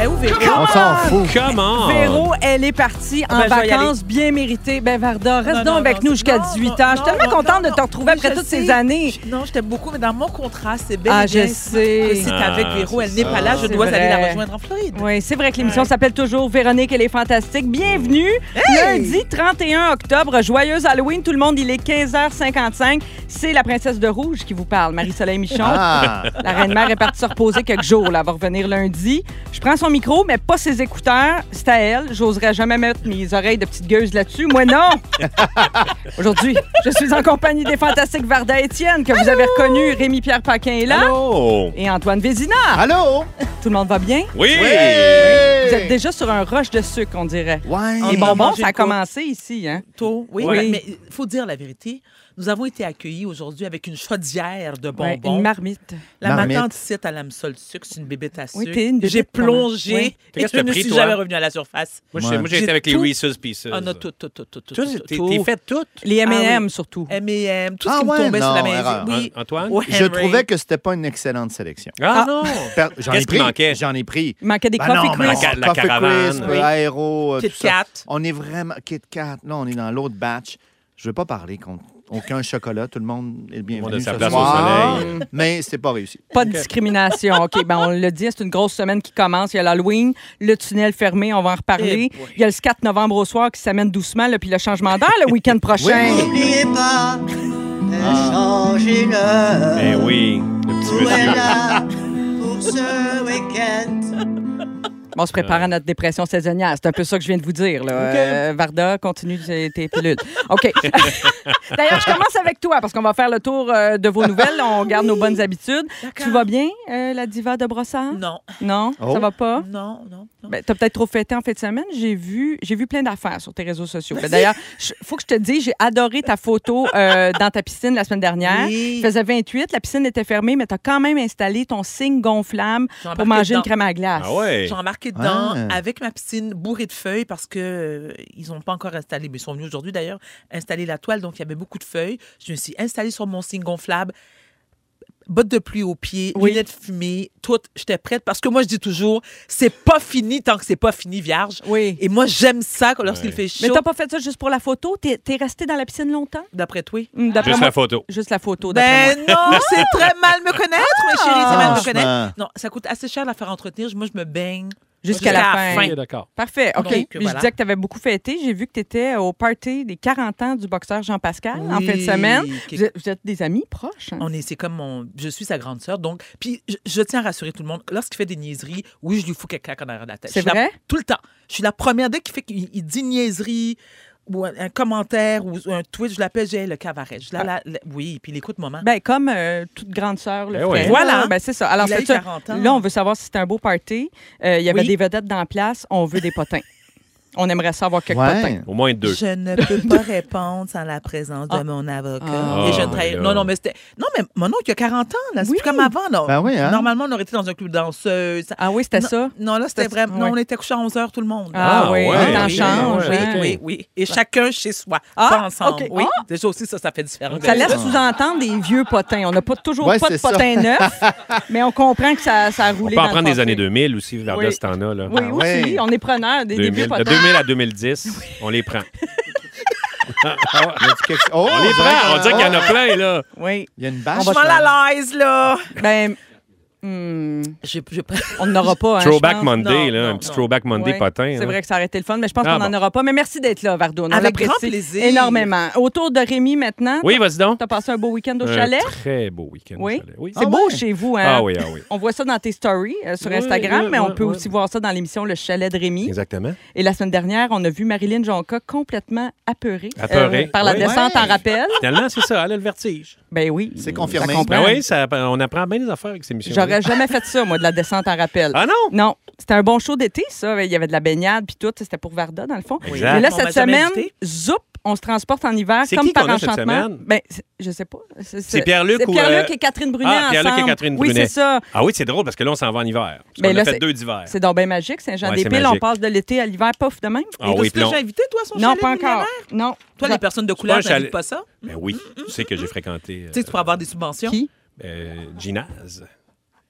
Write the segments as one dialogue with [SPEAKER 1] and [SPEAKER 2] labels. [SPEAKER 1] Eh où Véro?
[SPEAKER 2] On s'en fout.
[SPEAKER 3] Comment?
[SPEAKER 1] Véro, elle est partie en
[SPEAKER 4] Ah. Ben, je vais y
[SPEAKER 1] vacances, bien méritée. Ben Varda, reste
[SPEAKER 4] Non,
[SPEAKER 1] donc
[SPEAKER 4] non,
[SPEAKER 1] avec
[SPEAKER 4] non,
[SPEAKER 1] nous jusqu'à
[SPEAKER 4] non,
[SPEAKER 1] 18 ans.
[SPEAKER 4] non,
[SPEAKER 1] je suis tellement
[SPEAKER 4] non,
[SPEAKER 1] contente
[SPEAKER 4] non,
[SPEAKER 1] de te retrouver
[SPEAKER 4] non,
[SPEAKER 1] après
[SPEAKER 4] je
[SPEAKER 1] toutes
[SPEAKER 4] sais.
[SPEAKER 1] ces années.
[SPEAKER 4] Je- Non, je t'aime beaucoup, mais dans mon contrat, c'est bel
[SPEAKER 1] Ah,
[SPEAKER 4] et bien
[SPEAKER 1] je sais.
[SPEAKER 4] que c'est
[SPEAKER 3] Ah,
[SPEAKER 4] avec Véro. Elle
[SPEAKER 3] c'est
[SPEAKER 4] n'est
[SPEAKER 3] ça.
[SPEAKER 4] pas là. Je
[SPEAKER 1] C'est
[SPEAKER 4] dois aller
[SPEAKER 1] vrai.
[SPEAKER 4] la rejoindre en Floride.
[SPEAKER 1] Oui, c'est vrai que l'émission s'appelle toujours Véronique et les Fantastiques. Bienvenue. Lundi 31 octobre, joyeuse Halloween. Tout le monde, il est 15h55. C'est la princesse de rouge qui vous parle, Marie-Soleil Michon.
[SPEAKER 2] Ah,
[SPEAKER 1] La reine-mère est partie se reposer quelques jours. Là. Elle va revenir lundi. Je prends son micro, mais pas ses écouteurs. C'est à elle. J'oserais jamais mettre mes oreilles de petite gueuse là-dessus. Moi, non! Aujourd'hui, je suis en compagnie des fantastiques Varda Étienne, que vous avez reconnu. Rémi-Pierre Paquin est là.
[SPEAKER 3] Allô?
[SPEAKER 1] Et Antoine Vézina.
[SPEAKER 2] allô?
[SPEAKER 1] Tout le monde va bien?
[SPEAKER 3] Oui!
[SPEAKER 1] Vous êtes déjà sur un rush de sucre, on dirait.
[SPEAKER 2] Ouais.
[SPEAKER 4] On
[SPEAKER 1] Les
[SPEAKER 4] est
[SPEAKER 1] bonbons,
[SPEAKER 4] mangé
[SPEAKER 1] ça a
[SPEAKER 4] de quoi?
[SPEAKER 1] commencé ici, hein?
[SPEAKER 4] Tôt, oui,
[SPEAKER 1] Ouais.
[SPEAKER 4] mais il faut dire la vérité. Nous avons été accueillis aujourd'hui avec une chaudière de
[SPEAKER 1] Ouais,
[SPEAKER 4] bonbons.
[SPEAKER 1] une marmite.
[SPEAKER 4] la
[SPEAKER 2] Marmite.
[SPEAKER 4] matante ici est à l'amsol sucre, c'est une bébête à sucre.
[SPEAKER 1] Oui, t'es une bébête,
[SPEAKER 4] J'ai plongé
[SPEAKER 1] maman. Oui.
[SPEAKER 4] et
[SPEAKER 3] Qu'est-ce que
[SPEAKER 4] je ne
[SPEAKER 3] t'as pris,
[SPEAKER 4] suis
[SPEAKER 3] toi? hein.
[SPEAKER 4] jamais revenue à la surface.
[SPEAKER 3] Moi,
[SPEAKER 2] Ouais.
[SPEAKER 3] j'ai- moi, j'ai
[SPEAKER 4] J'ai
[SPEAKER 3] été avec les
[SPEAKER 4] tout-
[SPEAKER 3] Reese's Pieces.
[SPEAKER 4] On a tout, tout, tout, tout, tout.
[SPEAKER 3] Toi,
[SPEAKER 4] tout,
[SPEAKER 3] t'es
[SPEAKER 4] tout.
[SPEAKER 3] t'es fait tout.
[SPEAKER 1] Les M&M,
[SPEAKER 4] Ah oui.
[SPEAKER 1] surtout.
[SPEAKER 4] M&M, tout
[SPEAKER 2] Ah
[SPEAKER 4] ce qui
[SPEAKER 2] ouais,
[SPEAKER 4] me tombait sur la
[SPEAKER 2] non,
[SPEAKER 4] main.
[SPEAKER 2] erreur.
[SPEAKER 4] Oui.
[SPEAKER 3] An- Antoine?
[SPEAKER 4] Ouais,
[SPEAKER 2] Je
[SPEAKER 4] Henry.
[SPEAKER 2] trouvais que c'était pas une excellente sélection.
[SPEAKER 3] Ah, non!
[SPEAKER 2] Per- J'en ai
[SPEAKER 3] Qu'est-ce qui
[SPEAKER 2] pris.
[SPEAKER 3] manquait?
[SPEAKER 2] J'en ai pris.
[SPEAKER 1] Il manquait des
[SPEAKER 2] Ben
[SPEAKER 1] coffee
[SPEAKER 2] non, mais
[SPEAKER 1] crisp.
[SPEAKER 3] La ca- la
[SPEAKER 2] Coffee
[SPEAKER 3] caravane.
[SPEAKER 2] Crisp,
[SPEAKER 3] Oui.
[SPEAKER 2] Aero, euh,
[SPEAKER 4] Kit
[SPEAKER 2] tout ça.
[SPEAKER 4] Kat.
[SPEAKER 2] On est vraiment Kit Kat. Là, on est dans l'autre batch. Je veux pas parler contre aucun chocolat. Tout le monde est bienvenu
[SPEAKER 3] monde a sa
[SPEAKER 2] ce
[SPEAKER 3] place au
[SPEAKER 2] soir.
[SPEAKER 3] soleil.
[SPEAKER 2] Mais c'est pas réussi.
[SPEAKER 1] Pas de discrimination. OK, ben on le dit, c'est une grosse semaine qui commence. Il y a l'Halloween, le tunnel fermé, on va en reparler.
[SPEAKER 4] Eh boy.
[SPEAKER 1] Il y a le 4 novembre au soir qui s'amène doucement, là, puis le changement d'heure le week-end prochain.
[SPEAKER 5] N'oubliez pas de changer l'heure.
[SPEAKER 3] Ben oui, le petit
[SPEAKER 5] Tout est
[SPEAKER 3] monsieur.
[SPEAKER 5] là pour ce week-end.
[SPEAKER 1] Bon, on se prépare à notre dépression saisonnière. C'est un peu ça que je viens de vous dire. Là. Euh, Varda, continue tes tes pilules. OK. D'ailleurs, je commence avec toi parce qu'on va faire le tour euh, de vos nouvelles. On garde nos bonnes habitudes. Tu vas bien, euh, la diva de Brossard?
[SPEAKER 4] Non,
[SPEAKER 1] Non? Ça
[SPEAKER 2] Oh.
[SPEAKER 1] va pas?
[SPEAKER 4] non, non. non.
[SPEAKER 1] Ah. Ben, t'as peut-être trop fêté en fin de semaine. J'ai vu, j'ai vu plein d'affaires sur tes réseaux sociaux. Ben, D'ailleurs, je- faut que je te dise, j'ai adoré ta photo euh, dans ta piscine la semaine dernière.
[SPEAKER 4] Oui.
[SPEAKER 1] Il faisait 28, la piscine était fermée, mais t'as quand même installé ton signe gonflable
[SPEAKER 4] J'ai embarqué
[SPEAKER 1] pour manger une
[SPEAKER 4] dedans.
[SPEAKER 1] crème à glace.
[SPEAKER 3] Ah ouais!
[SPEAKER 4] J'ai embarqué dedans
[SPEAKER 2] Ah.
[SPEAKER 4] avec ma piscine bourrée de feuilles parce que euh, ils n'ont pas encore installé, mais ils sont venus aujourd'hui d'ailleurs installer la toile, donc il y avait beaucoup de feuilles. Je me suis installée sur mon signe gonflable, bottes de pluie aux pieds,
[SPEAKER 1] Oui.
[SPEAKER 4] lunettes fumées, toutes. J'étais prête parce que moi je dis toujours, c'est pas fini tant que c'est pas fini vierge.
[SPEAKER 1] Oui.
[SPEAKER 4] Et moi j'aime ça quand- lorsqu'il fait
[SPEAKER 1] Mais
[SPEAKER 4] chaud.
[SPEAKER 1] t'as pas fait ça juste pour la photo? T'es es resté dans la piscine longtemps?
[SPEAKER 4] D'après toi.
[SPEAKER 1] Hum, d'après
[SPEAKER 3] Juste
[SPEAKER 1] moi-
[SPEAKER 3] la photo.
[SPEAKER 1] Juste la photo, d'après
[SPEAKER 4] Ben non, c'est très mal me connaître, ma chérie, c'est mal me
[SPEAKER 2] Franchement.
[SPEAKER 4] connaître. Non, ça coûte assez cher de la faire entretenir. Moi, je me baigne.
[SPEAKER 1] Jusqu'à la fin.
[SPEAKER 3] Ok, d'accord.
[SPEAKER 1] Parfait, OK.
[SPEAKER 4] Donc,
[SPEAKER 1] Puis Je
[SPEAKER 4] voilà.
[SPEAKER 1] disais que tu avais beaucoup fêté. J'ai vu que tu étais au party des 40 ans du boxeur Jean-Pascal en fin de
[SPEAKER 4] Oui,
[SPEAKER 1] semaine.
[SPEAKER 4] qui-
[SPEAKER 1] Vous êtes, vous êtes des amis proches. hein?
[SPEAKER 4] On est, c'est comme mon, je suis sa grande sœur, donc. Puis je, je tiens à rassurer tout le monde. Lorsqu'il fait des niaiseries, oui, je lui fous quelque claque en arrière de la tête.
[SPEAKER 1] C'est
[SPEAKER 4] Je suis la-
[SPEAKER 1] vrai?
[SPEAKER 4] tout le temps. Je suis la première dès qu'il fait qu'il il dit niaiserie ou un, un commentaire ou, ou un tweet, je l'appelle j'ai le cavaret.
[SPEAKER 1] Ah.
[SPEAKER 4] Je la, la- la- oui, puis il écoute moment.
[SPEAKER 1] Ben, comme euh, toute grande sœur le
[SPEAKER 3] Ben oui.
[SPEAKER 1] fait.
[SPEAKER 4] Voilà.
[SPEAKER 1] Ben, c'est ça. Alors,
[SPEAKER 4] Il a
[SPEAKER 1] c'est
[SPEAKER 4] eu
[SPEAKER 1] ça.
[SPEAKER 4] 40 ans.
[SPEAKER 1] Là, on veut savoir si c'était un beau party. Euh, il y avait
[SPEAKER 4] Oui.
[SPEAKER 1] des vedettes dans la place. On veut des potins. on aimerait savoir quelques potins.
[SPEAKER 2] Ouais.
[SPEAKER 3] Au moins deux.
[SPEAKER 4] Je ne peux pas répondre sans la présence de mon avocat.
[SPEAKER 1] Ah.
[SPEAKER 4] Et je
[SPEAKER 3] Ah,
[SPEAKER 4] ne trahi-
[SPEAKER 3] là.
[SPEAKER 4] Non, non, mais c'était. Non, mais mon oncle, il a 40 ans, là. C'est
[SPEAKER 1] Oui.
[SPEAKER 4] plus comme avant, là.
[SPEAKER 2] Ben oui, hein?
[SPEAKER 4] Normalement, on aurait été dans un club danseuse.
[SPEAKER 1] Ah oui, c'était
[SPEAKER 4] Non,
[SPEAKER 1] ça?
[SPEAKER 4] Non, là, c'était
[SPEAKER 1] C'était-
[SPEAKER 4] vraiment. Non,
[SPEAKER 1] ouais.
[SPEAKER 4] on était couchés à 11 h tout le monde.
[SPEAKER 1] Ah,
[SPEAKER 3] Ah
[SPEAKER 1] oui,
[SPEAKER 3] ouais.
[SPEAKER 1] on t'en
[SPEAKER 3] Oui,
[SPEAKER 1] change.
[SPEAKER 3] oui,
[SPEAKER 1] hein.
[SPEAKER 4] Oui, oui. Et chacun chez soi,
[SPEAKER 1] Ah,
[SPEAKER 4] pas ensemble.
[SPEAKER 1] ok.
[SPEAKER 4] Oui.
[SPEAKER 1] Ah.
[SPEAKER 4] Déjà aussi, ça, ça fait différent.
[SPEAKER 1] Ça laisse sous-entendre des vieux potins. On n'a pas toujours
[SPEAKER 2] Ouais,
[SPEAKER 1] pas de
[SPEAKER 2] c'est ça.
[SPEAKER 1] potins neufs, mais on comprend que ça, ça a
[SPEAKER 3] On
[SPEAKER 1] roulé.
[SPEAKER 3] peut en
[SPEAKER 1] dans le
[SPEAKER 3] prendre des
[SPEAKER 1] passé.
[SPEAKER 3] années 2000 aussi, vers
[SPEAKER 1] Oui.
[SPEAKER 3] ce temps-là. là.
[SPEAKER 1] Oui,
[SPEAKER 2] Ah
[SPEAKER 1] aussi.
[SPEAKER 2] ouais.
[SPEAKER 1] On est preneur des, des
[SPEAKER 3] 2000,
[SPEAKER 1] vieux
[SPEAKER 3] de
[SPEAKER 1] potins.
[SPEAKER 3] 2000 à 2010, on les prend.
[SPEAKER 2] Il y a du quelque- Oh,
[SPEAKER 3] On les
[SPEAKER 2] dirait
[SPEAKER 3] prend!
[SPEAKER 2] que-
[SPEAKER 3] On dirait Oh. qu'il y en a plein, là!
[SPEAKER 1] Oui.
[SPEAKER 2] Il y a une
[SPEAKER 4] Je
[SPEAKER 2] bâche.
[SPEAKER 4] suis mal
[SPEAKER 2] là.
[SPEAKER 4] à l'aise, là.
[SPEAKER 1] Ben, hmm,
[SPEAKER 4] Je,
[SPEAKER 1] on n'aura pas. hein, je
[SPEAKER 3] Throwback
[SPEAKER 1] pense.
[SPEAKER 3] Monday,
[SPEAKER 4] Non,
[SPEAKER 3] là.
[SPEAKER 4] non,
[SPEAKER 3] un petit
[SPEAKER 4] non.
[SPEAKER 3] Throwback Monday
[SPEAKER 1] Ouais,
[SPEAKER 3] potin. hein.
[SPEAKER 1] C'est
[SPEAKER 3] là.
[SPEAKER 1] vrai que ça aurait été le fun, mais je pense
[SPEAKER 3] Ah,
[SPEAKER 1] qu'on n'en
[SPEAKER 3] bon.
[SPEAKER 1] aura pas. Mais merci d'être là, Vardo. On
[SPEAKER 4] Avec grand
[SPEAKER 1] apprécie
[SPEAKER 4] plaisir.
[SPEAKER 1] Énormément. Autour de Rémi maintenant.
[SPEAKER 3] Oui, vas-y donc.
[SPEAKER 1] T'as passé un beau week-end au
[SPEAKER 3] Un
[SPEAKER 1] chalet?
[SPEAKER 3] Très beau week-end. au
[SPEAKER 1] Oui.
[SPEAKER 3] chalet. Oui.
[SPEAKER 1] C'est
[SPEAKER 2] Ah
[SPEAKER 1] beau
[SPEAKER 2] ouais?
[SPEAKER 1] chez vous, hein?
[SPEAKER 3] Ah oui, ah oui.
[SPEAKER 1] On voit ça dans tes stories euh, sur
[SPEAKER 3] Oui,
[SPEAKER 1] Instagram,
[SPEAKER 3] oui,
[SPEAKER 1] mais on
[SPEAKER 3] oui,
[SPEAKER 1] peut
[SPEAKER 3] oui.
[SPEAKER 1] aussi voir ça dans l'émission Le Chalet de Rémi.
[SPEAKER 3] Exactement.
[SPEAKER 1] Et la semaine dernière, on a vu Marilyn Jonca complètement apeurée, euh,
[SPEAKER 3] Apeurée,
[SPEAKER 1] par la
[SPEAKER 3] oui.
[SPEAKER 1] descente
[SPEAKER 2] Ouais.
[SPEAKER 1] en rappel.
[SPEAKER 3] Finalement, c'est ça, elle a le vertige.
[SPEAKER 1] Ben oui.
[SPEAKER 2] C'est confirmé.
[SPEAKER 1] Ça comprend.
[SPEAKER 3] Ben oui, ça, on apprend bien des affaires avec ces missions.
[SPEAKER 1] J'aurais J'aurais jamais fait ça, moi, de la descente en rappel.
[SPEAKER 3] Ah non?
[SPEAKER 1] Non, c'était un bon show d'été, ça. Il y avait de la baignade, puis tout. C'était pour Varda, dans le fond.
[SPEAKER 3] Oui.
[SPEAKER 1] Mais là,
[SPEAKER 4] On
[SPEAKER 1] cette
[SPEAKER 4] m'a jamais
[SPEAKER 1] semaine,
[SPEAKER 4] invité.
[SPEAKER 1] zoup, on se transporte en hiver,
[SPEAKER 3] C'est
[SPEAKER 1] comme
[SPEAKER 3] qui
[SPEAKER 1] par
[SPEAKER 3] qu'on a cette
[SPEAKER 1] enchantement.
[SPEAKER 3] semaine?
[SPEAKER 1] Ben, c'est- je sais pas. C'est c'est-
[SPEAKER 3] Pierre-Luc
[SPEAKER 1] c'est
[SPEAKER 3] ou,
[SPEAKER 1] Pierre-Luc
[SPEAKER 3] euh,
[SPEAKER 1] et Catherine Brunet
[SPEAKER 3] ah, Pierre-Luc et
[SPEAKER 1] ensemble.
[SPEAKER 3] Catherine
[SPEAKER 1] oui,
[SPEAKER 3] Brunet.
[SPEAKER 1] c'est ça.
[SPEAKER 3] Ah oui, c'est drôle parce que là, on s'en va en hiver. Parce
[SPEAKER 1] Ben
[SPEAKER 3] qu'on
[SPEAKER 1] là,
[SPEAKER 3] a fait
[SPEAKER 1] c'est-
[SPEAKER 3] deux hivers.
[SPEAKER 1] C'est donc bien magique, Saint-Jean-des-Piles.
[SPEAKER 3] Ouais, c'est
[SPEAKER 1] on
[SPEAKER 3] magique.
[SPEAKER 1] passe de l'été à l'hiver, pouf, de même.
[SPEAKER 3] Ah
[SPEAKER 4] Et
[SPEAKER 3] oui,
[SPEAKER 4] t'as-tu
[SPEAKER 3] puis on-
[SPEAKER 4] déjà invité, toi, à son
[SPEAKER 1] non,
[SPEAKER 4] chalet
[SPEAKER 1] pas
[SPEAKER 4] millénaire?
[SPEAKER 1] encore. Non.
[SPEAKER 4] Toi, les personnes de couleur,
[SPEAKER 3] un
[SPEAKER 4] tu
[SPEAKER 3] chalet-
[SPEAKER 4] pas ça?
[SPEAKER 3] Ben oui, tu sais que j'ai fréquenté euh,
[SPEAKER 4] Tu sais, tu pourras avoir des subventions.
[SPEAKER 1] Qui?
[SPEAKER 3] euh, Ginaz,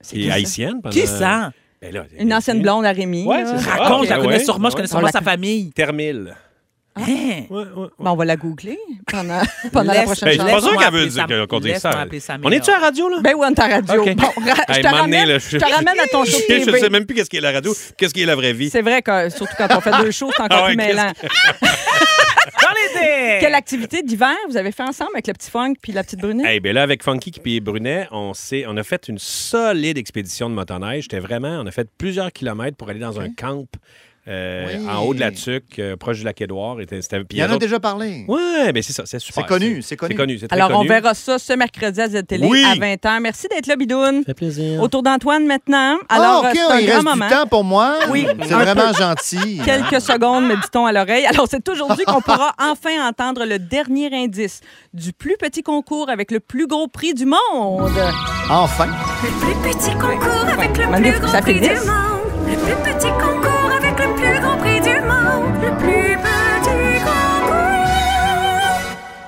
[SPEAKER 1] qui
[SPEAKER 3] qui est
[SPEAKER 1] ça?
[SPEAKER 3] haïtienne. pendant-
[SPEAKER 4] Qui ça?
[SPEAKER 3] Ben là,
[SPEAKER 1] Une ancienne blonde à Rémi.
[SPEAKER 3] Ouais,
[SPEAKER 1] là.
[SPEAKER 3] c'est ça. Ah,
[SPEAKER 4] Raconte, je la
[SPEAKER 3] ouais,
[SPEAKER 4] connais
[SPEAKER 3] ouais.
[SPEAKER 4] sûrement, je connais
[SPEAKER 3] On
[SPEAKER 4] sûrement
[SPEAKER 1] la Ah.
[SPEAKER 4] sa famille.
[SPEAKER 3] Termile.
[SPEAKER 4] Hein?
[SPEAKER 3] Ouais, ouais, ouais.
[SPEAKER 1] Ben, on va la googler pendant, pendant la
[SPEAKER 4] Laisse-
[SPEAKER 3] Ben,
[SPEAKER 1] prochaine
[SPEAKER 3] je suis pas
[SPEAKER 1] chanson.
[SPEAKER 3] sûr
[SPEAKER 4] Laisse-moi
[SPEAKER 3] qu'elle veut
[SPEAKER 4] appeler
[SPEAKER 3] dire
[SPEAKER 4] Sam-
[SPEAKER 3] que- qu'on dise
[SPEAKER 4] laisse-moi
[SPEAKER 3] ça.
[SPEAKER 4] appeler Sam
[SPEAKER 3] On est-tu
[SPEAKER 4] Miller.
[SPEAKER 3] à la radio, là?
[SPEAKER 1] Ben oui, on ta radio.
[SPEAKER 3] OK.
[SPEAKER 1] Bon, ra- je,
[SPEAKER 3] Hey,
[SPEAKER 1] te
[SPEAKER 3] m'en donné,
[SPEAKER 1] ramène,
[SPEAKER 3] là,
[SPEAKER 1] je te ramène à ton show de
[SPEAKER 3] Je
[SPEAKER 1] TV.
[SPEAKER 3] sais même plus qu'est-ce qui est la radio, qu'est-ce qui est la vraie vie.
[SPEAKER 1] C'est vrai que, surtout quand on fait deux shows, c'est encore
[SPEAKER 3] Ah ouais,
[SPEAKER 1] plus mêlant.
[SPEAKER 4] Dans les dés!
[SPEAKER 2] Euh,
[SPEAKER 1] Quelle activité d'hiver vous avez fait ensemble avec le petit funk puis la petite brunette?
[SPEAKER 3] Eh bien là, avec Funky et Brunet, on, s'est- on a fait une solide expédition de motoneige. C'était vraiment, on a fait plusieurs kilomètres pour aller dans un camp euh,
[SPEAKER 2] Oui.
[SPEAKER 3] en haut de la Tuque, euh, proche du lac Édouard. Et c'était- c'était- puis
[SPEAKER 2] Il y en
[SPEAKER 3] eux
[SPEAKER 2] a
[SPEAKER 3] autres-
[SPEAKER 2] déjà parlé.
[SPEAKER 3] Ouais, ben c'est ça, c'est super.
[SPEAKER 2] C'est connu, c'est connu.
[SPEAKER 3] C'est connu, c'est très
[SPEAKER 1] Alors, on
[SPEAKER 3] connu.
[SPEAKER 1] verra ça ce mercredi à Z-Télé
[SPEAKER 3] Oui.
[SPEAKER 1] à 20h. Merci d'être là, Bidoun.
[SPEAKER 3] fait plaisir.
[SPEAKER 1] Autour d'Antoine maintenant. Alors,
[SPEAKER 2] Ah,
[SPEAKER 1] euh,
[SPEAKER 2] OK,
[SPEAKER 1] c'est un
[SPEAKER 2] il
[SPEAKER 1] grand
[SPEAKER 2] reste
[SPEAKER 1] moment.
[SPEAKER 2] du temps pour moi.
[SPEAKER 1] Oui,
[SPEAKER 2] C'est
[SPEAKER 1] un
[SPEAKER 2] vraiment gentil.
[SPEAKER 1] Quelques secondes, me dit-on à l'oreille. Alors, c'est aujourd'hui qu'on pourra enfin entendre le dernier indice du plus petit concours avec le plus gros prix du monde.
[SPEAKER 2] Enfin.
[SPEAKER 6] Le plus petit concours avec le
[SPEAKER 1] Mané,
[SPEAKER 6] plus
[SPEAKER 1] faut que
[SPEAKER 6] grand
[SPEAKER 1] ça
[SPEAKER 6] prix du
[SPEAKER 1] finisse.
[SPEAKER 6] monde. Le plus petit concours avec le plus grand prix du monde. Le plus petit concours.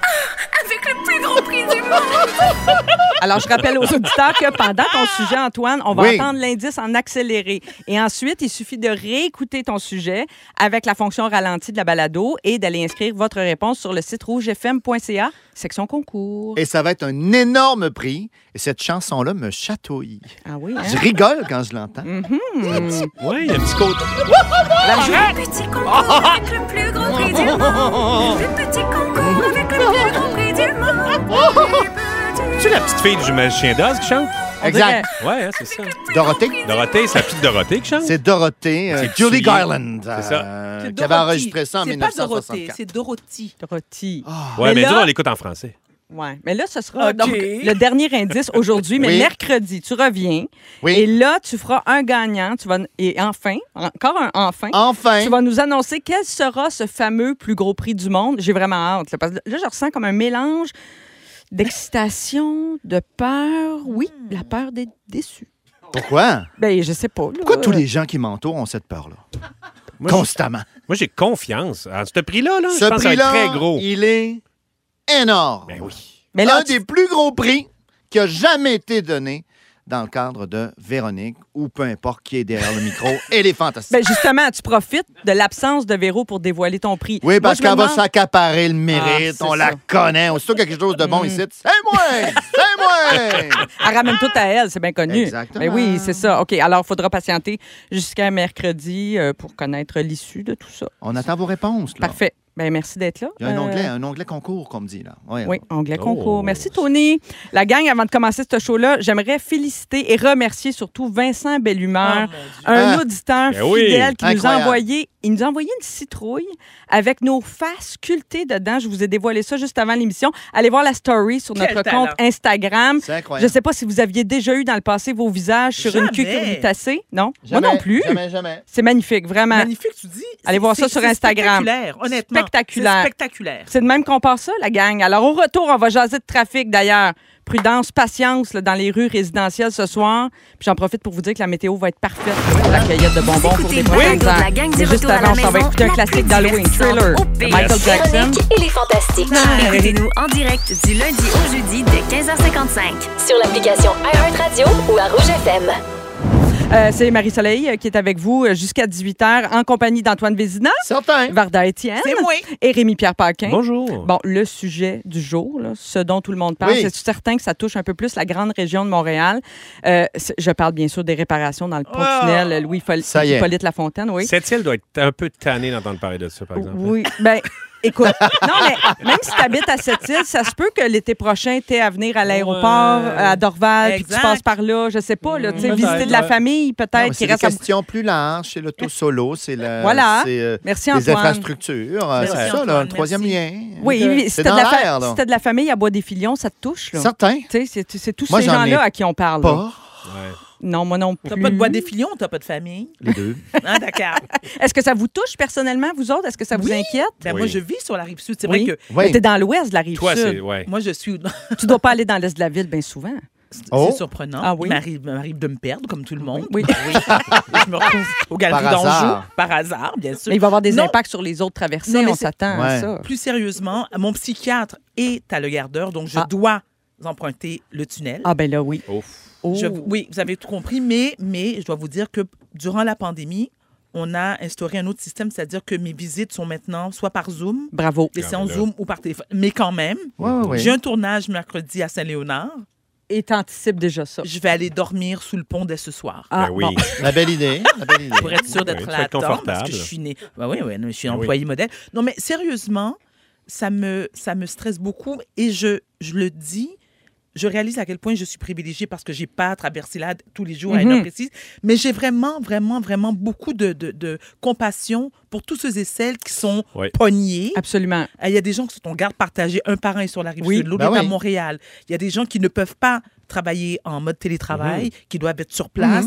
[SPEAKER 6] Ah, avec le plus grand prix du monde.
[SPEAKER 1] Alors, je rappelle aux auditeurs que pendant ton sujet, Antoine, on va
[SPEAKER 2] Oui.
[SPEAKER 1] entendre l'indice en accéléré. Et ensuite, il suffit de réécouter ton sujet avec la fonction ralentie de la balado et d'aller inscrire votre réponse sur le site rougefm.ca, section concours.
[SPEAKER 2] Et ça va être un énorme prix. Et cette chanson-là me chatouille.
[SPEAKER 1] Ah oui, hein? Mm.
[SPEAKER 2] Je rigole quand je l'entends.
[SPEAKER 3] Ouais, il y a un petit côté.
[SPEAKER 6] Le plus petit concours avec le plus grand prix du monde. Le plus petit concours avec le plus grand prix du monde.
[SPEAKER 3] Tu la petite fille du magicien d'Oz qui chante?
[SPEAKER 1] On
[SPEAKER 2] Exact.
[SPEAKER 1] dirait-
[SPEAKER 3] Ouais, hein, c'est ça.
[SPEAKER 2] Dorothée.
[SPEAKER 3] Dorothée, c'est la petite Dorothée qui chante?
[SPEAKER 2] C'est Dorothée, euh,
[SPEAKER 3] C'est
[SPEAKER 2] Julie
[SPEAKER 3] souillé.
[SPEAKER 2] Garland,
[SPEAKER 3] C'est ça.
[SPEAKER 2] euh,
[SPEAKER 4] C'est
[SPEAKER 2] qui avait
[SPEAKER 4] Dorothy.
[SPEAKER 2] enregistré ça en
[SPEAKER 4] C'est pas Dorothée,
[SPEAKER 2] 1964.
[SPEAKER 4] c'est Dorothy.
[SPEAKER 1] Dorothy.
[SPEAKER 2] Oh,
[SPEAKER 3] Ouais,
[SPEAKER 1] Mais
[SPEAKER 3] mais,
[SPEAKER 1] là-
[SPEAKER 3] nous, on l'écoute en français.
[SPEAKER 1] Ouais. Mais là, ce sera
[SPEAKER 4] OK.
[SPEAKER 1] donc le dernier indice aujourd'hui, mais
[SPEAKER 2] Oui.
[SPEAKER 1] mercredi, tu reviens.
[SPEAKER 2] Oui.
[SPEAKER 1] Et là, tu feras un gagnant. Tu vas, et enfin, encore un enfin.
[SPEAKER 2] Enfin,
[SPEAKER 1] Tu vas nous annoncer quel sera ce fameux plus gros prix du monde. J'ai vraiment hâte. Là, parce que là, je ressens comme un mélange d'excitation, de peur. Oui, la peur d'être déçu.
[SPEAKER 2] pourquoi?
[SPEAKER 1] Ben, je sais pas. là.
[SPEAKER 2] Pourquoi tous les gens qui m'entourent ont cette peur-là?
[SPEAKER 3] Moi,
[SPEAKER 2] Constamment.
[SPEAKER 3] j'ai- Moi, j'ai confiance. En ce prix-là, là, je
[SPEAKER 2] Ce
[SPEAKER 3] pense que ça va être
[SPEAKER 2] prix-là,
[SPEAKER 3] très gros.
[SPEAKER 2] il est énorme.
[SPEAKER 3] Ben oui.
[SPEAKER 1] Mais là,
[SPEAKER 2] un
[SPEAKER 1] tu-
[SPEAKER 2] des plus gros prix qui a jamais été donné dans le cadre de Véronique ou peu importe qui est derrière le micro. Elle est fantastique.
[SPEAKER 1] ben, justement, tu profites de l'absence de Véro pour dévoiler ton prix.
[SPEAKER 2] oui, parce
[SPEAKER 1] Moi, je
[SPEAKER 2] qu'elle
[SPEAKER 1] me
[SPEAKER 2] va
[SPEAKER 1] demande- Ah,
[SPEAKER 2] s'accaparer le mérite.
[SPEAKER 1] c'est
[SPEAKER 2] on la
[SPEAKER 1] ça. Mm.
[SPEAKER 2] connaît. Aussitôt qu'il y a quelque chose de bon ici, c'est moi! C'est moi!
[SPEAKER 1] Elle ramène tout à elle, c'est bien connu.
[SPEAKER 2] Exactement.
[SPEAKER 1] Mais oui, c'est ça. OK, alors il faudra patienter jusqu'à mercredi euh, pour connaître l'issue de tout ça.
[SPEAKER 2] On attend vos réponses. Là.
[SPEAKER 1] Parfait. Ben, merci d'être là.
[SPEAKER 2] Il y a un
[SPEAKER 1] Euh,
[SPEAKER 2] onglet, hein? un onglet concours qu'on me dit là. Ouais.
[SPEAKER 1] Oui, anglais
[SPEAKER 3] Oh.
[SPEAKER 1] concours. Merci, Tony. La gang, avant de commencer ce show-là, j'aimerais féliciter et remercier surtout Vincent Bellumeur,
[SPEAKER 4] Oh, mon Dieu.
[SPEAKER 2] Ah.
[SPEAKER 1] un auditeur
[SPEAKER 3] Ben oui.
[SPEAKER 1] fidèle qui nous a
[SPEAKER 2] Incroyable.
[SPEAKER 1] envoyé, il nous a envoyé une citrouille avec nos faces sculptées dedans. Je vous ai dévoilé ça juste avant l'émission. Allez voir la story sur
[SPEAKER 4] Quel
[SPEAKER 1] notre
[SPEAKER 4] talent.
[SPEAKER 1] compte Instagram.
[SPEAKER 2] C'est
[SPEAKER 1] Je ne
[SPEAKER 2] incroyable.
[SPEAKER 1] sais pas si vous aviez déjà eu dans le passé vos visages sur une
[SPEAKER 4] Jamais.
[SPEAKER 1] cucurbitacée. Non,
[SPEAKER 2] Jamais,
[SPEAKER 1] moi non plus.
[SPEAKER 2] Jamais, jamais.
[SPEAKER 1] C'est magnifique, vraiment.
[SPEAKER 4] Magnifique, tu dis.
[SPEAKER 1] Allez
[SPEAKER 4] C'est-
[SPEAKER 1] voir ça
[SPEAKER 4] c'est-
[SPEAKER 1] sur
[SPEAKER 4] c'est
[SPEAKER 1] Instagram.
[SPEAKER 4] Spectaculaire, honnêtement.
[SPEAKER 1] Spectaculaire.
[SPEAKER 4] C'est spectaculaire.
[SPEAKER 1] C'est de même qu'on part ça, la gang. Alors, au retour, on va jaser de trafic, d'ailleurs. Prudence, patience là, dans les rues résidentielles ce soir. Puis j'en profite pour vous dire que la météo va être parfaite pour la cueillette de bonbons pour
[SPEAKER 6] Écoutez
[SPEAKER 1] les
[SPEAKER 6] le
[SPEAKER 1] prochains
[SPEAKER 6] balado de la
[SPEAKER 1] ans.
[SPEAKER 6] gang du
[SPEAKER 1] Mais Juste
[SPEAKER 6] retour à la
[SPEAKER 1] avant, on va
[SPEAKER 6] maison,
[SPEAKER 1] écouter un
[SPEAKER 6] la
[SPEAKER 1] classique
[SPEAKER 6] plus
[SPEAKER 1] d'Halloween,
[SPEAKER 6] divertissante
[SPEAKER 1] Thriller,
[SPEAKER 6] au
[SPEAKER 1] de
[SPEAKER 6] pays.
[SPEAKER 1] Michael Jackson.
[SPEAKER 7] Véronique et les Fantastiques.
[SPEAKER 6] Écoutez-nous en direct du lundi au jeudi dès 15h55.
[SPEAKER 7] Sur l'application iHeartRadio ou à Rouge FM.
[SPEAKER 1] Euh, C'est Marie-Soleil euh, qui est avec vous euh, jusqu'à 18h en compagnie d'Antoine Vézina,
[SPEAKER 2] Certain.
[SPEAKER 1] Varda Étienne
[SPEAKER 4] C'est moi.
[SPEAKER 1] et Rémi-Pierre Paquin.
[SPEAKER 3] Bonjour.
[SPEAKER 1] Hein? Bon, le sujet du jour, là, ce dont tout le monde parle,
[SPEAKER 2] Oui.
[SPEAKER 1] c'est certain que ça touche un peu plus la grande région de Montréal. Euh, c'est- je parle bien sûr des réparations dans le pont tunnel
[SPEAKER 2] Ah!
[SPEAKER 1] euh,
[SPEAKER 2] Ça y est.
[SPEAKER 1] Louis-Hippolyte Lafontaine, oui.
[SPEAKER 3] Cette île doit être un peu tannée d'entendre parler de ça, par exemple.
[SPEAKER 1] Oui, ben écoute, non, mais même si tu habites à cette île, ça se peut que l'été prochain, tu à venir à l'aéroport,
[SPEAKER 4] Ouais.
[SPEAKER 1] à Dorval, puis que tu
[SPEAKER 4] Exact.
[SPEAKER 1] passes par là, je sais pas, là, tu sais,
[SPEAKER 3] Peut-être,
[SPEAKER 1] visiter de la
[SPEAKER 3] ouais.
[SPEAKER 1] famille,
[SPEAKER 2] Mm, Non,
[SPEAKER 1] peut-être,
[SPEAKER 2] mais
[SPEAKER 1] qui
[SPEAKER 2] C'est des
[SPEAKER 1] reste à-
[SPEAKER 2] questions plus larges, c'est l'auto-solo, c'est la,
[SPEAKER 1] Voilà.
[SPEAKER 2] c'est, euh,
[SPEAKER 1] Merci,
[SPEAKER 2] les
[SPEAKER 1] Antoine.
[SPEAKER 2] infrastructures, euh,
[SPEAKER 4] Merci,
[SPEAKER 2] c'est ça,
[SPEAKER 4] Antoine,
[SPEAKER 2] là, le troisième
[SPEAKER 4] merci.
[SPEAKER 2] lien.
[SPEAKER 1] Oui, oui, si
[SPEAKER 2] c'est
[SPEAKER 1] t'as
[SPEAKER 2] dans
[SPEAKER 1] de, la fa-
[SPEAKER 2] l'air, là.
[SPEAKER 1] si t'as de la famille à Bois des Filions, ça te touche, là.
[SPEAKER 2] Certain.
[SPEAKER 1] Tu sais, c'est- c'est tous
[SPEAKER 2] Moi,
[SPEAKER 1] ces
[SPEAKER 2] j'en ai
[SPEAKER 1] gens-là à qui on parle. là.
[SPEAKER 2] Pas.
[SPEAKER 3] Ouais.
[SPEAKER 1] Non, moi non plus.
[SPEAKER 4] T'as pas de bois des filions, t'as pas de famille.
[SPEAKER 2] Les deux.
[SPEAKER 4] Ah, d'accord.
[SPEAKER 1] Est-ce que ça vous touche personnellement, vous autres? Est-ce que ça vous
[SPEAKER 4] Oui.
[SPEAKER 1] inquiète?
[SPEAKER 4] Ben,
[SPEAKER 3] Oui.
[SPEAKER 4] Moi, je vis sur la rive sud. C'est
[SPEAKER 1] Oui.
[SPEAKER 4] vrai que
[SPEAKER 1] Mais
[SPEAKER 2] Oui.
[SPEAKER 1] T'es dans l'ouest de la rive
[SPEAKER 3] Toi, c'est.
[SPEAKER 1] sud.
[SPEAKER 3] Ouais.
[SPEAKER 4] moi, je suis.
[SPEAKER 1] Tu dois pas aller dans l'est de la ville bien souvent.
[SPEAKER 4] C'est
[SPEAKER 2] Oh.
[SPEAKER 4] surprenant.
[SPEAKER 1] Ah
[SPEAKER 4] Il
[SPEAKER 1] oui?
[SPEAKER 4] m'arrive- m'arrive de me perdre, comme tout le monde.
[SPEAKER 1] Oui.
[SPEAKER 4] je me retrouve aux Galeries
[SPEAKER 2] Par hasard.
[SPEAKER 4] d'Anjou, par hasard, bien sûr.
[SPEAKER 1] Mais il va avoir des
[SPEAKER 4] Non.
[SPEAKER 1] impacts sur les autres traversées.
[SPEAKER 4] Non, mais
[SPEAKER 1] on
[SPEAKER 4] c'est-
[SPEAKER 1] s'attend à
[SPEAKER 2] Ouais.
[SPEAKER 1] ça.
[SPEAKER 4] Plus sérieusement, mon psychiatre est à Le Gardeur, donc je
[SPEAKER 1] Ah.
[SPEAKER 4] dois emprunter le tunnel.
[SPEAKER 1] Ah, ben là, oui.
[SPEAKER 3] Ouf.
[SPEAKER 1] Oh.
[SPEAKER 4] Je- oui, vous avez tout compris, mais, mais je dois vous dire que durant la pandémie, on a instauré un autre système, c'est-à-dire que mes visites sont maintenant soit par Zoom,
[SPEAKER 1] Bravo.
[SPEAKER 4] des
[SPEAKER 3] Ah,
[SPEAKER 4] séances
[SPEAKER 3] ben là.
[SPEAKER 4] Zoom ou par téléphone. Mais quand même,
[SPEAKER 2] Ouais, ouais, ouais.
[SPEAKER 4] j'ai un tournage mercredi à Saint-Léonard.
[SPEAKER 1] Et t'anticipes déjà ça.
[SPEAKER 4] Je vais aller dormir sous le pont dès ce soir.
[SPEAKER 1] Ah,
[SPEAKER 3] ben oui.
[SPEAKER 1] bon.
[SPEAKER 2] La belle idée. La belle idée.
[SPEAKER 4] pour être sûr d'être
[SPEAKER 3] Oui, tu
[SPEAKER 4] là
[SPEAKER 3] vas
[SPEAKER 4] à
[SPEAKER 3] être
[SPEAKER 4] temps, parce
[SPEAKER 3] confortable.
[SPEAKER 4] que je suis née. Ben oui, oui, non, je suis
[SPEAKER 3] Ben oui.
[SPEAKER 4] employée modèle. Non, mais sérieusement, ça me, ça me stresse beaucoup et je, je le dis. Je réalise à quel point je suis privilégiée parce que j'ai pas traversé là tous les jours à une
[SPEAKER 1] Mhm.
[SPEAKER 4] heure précise, mais j'ai vraiment, vraiment, vraiment beaucoup de, de, de compassion pour tous ceux et celles qui sont
[SPEAKER 3] Ouais.
[SPEAKER 4] pognés.
[SPEAKER 1] Absolument.
[SPEAKER 4] Ah, Il y a des gens qui sont en garde partagée, un par un est sur la rive
[SPEAKER 1] Oui.
[SPEAKER 4] sud, l'autre
[SPEAKER 3] Bah
[SPEAKER 2] Ben
[SPEAKER 4] est à
[SPEAKER 2] oui.
[SPEAKER 4] Montréal. Il y a des gens qui ne peuvent pas travailler en mode télétravail,
[SPEAKER 3] Mhm.
[SPEAKER 4] qui doivent être sur place.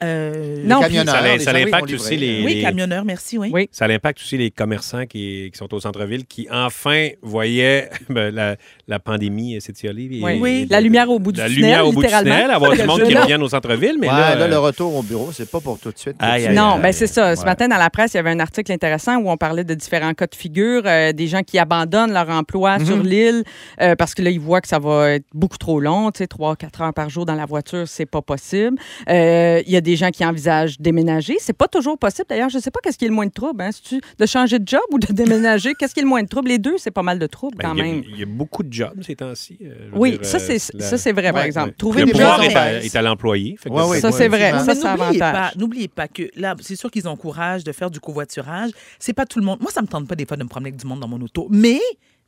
[SPEAKER 4] Euh,
[SPEAKER 1] Mhm. Non,
[SPEAKER 2] les
[SPEAKER 1] puis-
[SPEAKER 2] camionneurs,
[SPEAKER 3] Ça l'im-
[SPEAKER 2] les
[SPEAKER 3] ça
[SPEAKER 2] gens qui
[SPEAKER 3] l'impacte
[SPEAKER 2] vont livrer,
[SPEAKER 3] aussi les-
[SPEAKER 2] euh,
[SPEAKER 4] oui,
[SPEAKER 3] les-
[SPEAKER 4] camionneur, merci, oui.
[SPEAKER 1] Oui.
[SPEAKER 3] Ça impacte aussi les commerçants qui, qui sont au centre-ville qui enfin voyaient ben, la, la pandémie s'étioler. et-
[SPEAKER 1] Oui.
[SPEAKER 3] et-
[SPEAKER 1] La lumière au bout du
[SPEAKER 3] la
[SPEAKER 1] tunnel,
[SPEAKER 3] lumière au bout du
[SPEAKER 1] littéralement.
[SPEAKER 3] tunnel, avoir du monde qui
[SPEAKER 1] Là.
[SPEAKER 3] revient au centre-ville, mais
[SPEAKER 2] Ouais,
[SPEAKER 3] là,
[SPEAKER 2] là,
[SPEAKER 3] euh,
[SPEAKER 2] le retour au bureau, c'est pas pour tout de suite. tout de
[SPEAKER 3] Aïe,
[SPEAKER 2] suite.
[SPEAKER 3] aïe, aïe.
[SPEAKER 1] Non, ben c'est ça. Ce
[SPEAKER 2] Ouais.
[SPEAKER 1] matin, dans la presse, il y avait un article intéressant où on parlait de différents cas de figure, euh, des gens qui abandonnent leur
[SPEAKER 3] Mhm.
[SPEAKER 1] emploi sur l'île euh, parce que là, ils voient que ça va être beaucoup trop long. Tu sais, 3-4 heures par jour dans la voiture, c'est pas possible. Euh, Il y a des gens qui envisagent déménager. C'est pas toujours possible. D'ailleurs, je sais pas qu'est-ce qui est le moins de trouble. Hein? C'est-tu de changer de job ou de déménager? qu'est-ce qui est le moins de trouble? Les deux, c'est pas mal de trouble
[SPEAKER 3] ben,
[SPEAKER 1] quand
[SPEAKER 3] il y a-
[SPEAKER 1] même.
[SPEAKER 3] Il y, a beaucoup de jobs ces temps-ci. euh, je veux
[SPEAKER 1] Oui,
[SPEAKER 3] dire,
[SPEAKER 1] ça,
[SPEAKER 3] euh,
[SPEAKER 1] c'est
[SPEAKER 3] la-
[SPEAKER 1] ça, c'est vrai, par
[SPEAKER 2] Ouais,
[SPEAKER 1] exemple.
[SPEAKER 3] ouais.
[SPEAKER 1] Trouver
[SPEAKER 3] le
[SPEAKER 1] des
[SPEAKER 3] pouvoir
[SPEAKER 1] gens-
[SPEAKER 3] est à,
[SPEAKER 2] gens-
[SPEAKER 3] est à l'employé. fait que
[SPEAKER 2] Ouais, ouais,
[SPEAKER 1] Ça,
[SPEAKER 2] ouais,
[SPEAKER 1] c'est vrai.
[SPEAKER 2] souvent.
[SPEAKER 1] Ça,
[SPEAKER 4] Mais
[SPEAKER 1] ça
[SPEAKER 4] n'oubliez pas,
[SPEAKER 1] avantage.
[SPEAKER 4] n'oubliez pas que là, c'est sûr qu'ils encouragent de faire du covoiturage. C'est pas tout le monde. Moi, ça me tente pas des fois de me promener avec du monde dans mon auto, mais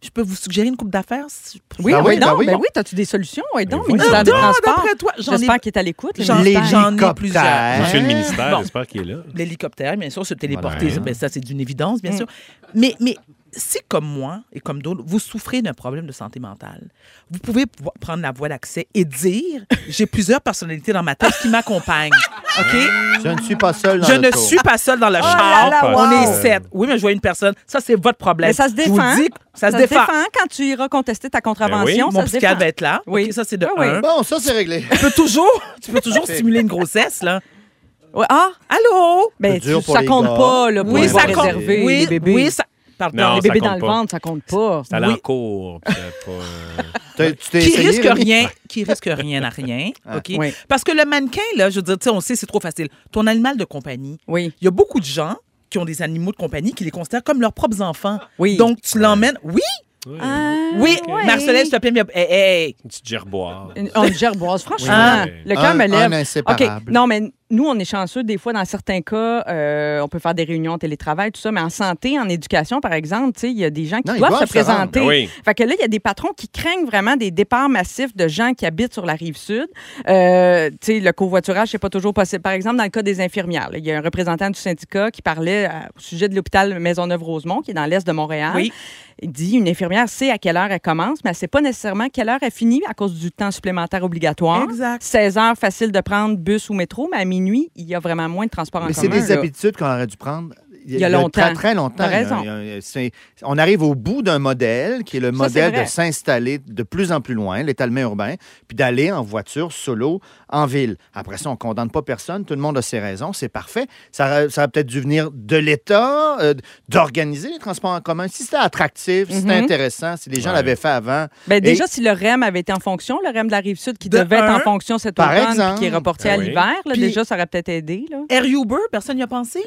[SPEAKER 4] je peux vous suggérer une coupe d'affaires. si-
[SPEAKER 1] Oui,
[SPEAKER 2] Ben
[SPEAKER 1] oui,
[SPEAKER 2] oui, ben
[SPEAKER 1] non,
[SPEAKER 2] oui.
[SPEAKER 1] ben oui, t'as-tu des solutions? Oui, donc,
[SPEAKER 3] Ben
[SPEAKER 1] ministère des
[SPEAKER 4] voyons donc,
[SPEAKER 1] Transports.
[SPEAKER 4] d'après toi, j'en ai-
[SPEAKER 1] J'espère qu'il est à l'écoute. le
[SPEAKER 4] J'en ai-
[SPEAKER 1] ministère.
[SPEAKER 4] j'en ai
[SPEAKER 2] L'hélicoptère.
[SPEAKER 4] plusieurs.
[SPEAKER 3] Monsieur le ministère,
[SPEAKER 4] Bon.
[SPEAKER 3] j'espère qu'il est là.
[SPEAKER 4] L'hélicoptère, bien sûr, se téléporter,
[SPEAKER 3] Voilà.
[SPEAKER 4] ça, ben, ça, c'est d'une évidence,
[SPEAKER 1] Mm.
[SPEAKER 4] bien sûr. Mais, mais si, comme moi et comme d'autres, vous souffrez d'un problème de santé mentale, vous pouvez pouvoir prendre la voie d'accès et dire j'ai plusieurs personnalités dans ma tête qui m'accompagnent.
[SPEAKER 1] Ah.
[SPEAKER 4] OK?
[SPEAKER 2] Je ne suis pas seul dans
[SPEAKER 4] Je
[SPEAKER 2] le
[SPEAKER 4] ne
[SPEAKER 2] tour.
[SPEAKER 4] suis pas seule dans le
[SPEAKER 1] là
[SPEAKER 4] char.
[SPEAKER 1] Oh là,
[SPEAKER 3] wow.
[SPEAKER 4] On
[SPEAKER 3] Euh,
[SPEAKER 4] est sept. Oui, mais je vois une personne. Ça, c'est votre problème.
[SPEAKER 1] Mais ça se
[SPEAKER 4] Je vous
[SPEAKER 1] défend.
[SPEAKER 4] dis que ça, se défend.
[SPEAKER 1] quand tu iras contester ta contravention.
[SPEAKER 3] Ben
[SPEAKER 1] ça
[SPEAKER 4] Mon
[SPEAKER 1] se
[SPEAKER 4] psychiatre
[SPEAKER 1] défend.
[SPEAKER 4] va être là.
[SPEAKER 1] Oui.
[SPEAKER 4] OK, ça, c'est de
[SPEAKER 1] Ah oui.
[SPEAKER 4] un.
[SPEAKER 2] Bon, ça, c'est réglé.
[SPEAKER 4] Tu peux toujours, tu peux toujours simuler une grossesse, là.
[SPEAKER 1] Ouais, Ah,
[SPEAKER 4] Allô?
[SPEAKER 1] ben,
[SPEAKER 2] dur
[SPEAKER 1] tu-
[SPEAKER 2] pour
[SPEAKER 1] ça
[SPEAKER 2] les
[SPEAKER 1] compte
[SPEAKER 2] gars.
[SPEAKER 1] pas, là, pour
[SPEAKER 2] Oui,
[SPEAKER 1] les
[SPEAKER 2] ça compte.
[SPEAKER 1] réserver,
[SPEAKER 4] Oui,
[SPEAKER 1] les bébés.
[SPEAKER 4] oui, ça- Pardon.
[SPEAKER 3] Non,
[SPEAKER 1] les
[SPEAKER 3] ça
[SPEAKER 1] bébés
[SPEAKER 3] compte
[SPEAKER 1] dans le
[SPEAKER 3] pas.
[SPEAKER 1] ventre, ça compte pas.
[SPEAKER 3] C'est allé
[SPEAKER 4] Oui.
[SPEAKER 3] en cours. puis c'est pas, euh,
[SPEAKER 2] T'as- Tu t'es
[SPEAKER 4] qui
[SPEAKER 2] essayé,
[SPEAKER 4] risque
[SPEAKER 2] Rémi?
[SPEAKER 4] rien, qui risque rien à rien, ok.
[SPEAKER 1] Oui.
[SPEAKER 4] Parce que le mannequin là, je veux dire, tu sais, on sait c'est trop facile. Ton animal de compagnie,
[SPEAKER 1] Oui.
[SPEAKER 4] il y a beaucoup de gens qui ont des animaux de compagnie qui les considèrent comme leurs propres enfants.
[SPEAKER 1] Oui.
[SPEAKER 4] Donc tu l'emmènes, oui,
[SPEAKER 3] ouais,
[SPEAKER 1] Ah.
[SPEAKER 4] oui,
[SPEAKER 1] ouais.
[SPEAKER 4] Marcelin, s'il te plaît, mais- hey, hey.
[SPEAKER 3] Une petite gerboire.
[SPEAKER 1] Une, une gerboise, franchement.
[SPEAKER 3] Ah.
[SPEAKER 1] Le cœur
[SPEAKER 2] Un-
[SPEAKER 1] me
[SPEAKER 2] un
[SPEAKER 1] lève.
[SPEAKER 2] inséparable.
[SPEAKER 1] OK. Non, mais nous, on est chanceux. Des fois, dans certains cas, euh, on peut faire des réunions en télétravail, tout ça. Mais en santé, en éducation, par exemple, tu sais, il y a des gens qui
[SPEAKER 2] Non, ils
[SPEAKER 1] doivent,
[SPEAKER 2] doivent
[SPEAKER 1] se
[SPEAKER 2] se rendre.
[SPEAKER 1] présenter.
[SPEAKER 3] Ben oui.
[SPEAKER 1] Fait que là, il y a des patrons qui craignent vraiment des départs massifs de gens qui habitent sur la rive sud. Euh, tu sais, le covoiturage, c'est pas toujours possible. Par exemple, dans le cas des infirmières, là, il y a un représentant du syndicat qui parlait euh, au sujet de l'hôpital Maisonneuve-Rosemont, qui est dans l'est de Montréal.
[SPEAKER 4] Oui.
[SPEAKER 1] Il dit une infirmière sait à quelle heure elle commence, mais elle sait pas nécessairement quelle heure elle finit à cause du temps supplémentaire obligatoire.
[SPEAKER 4] Exact.
[SPEAKER 1] 16 heures, facile de prendre bus ou métro, mais à minuit, il y a vraiment moins de transport en
[SPEAKER 2] Mais
[SPEAKER 1] commun.
[SPEAKER 2] c'est des
[SPEAKER 1] là.
[SPEAKER 2] habitudes qu'on aurait dû prendre.
[SPEAKER 1] Il y a longtemps.
[SPEAKER 2] Très, très longtemps.
[SPEAKER 1] T'as raison.
[SPEAKER 2] Il y a- il y a- c'est- on arrive au bout d'un modèle qui est le
[SPEAKER 1] Ça, c'est
[SPEAKER 2] modèle
[SPEAKER 1] vrai.
[SPEAKER 2] de s'installer de plus en plus loin, l'étalement urbain, puis d'aller en voiture solo en ville. Après ça, on ne condamne pas personne. Tout le monde a ses raisons. C'est parfait. Ça, aurait- ça a peut-être dû venir de l'État, euh, d'organiser les transports en commun. Si c'était attractif, si c'était
[SPEAKER 1] Mhm.
[SPEAKER 2] intéressant, si les gens
[SPEAKER 3] Ouais.
[SPEAKER 2] l'avaient fait avant.
[SPEAKER 1] Ben, déjà,
[SPEAKER 2] Et-
[SPEAKER 1] si le REM avait été en fonction, le REM de la Rive-Sud qui
[SPEAKER 4] De
[SPEAKER 1] devait être
[SPEAKER 4] un,
[SPEAKER 1] en fonction cet
[SPEAKER 2] par
[SPEAKER 1] automne
[SPEAKER 2] exemple.
[SPEAKER 1] puis qui est reporté
[SPEAKER 3] Ah
[SPEAKER 1] à
[SPEAKER 3] oui.
[SPEAKER 1] l'hiver, là,
[SPEAKER 4] Puis-
[SPEAKER 1] déjà, ça aurait peut-être aidé. là.
[SPEAKER 4] Air Uber, personne n'y a pensé.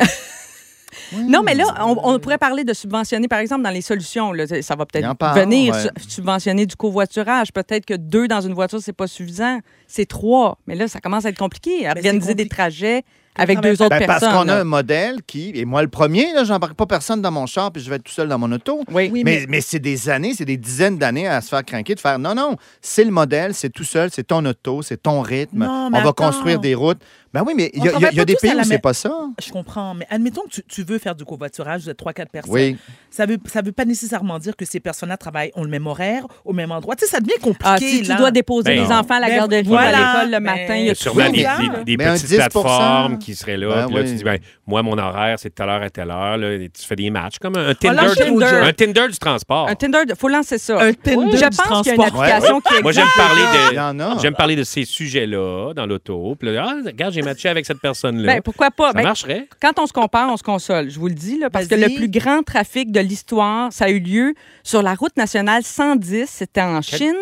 [SPEAKER 4] Hmm.
[SPEAKER 1] Non, mais là, on, on pourrait parler de subventionner, par exemple, dans les solutions. là. Ça- Ça va peut-être
[SPEAKER 2] Il en parle,
[SPEAKER 1] venir
[SPEAKER 2] ouais.
[SPEAKER 1] su- subventionner du covoiturage. Peut-être que deux dans une voiture, c'est pas suffisant. C'est trois. Mais là, ça commence à être compliqué. Organiser
[SPEAKER 4] Ben, c'est compli-
[SPEAKER 1] des trajets avec deux
[SPEAKER 4] travail-
[SPEAKER 2] Ben,
[SPEAKER 1] autres
[SPEAKER 2] parce
[SPEAKER 1] personnes.
[SPEAKER 2] qu'on a
[SPEAKER 1] là.
[SPEAKER 2] un modèle qui, et moi le premier, là, j'embarque pas personne dans mon char, puis je vais être tout seul dans mon auto.
[SPEAKER 1] Oui.
[SPEAKER 4] Oui,
[SPEAKER 2] mais mais c'est des années, c'est des dizaines d'années à se faire craquer, de faire non, non, c'est le modèle, c'est tout seul, c'est ton auto, c'est ton rythme.
[SPEAKER 4] Non,
[SPEAKER 2] on
[SPEAKER 4] mais
[SPEAKER 2] va
[SPEAKER 4] attends.
[SPEAKER 2] construire des routes. Ben oui, mais il y a,
[SPEAKER 4] On
[SPEAKER 2] il y a- il y
[SPEAKER 4] travaille
[SPEAKER 2] a des
[SPEAKER 4] pas tous
[SPEAKER 2] pays
[SPEAKER 4] à
[SPEAKER 2] où
[SPEAKER 4] la
[SPEAKER 2] c'est
[SPEAKER 4] même-
[SPEAKER 2] pas ça.
[SPEAKER 4] Je comprends, mais admettons que tu, tu veux faire du covoiturage de 3-4 personnes.
[SPEAKER 2] Oui.
[SPEAKER 4] Ça ne veut, ça veut pas nécessairement dire que ces personnes-là travaillent ont le même horaire, au même endroit. Tu sais, ça devient compliqué.
[SPEAKER 1] Ah, si tu
[SPEAKER 4] là.
[SPEAKER 1] dois déposer
[SPEAKER 3] Ben
[SPEAKER 1] les
[SPEAKER 3] non.
[SPEAKER 1] enfants à la
[SPEAKER 4] Ben
[SPEAKER 1] garderie,
[SPEAKER 4] voilà.
[SPEAKER 1] à l'école le
[SPEAKER 4] Ben,
[SPEAKER 1] matin, il y a tout
[SPEAKER 3] Sûrement
[SPEAKER 4] Oui,
[SPEAKER 3] des,
[SPEAKER 4] ça.
[SPEAKER 3] des- des
[SPEAKER 2] Mais un
[SPEAKER 3] petites
[SPEAKER 2] 10%.
[SPEAKER 3] plateformes qui seraient là.
[SPEAKER 2] Ben
[SPEAKER 3] puis là,
[SPEAKER 2] oui.
[SPEAKER 3] tu dis, ben, moi, mon horaire, c'est de telle heure à telle heure. là, et tu fais des matchs, comme un, un Tinder,
[SPEAKER 4] lâche
[SPEAKER 3] du-
[SPEAKER 4] Tinder.
[SPEAKER 3] un Tinder du transport.
[SPEAKER 1] Un Tinder, il faut lancer ça.
[SPEAKER 4] Un Tinder
[SPEAKER 1] Je
[SPEAKER 4] du
[SPEAKER 1] pense qu'il y a une
[SPEAKER 4] transport.
[SPEAKER 1] application qui existe.
[SPEAKER 3] Moi, j'aime parler,
[SPEAKER 2] Il y en
[SPEAKER 3] de,
[SPEAKER 2] a.
[SPEAKER 3] j'aime parler de ces sujets-là dans l'auto. Puis là, ah, regarde, j'ai matché avec cette personne-là.
[SPEAKER 1] Ben, pourquoi pas?
[SPEAKER 3] ça
[SPEAKER 1] Ben,
[SPEAKER 3] marcherait.
[SPEAKER 1] quand on se compare, on se console. Je vous le dis, là, parce que
[SPEAKER 4] Vas-y.
[SPEAKER 1] le plus grand trafic de l'histoire, ça a eu lieu sur la route nationale 110. C'était en Chine,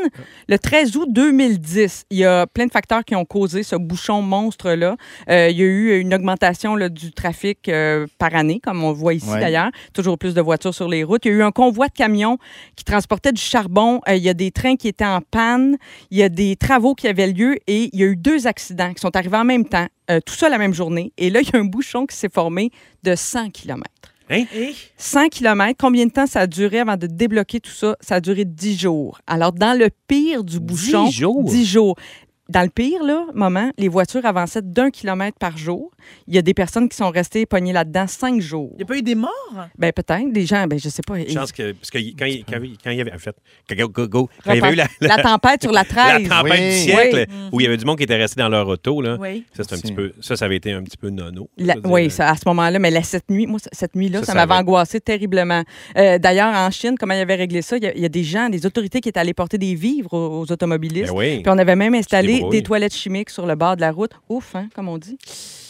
[SPEAKER 1] le 13 août 2010. Il y a plein de facteurs qui ont causé ce bouchon monstre-là. Euh, il y a eu une augmentation là, du trafic euh, par année, comme on le voit ici
[SPEAKER 2] Ouais.
[SPEAKER 1] d'ailleurs. Toujours plus de voitures sur les routes. Il y a eu un convoi de camions qui transportait du charbon. Euh, il y a des trains qui étaient en panne. Il y a des travaux qui avaient lieu et il y a eu deux accidents qui sont arrivés en même temps, euh, tout ça la même journée. Et là, il y a un bouchon qui s'est formé de 100 km.
[SPEAKER 3] hein?
[SPEAKER 4] Eh,
[SPEAKER 1] 100 km, combien de temps ça a duré avant de débloquer tout ça? Ça a duré 10 jours. Alors, dans le pire du bouchon,
[SPEAKER 3] jours?
[SPEAKER 1] 10 jours. Dans le pire, là, moment, les voitures avançaient d'un kilomètre par jour. Il y a des personnes qui sont restées pognées là-dedans cinq jours.
[SPEAKER 4] Il n'y a pas eu des morts?
[SPEAKER 1] Ben peut-être, des gens, ben je sais pas.
[SPEAKER 3] Je pense que, parce que quand il, quand il- quand il y avait, en fait, quand- go, go, go, quand il y avait eu Ben, la,
[SPEAKER 1] La tempête sur la Mhm.
[SPEAKER 3] la
[SPEAKER 1] 13.
[SPEAKER 3] tempête
[SPEAKER 2] Oui.
[SPEAKER 3] du siècle, où il y avait du monde qui était resté dans leur auto, là,
[SPEAKER 4] Oui.
[SPEAKER 3] ça, c'est un
[SPEAKER 2] Si.
[SPEAKER 3] petit peu, ça, ça avait été un petit peu nono.
[SPEAKER 1] La-
[SPEAKER 3] Je veux dire, euh,
[SPEAKER 1] oui, ça, à ce moment-là, mais la, cette nuit, moi, c- cette nuit-là,
[SPEAKER 3] Ça,
[SPEAKER 1] ça,
[SPEAKER 3] ça
[SPEAKER 1] m'avait
[SPEAKER 3] avait-
[SPEAKER 1] angoissé terriblement. Euh, D'ailleurs, en Chine, comment ils avaient réglé ça? Il y, a, il y a des gens, des autorités qui étaient allées porter des vivres aux, aux automobilistes.
[SPEAKER 3] Ben oui.
[SPEAKER 1] Puis on avait même installé
[SPEAKER 3] débrouilles.
[SPEAKER 1] des toilettes chimiques sur le bord de la route. Ouf, hein, comme on dit.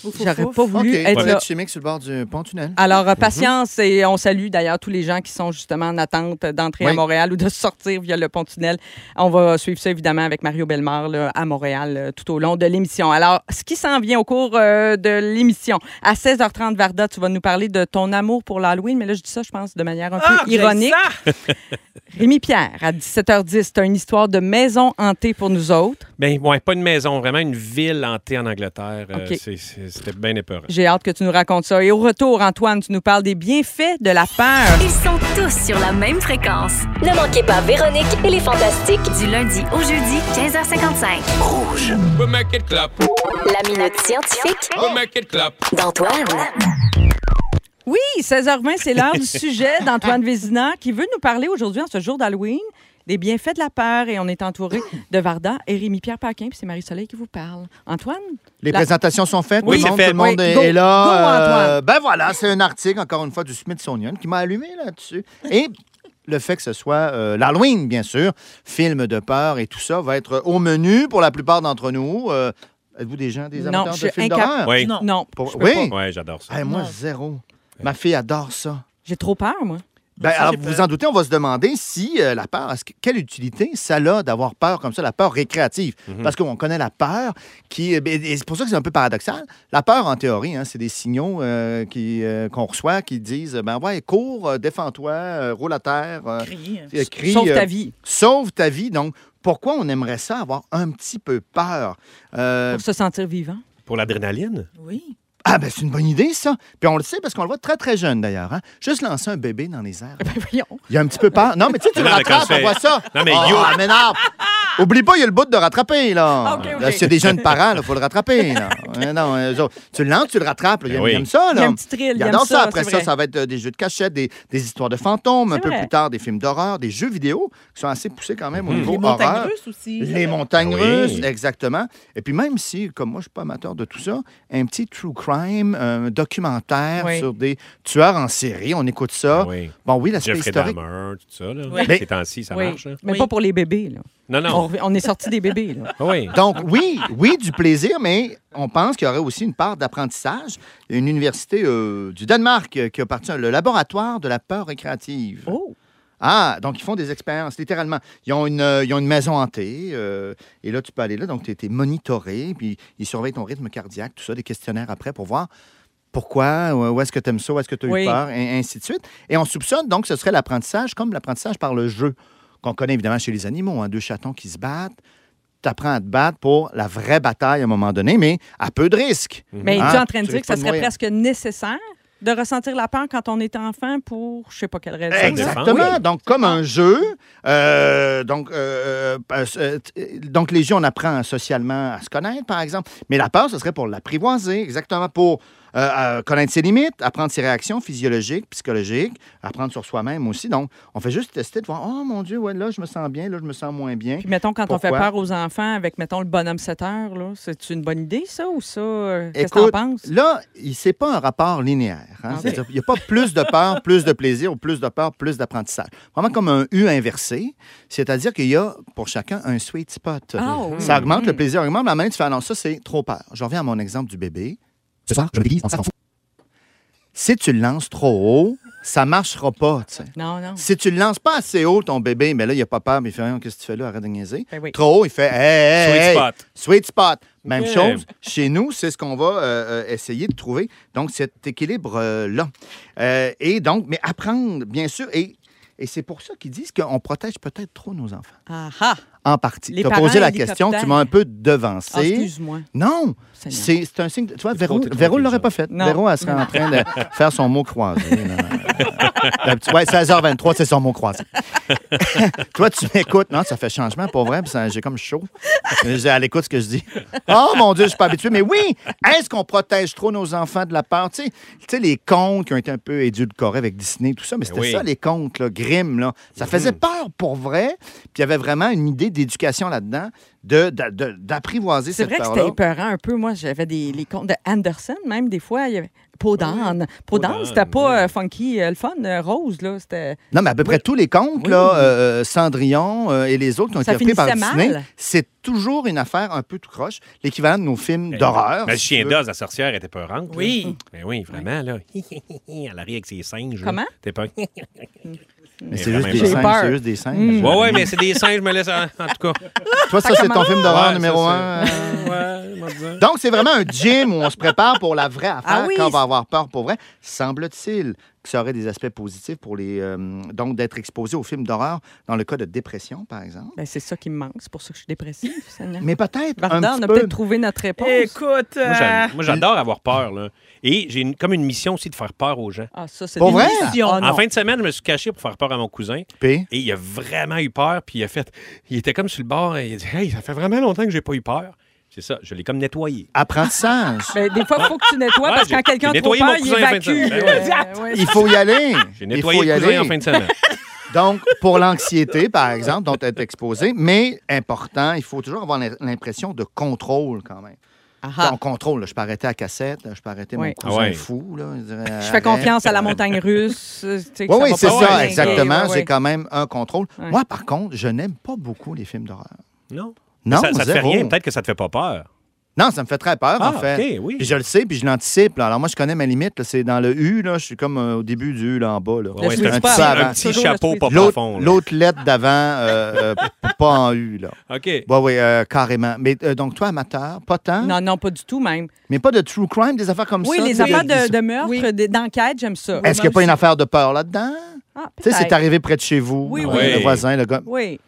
[SPEAKER 4] Ouf, ouf,
[SPEAKER 1] J'aurais
[SPEAKER 4] ouf.
[SPEAKER 1] pas voulu
[SPEAKER 2] OK,
[SPEAKER 1] être là.
[SPEAKER 2] toilette chimique sur le bord du pont-tunnel.
[SPEAKER 1] Alors, euh, patience, et on salue d'ailleurs tous les gens qui sont justement en attente d'entrer à
[SPEAKER 2] Oui.
[SPEAKER 1] Montréal ou de sortir via le pont-tunnel. On va suivre ça évidemment avec Mario Bellemare là, à Montréal euh, tout au long de l'émission. Alors, ce qui s'en vient au cours euh, de l'émission, à 16h30, Varda, tu vas nous parler de ton amour pour l'Halloween, mais là, je dis ça, je pense, de manière un
[SPEAKER 4] Ah,
[SPEAKER 1] peu ironique.
[SPEAKER 4] j'ai ça!
[SPEAKER 1] Rémi Pierre, à 17h10, tu as une histoire de maison hantée pour nous autres.
[SPEAKER 3] Ben, ouais, pas une maison, vraiment une ville hantée en Angleterre. Euh,
[SPEAKER 1] OK.
[SPEAKER 3] c'est- c'est- C'était bien épeurant.
[SPEAKER 1] J'ai hâte que tu nous racontes ça. Et au retour, Antoine, tu nous parles des bienfaits de la peur.
[SPEAKER 6] Ils sont tous sur la même fréquence.
[SPEAKER 7] Ne manquez pas Véronique et les Fantastiques.
[SPEAKER 6] Du lundi au jeudi, 15h55.
[SPEAKER 7] La minute scientifique d'Antoine.
[SPEAKER 1] Oui, 16h20, c'est l'heure du sujet d'Antoine Vézina qui veut nous parler aujourd'hui, en ce jour d'Halloween, des bienfaits de la peur. Et on est entouré de Varda et Rémi-Pierre Paquin, puis c'est Marie-Soleil qui vous parle. Antoine?
[SPEAKER 2] Les
[SPEAKER 1] La-
[SPEAKER 2] présentations sont faites,
[SPEAKER 3] Oui,
[SPEAKER 2] tout,
[SPEAKER 3] c'est
[SPEAKER 2] le monde,
[SPEAKER 3] fait.
[SPEAKER 2] tout le monde
[SPEAKER 1] Oui,
[SPEAKER 2] est,
[SPEAKER 1] go-
[SPEAKER 2] est là.
[SPEAKER 1] go, Antoine.
[SPEAKER 2] ben voilà, c'est un article, encore une fois, du Smithsonian qui m'a allumé là-dessus. Et le fait que ce soit euh, l'Halloween, bien sûr, film de peur et tout ça, va être au menu pour la plupart d'entre nous. Euh, Êtes-vous des gens, des
[SPEAKER 1] Non,
[SPEAKER 2] amateurs
[SPEAKER 1] je
[SPEAKER 2] de
[SPEAKER 1] suis
[SPEAKER 2] films
[SPEAKER 1] incapable.
[SPEAKER 2] d'horreur?
[SPEAKER 3] Oui,
[SPEAKER 4] Non.
[SPEAKER 1] Non,
[SPEAKER 2] Pour-
[SPEAKER 1] je peux
[SPEAKER 2] Oui?
[SPEAKER 1] pas.
[SPEAKER 3] ouais, j'adore ça.
[SPEAKER 2] Eh, moi, zéro. Ma fille adore ça.
[SPEAKER 1] J'ai trop peur, moi.
[SPEAKER 2] Ben,
[SPEAKER 4] Ça, j'ai
[SPEAKER 2] alors, vous
[SPEAKER 4] peur.
[SPEAKER 2] vous en doutez, on va se demander si euh, la peur, est-ce que- quelle utilité ça a d'avoir peur comme ça, la peur récréative?
[SPEAKER 1] Mhm.
[SPEAKER 2] Parce qu'on connaît la peur qui. ben, et C'est pour ça que c'est un peu paradoxal. La peur, en théorie, hein, c'est des signaux euh, qui, euh, qu'on reçoit qui disent ben ouais, cours, euh, défends-toi, euh, roule à terre, euh,
[SPEAKER 4] Crier.
[SPEAKER 2] euh, crie.
[SPEAKER 1] Sauve ta
[SPEAKER 2] euh,
[SPEAKER 1] vie
[SPEAKER 2] sauve ta vie. Donc, pourquoi on aimerait ça avoir un petit peu peur? Euh,
[SPEAKER 1] pour se sentir vivant.
[SPEAKER 3] Pour l'adrénaline?
[SPEAKER 4] Oui.
[SPEAKER 2] ah, ben c'est une bonne idée, ça. Puis on le sait parce qu'on le voit très, très jeune, d'ailleurs. hein. Juste lancer un bébé dans les airs.
[SPEAKER 1] Ben voyons.
[SPEAKER 2] Il y a un petit peu peur. Non, mais tu sais, tu
[SPEAKER 3] Non,
[SPEAKER 2] le
[SPEAKER 3] non, mais quand
[SPEAKER 2] rattrapes,
[SPEAKER 3] tu fais-
[SPEAKER 2] on voit ça.
[SPEAKER 3] Non, mais
[SPEAKER 2] Oh,
[SPEAKER 3] you-
[SPEAKER 2] mais non. Oublie pas, il y a le bout de rattraper, là.
[SPEAKER 1] Ah, ok, ok.
[SPEAKER 2] Là, s'il y a des jeunes parents, il faut le rattraper, là. Ouais, non, eux autres. tu le lances, tu le rattrapes, là. Il
[SPEAKER 3] Ben
[SPEAKER 2] aime,
[SPEAKER 3] oui.
[SPEAKER 2] il aime ça,
[SPEAKER 1] Il
[SPEAKER 2] là.
[SPEAKER 1] y a un petit thrill, il
[SPEAKER 2] Il
[SPEAKER 1] aime
[SPEAKER 2] adore ça.
[SPEAKER 1] ça,
[SPEAKER 2] Après
[SPEAKER 1] c'est
[SPEAKER 2] ça,
[SPEAKER 1] vrai.
[SPEAKER 2] ça va être euh, des jeux de cachette, des, des histoires de fantômes, un
[SPEAKER 1] C'est
[SPEAKER 2] peu
[SPEAKER 1] vrai.
[SPEAKER 2] plus tard, des films d'horreur, des jeux vidéo qui sont assez poussés quand même au niveau
[SPEAKER 4] Les
[SPEAKER 2] horreur.
[SPEAKER 4] montagnes russes aussi.
[SPEAKER 2] Les montagnes
[SPEAKER 3] Mhm. Oui.
[SPEAKER 2] russes, exactement. Et puis même si, comme moi, je suis pas amateur de tout ça, un petit true crime, un documentaire
[SPEAKER 1] Oui.
[SPEAKER 2] sur des tueurs en série, on écoute ça.
[SPEAKER 3] Ah oui.
[SPEAKER 2] Bon, oui, l'aspect
[SPEAKER 3] Jeffrey
[SPEAKER 2] historique.
[SPEAKER 3] Dahmer, tout ça. Là.
[SPEAKER 4] Oui.
[SPEAKER 3] Ces temps-ci, ça
[SPEAKER 1] Oui.
[SPEAKER 3] marche.
[SPEAKER 2] hein.
[SPEAKER 3] là.
[SPEAKER 1] Mais
[SPEAKER 4] Oui.
[SPEAKER 1] pas pour les bébés. Là.
[SPEAKER 3] Non,
[SPEAKER 1] On,
[SPEAKER 3] non.
[SPEAKER 1] rev- on est sorti des bébés. Là.
[SPEAKER 3] Ah oui.
[SPEAKER 2] Donc, oui, oui, du plaisir, mais on pense qu'il y aurait aussi une part d'apprentissage. Il y a Une université euh, du Danemark euh, qui appartient le laboratoire de la peur récréative.
[SPEAKER 1] Oh!
[SPEAKER 2] Ah, donc ils font des expériences, littéralement. Ils ont une, euh, ils ont une maison hantée, euh, et là, tu peux aller là, donc tu es, monitoré, puis ils surveillent ton rythme cardiaque, tout ça, des questionnaires après pour voir pourquoi, où où est-ce que tu aimes ça, où est-ce que tu as
[SPEAKER 1] Oui.
[SPEAKER 2] eu peur, et ainsi de suite. Et on soupçonne donc que ce serait l'apprentissage comme l'apprentissage par le jeu, qu'on connaît évidemment chez les animaux, hein, deux chatons qui se battent. Tu apprends à te battre pour la vraie bataille à un moment donné, mais à peu de risque.
[SPEAKER 1] Mhm. Mais
[SPEAKER 2] Ah,
[SPEAKER 1] tu es Ben, en train de
[SPEAKER 2] tu
[SPEAKER 1] dire
[SPEAKER 2] risques
[SPEAKER 1] que ça
[SPEAKER 2] pas de
[SPEAKER 1] serait
[SPEAKER 2] mourir.
[SPEAKER 1] presque nécessaire de ressentir la peur quand on est enfant pour je sais pas quelle raison.
[SPEAKER 2] Exactement. Donc, comme
[SPEAKER 1] Ah.
[SPEAKER 2] un jeu, euh, donc, euh, euh, euh, t- donc les jeux, on apprend socialement à se connaître, par exemple. Mais la peur, ce serait pour l'apprivoiser, exactement, pour euh, euh, connaître ses limites, apprendre ses réactions physiologiques, psychologiques, apprendre sur soi-même aussi. Donc, on fait juste tester de voir, oh mon Dieu, ouais, là, je me sens bien, là, je me sens moins bien.
[SPEAKER 1] Puis mettons, quand on fait
[SPEAKER 2] Pourquoi?
[SPEAKER 1] peur aux enfants avec, mettons, le bonhomme 7 heures, là, c'est une bonne idée, ça, ou ça? euh, Qu'est-ce que t'en
[SPEAKER 2] Écoute,
[SPEAKER 1] penses?
[SPEAKER 2] Là, il- c'est pas un rapport linéaire. hein.
[SPEAKER 1] Ah, Ok.
[SPEAKER 2] C'est-à-dire, Il n'y a pas plus de peur, plus de plaisir, ou plus de peur, plus d'apprentissage. Vraiment comme un U inversé, c'est-à-dire qu'il y a pour chacun un sweet spot.
[SPEAKER 1] Ah, oui.
[SPEAKER 2] Ça augmente le plaisir, augmente la main, tu fais ah non, ça c'est trop peur. Je reviens à mon exemple du bébé. Ce soir, je me déguise en s'en fout. Si tu le lances trop haut, ça marchera pas, tu sais.
[SPEAKER 1] Non, non.
[SPEAKER 2] Mm. Si tu le lances pas assez haut, ton bébé, mais là, il n'y a pas peur, mais il fait rien, qu'est-ce que tu fais là, arrête de niaiser.
[SPEAKER 1] Ben oui.
[SPEAKER 2] Trop haut, il fait hey, hey,
[SPEAKER 3] Sweet
[SPEAKER 2] hey.
[SPEAKER 3] spot.
[SPEAKER 2] Sweet spot. Même
[SPEAKER 3] Yeah.
[SPEAKER 2] chose, chez nous, c'est ce qu'on va euh, euh, essayer de trouver. Donc, cet équilibre-là. Euh, et donc, mais apprendre, bien sûr, et, et c'est pour ça qu'ils disent qu'on protège peut-être trop nos enfants.
[SPEAKER 1] Ah ah!
[SPEAKER 2] En partie.
[SPEAKER 1] Les
[SPEAKER 2] Tu as
[SPEAKER 1] parents
[SPEAKER 2] posé la
[SPEAKER 1] hélicoptères.
[SPEAKER 2] question, tu m'as un peu
[SPEAKER 1] Ah,
[SPEAKER 2] devancé.
[SPEAKER 1] Excuse-moi.
[SPEAKER 2] non,
[SPEAKER 1] Seigneur.
[SPEAKER 2] c'est c'est un signe. de- Tu vois,
[SPEAKER 3] T'es trop-
[SPEAKER 2] Véro
[SPEAKER 3] t'es trop
[SPEAKER 2] Véro ne l'aurait
[SPEAKER 3] intelligent.
[SPEAKER 2] pas fait.
[SPEAKER 1] Non.
[SPEAKER 2] Véro, elle serait en train de faire son mot croisé. Non, non, non. ouais, 16h23, c'est son mot croisé. Toi, tu m'écoutes. Non, ça fait changement, pour vrai. puis ça- J'ai comme chaud. J'ai à l'écoute ce que je dis. Oh mon Dieu, je suis pas habitué. Mais oui, est-ce qu'on protège trop nos enfants de la peur? Tu sais, tu sais, les contes qui ont été un peu édulcorés avec Disney, tout ça, mais c'était
[SPEAKER 3] oui.
[SPEAKER 2] ça, les contes, là, Grimm. Là. Ça faisait peur pour vrai. Puis il y avait vraiment une idée d'éducation là-dedans, de- de- de- d'apprivoiser
[SPEAKER 1] C'est
[SPEAKER 2] cette
[SPEAKER 1] vrai que
[SPEAKER 2] peur-là.
[SPEAKER 1] c'était épeurant un peu. Moi, j'avais des, les contes de Anderson, même des fois. Il y avait Peau d'âne. Peau d'âne,
[SPEAKER 3] d'âne,
[SPEAKER 1] c'était pas
[SPEAKER 3] oui.
[SPEAKER 1] euh, funky, euh, le fun, euh, rose, là. C'était.
[SPEAKER 2] Non, mais à peu près tous les contes,
[SPEAKER 1] Oui.
[SPEAKER 2] là, euh, Cendrillon euh, et les autres qui ont
[SPEAKER 1] Ça
[SPEAKER 2] été repris par
[SPEAKER 1] finissait
[SPEAKER 2] Disney,
[SPEAKER 1] mal.
[SPEAKER 2] c'est toujours une affaire un peu tout croche, l'équivalent de nos films d'horreur.
[SPEAKER 3] Ben, Mais le
[SPEAKER 2] si
[SPEAKER 3] chien
[SPEAKER 2] tu veux.
[SPEAKER 3] d'Oz, la sorcière, était peurante.
[SPEAKER 4] Oui.
[SPEAKER 3] Mais Ben oui, vraiment, là. Elle arrive avec ses singes. là.
[SPEAKER 1] Comment?
[SPEAKER 3] T'es pas. Ouais,
[SPEAKER 2] Mais c'est juste,
[SPEAKER 3] J'ai
[SPEAKER 2] des singes,
[SPEAKER 1] peur. Hmm.
[SPEAKER 2] c'est juste des singes.
[SPEAKER 3] ouais, mais c'est des singes, je me laisse. En en tout cas.
[SPEAKER 2] Toi, ça, c'est ton film d'horreur
[SPEAKER 3] Ouais,
[SPEAKER 2] numéro
[SPEAKER 3] ça,
[SPEAKER 2] un.
[SPEAKER 3] c'est-
[SPEAKER 2] euh.
[SPEAKER 3] Ouais, moi, je dis.
[SPEAKER 2] Donc, c'est vraiment un gym où on se prépare pour la vraie affaire
[SPEAKER 1] Ah oui,
[SPEAKER 2] quand on
[SPEAKER 1] c'est-
[SPEAKER 2] va avoir peur pour vrai. Semble-t-il que ça aurait des aspects positifs pour les. euh, donc, d'être exposé aux films d'horreur dans le cas de dépression, par exemple.
[SPEAKER 1] Ben, c'est ça qui me manque. C'est pour ça que je suis dépressive, Seigneur.
[SPEAKER 2] Mais peut-être. un
[SPEAKER 1] Varda, on
[SPEAKER 2] petit
[SPEAKER 1] a
[SPEAKER 2] peu.
[SPEAKER 1] peut-être trouvé notre réponse.
[SPEAKER 4] Écoute,
[SPEAKER 3] Moi,
[SPEAKER 4] euh,
[SPEAKER 3] j'aime- moi, j'adore avoir peur, là. Et j'ai une- comme une mission aussi de faire peur aux gens.
[SPEAKER 1] Ah, ça, c'est
[SPEAKER 2] Pour
[SPEAKER 1] des
[SPEAKER 2] vrai?
[SPEAKER 1] missions. Ah,
[SPEAKER 3] En
[SPEAKER 1] non.
[SPEAKER 3] fin de semaine, je me suis caché pour faire peur à mon cousin.
[SPEAKER 2] Puis,
[SPEAKER 3] Et il a vraiment eu peur, puis il a fait. Il était comme sur le bord et il a dit Hey, ça fait vraiment longtemps que j'ai pas eu peur. C'est ça, je l'ai comme nettoyé.
[SPEAKER 2] Apprentissage.
[SPEAKER 1] Ben, des fois, il faut que tu nettoies
[SPEAKER 3] Ouais,
[SPEAKER 1] parce que
[SPEAKER 3] j'ai-
[SPEAKER 1] quand quelqu'un a
[SPEAKER 3] j'ai
[SPEAKER 1] trop
[SPEAKER 3] nettoyé
[SPEAKER 1] peur,
[SPEAKER 3] mon
[SPEAKER 1] il
[SPEAKER 3] cousin Ben en fin de
[SPEAKER 1] évacue.
[SPEAKER 3] semaine.
[SPEAKER 1] euh,
[SPEAKER 3] Exact.
[SPEAKER 1] ouais.
[SPEAKER 2] Il faut y aller.
[SPEAKER 3] J'ai
[SPEAKER 2] Il faut
[SPEAKER 3] nettoyé
[SPEAKER 2] y
[SPEAKER 3] le cousin
[SPEAKER 2] aller.
[SPEAKER 3] en fin de semaine.
[SPEAKER 2] Donc, pour l'anxiété, par exemple, dont est exposé, mais important, il faut toujours avoir l'im- l'impression de contrôle quand même.
[SPEAKER 1] Aha.
[SPEAKER 2] On contrôle. là. Je peux arrêter à cassette, je peux arrêter
[SPEAKER 1] Ah Oui.
[SPEAKER 2] mon cousin
[SPEAKER 3] Ah ouais.
[SPEAKER 2] fou. là. Il dirait,
[SPEAKER 1] Je fais
[SPEAKER 2] arrête.
[SPEAKER 1] confiance à la montagne russe. euh, tu sais, que
[SPEAKER 2] Oui, oui,
[SPEAKER 1] va
[SPEAKER 2] c'est
[SPEAKER 1] pas
[SPEAKER 2] ça,
[SPEAKER 1] déglinguer,
[SPEAKER 2] exactement.
[SPEAKER 1] ouais, ouais.
[SPEAKER 2] C'est quand même un contrôle.
[SPEAKER 1] Ouais.
[SPEAKER 2] Moi, par contre, je n'aime pas beaucoup les films d'horreur.
[SPEAKER 3] Non.
[SPEAKER 2] Non,
[SPEAKER 3] ça, ça te fait
[SPEAKER 2] zéro.
[SPEAKER 3] rien, peut-être que ça te fait pas peur.
[SPEAKER 2] Non, ça me fait très peur, en
[SPEAKER 3] Ah,
[SPEAKER 2] fait.
[SPEAKER 3] OK, oui.
[SPEAKER 2] Puis je le sais, puis je l'anticipe. là. Alors moi, je connais ma limite. là. C'est dans le U, là. je suis comme euh, au début du U, là, en bas. Là.
[SPEAKER 3] Ouais, ouais, c'est
[SPEAKER 1] sweet
[SPEAKER 3] un,
[SPEAKER 2] Un
[SPEAKER 1] spot.
[SPEAKER 2] petit peu
[SPEAKER 3] petit- un
[SPEAKER 2] avant.
[SPEAKER 3] petit
[SPEAKER 1] Toujours le
[SPEAKER 3] chapeau
[SPEAKER 1] sweet
[SPEAKER 3] pas
[SPEAKER 2] L'autre-
[SPEAKER 3] profond. là.
[SPEAKER 2] L'autre lettre d'avant, euh, euh, pas en U. Là.
[SPEAKER 3] OK.
[SPEAKER 2] Oui, oui, euh, carrément. Mais euh, donc, toi, amateur, pas tant,
[SPEAKER 1] Non, non, pas du tout, même.
[SPEAKER 2] mais pas de true crime, des affaires comme
[SPEAKER 1] Oui,
[SPEAKER 2] ça.
[SPEAKER 1] les
[SPEAKER 2] tu sais,
[SPEAKER 1] affaires de,
[SPEAKER 2] des-
[SPEAKER 1] de meurtre, des- d'enquête, j'aime ça.
[SPEAKER 2] Est-ce qu'il n'y a pas une affaire de peur là-dedans?
[SPEAKER 1] Ah,
[SPEAKER 2] Tu sais, c'est
[SPEAKER 1] peut-être.
[SPEAKER 2] arrivé près de chez vous,
[SPEAKER 1] Oui,
[SPEAKER 2] euh,
[SPEAKER 3] oui.
[SPEAKER 2] le voisin, le gars.
[SPEAKER 1] Oui.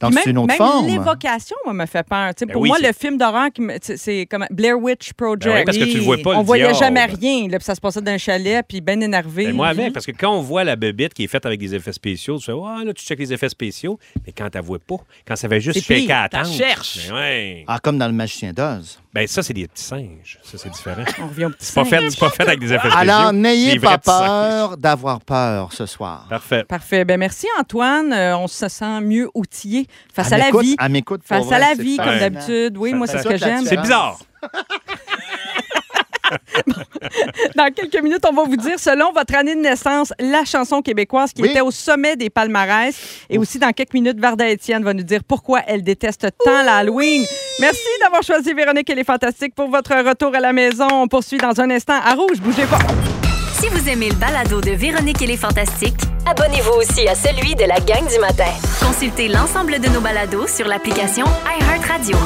[SPEAKER 2] Donc,
[SPEAKER 1] Puis même,
[SPEAKER 2] c'est une autre
[SPEAKER 1] même
[SPEAKER 2] forme.
[SPEAKER 1] l'évocation, moi, me fait peur. Tu sais,
[SPEAKER 3] Ben
[SPEAKER 1] pour
[SPEAKER 3] oui,
[SPEAKER 1] moi,
[SPEAKER 3] c'est-
[SPEAKER 1] le film d'horreur, qui me- tu sais, c'est comme Blair Witch Project.
[SPEAKER 3] Ben oui, parce que tu le vois pas.
[SPEAKER 1] on
[SPEAKER 3] le
[SPEAKER 1] voyait
[SPEAKER 3] diable.
[SPEAKER 1] jamais rien. Là, puis ça se passait dans un chalet, puis ben énervé.
[SPEAKER 3] Ben, moi avec, parce que quand on voit la bébite qui est faite avec des effets spéciaux, tu fais, ouais, là, tu checkes les effets spéciaux, mais quand t'as vois pas, quand ça fait juste
[SPEAKER 4] C'est
[SPEAKER 3] shaker à
[SPEAKER 4] pire, t'as
[SPEAKER 3] attendre.
[SPEAKER 4] cherche.
[SPEAKER 3] Ben, ouais.
[SPEAKER 2] Ah, comme dans Le Magicien d'Oz.
[SPEAKER 3] Ben, ça, c'est des petits singes. Ça, c'est différent.
[SPEAKER 1] On revient au petit
[SPEAKER 3] C'est pas,
[SPEAKER 1] singe.
[SPEAKER 3] fait, c'est pas fait avec des effets spéciaux.
[SPEAKER 2] Alors,
[SPEAKER 3] C'est
[SPEAKER 2] n'ayez
[SPEAKER 3] des
[SPEAKER 2] pas
[SPEAKER 3] vrais petits singes.
[SPEAKER 2] peur d'avoir peur ce soir.
[SPEAKER 3] Parfait.
[SPEAKER 1] Parfait. Ben merci, Antoine. Euh, on se sent mieux outillé face à,
[SPEAKER 2] Elle
[SPEAKER 1] la
[SPEAKER 2] m'écoute,
[SPEAKER 1] vie.
[SPEAKER 2] elle m'écoute pour
[SPEAKER 1] Face
[SPEAKER 2] vrai,
[SPEAKER 1] à la
[SPEAKER 2] c'est
[SPEAKER 1] vie, comme
[SPEAKER 2] fascinant.
[SPEAKER 1] d'habitude. Oui,
[SPEAKER 3] Ça-
[SPEAKER 1] moi,
[SPEAKER 3] ça
[SPEAKER 1] c'est ce
[SPEAKER 2] saute
[SPEAKER 1] que
[SPEAKER 2] la
[SPEAKER 1] j'aime.
[SPEAKER 2] différence.
[SPEAKER 3] C'est bizarre.
[SPEAKER 1] Dans quelques minutes, on va vous dire, selon votre année de naissance, la chanson québécoise qui
[SPEAKER 2] Oui.
[SPEAKER 1] était au sommet des palmarès. Et aussi, dans quelques minutes, Varda Étienne va nous dire pourquoi elle déteste tant l'Halloween. Merci d'avoir choisi Véronique et les Fantastiques pour votre retour à la maison. On poursuit dans un instant à Rouge. Bougez pas.
[SPEAKER 7] Si vous aimez le balado de Véronique et les Fantastiques, abonnez-vous aussi à celui de la gang du matin. Consultez l'ensemble de nos balados sur l'application iHeartRadio.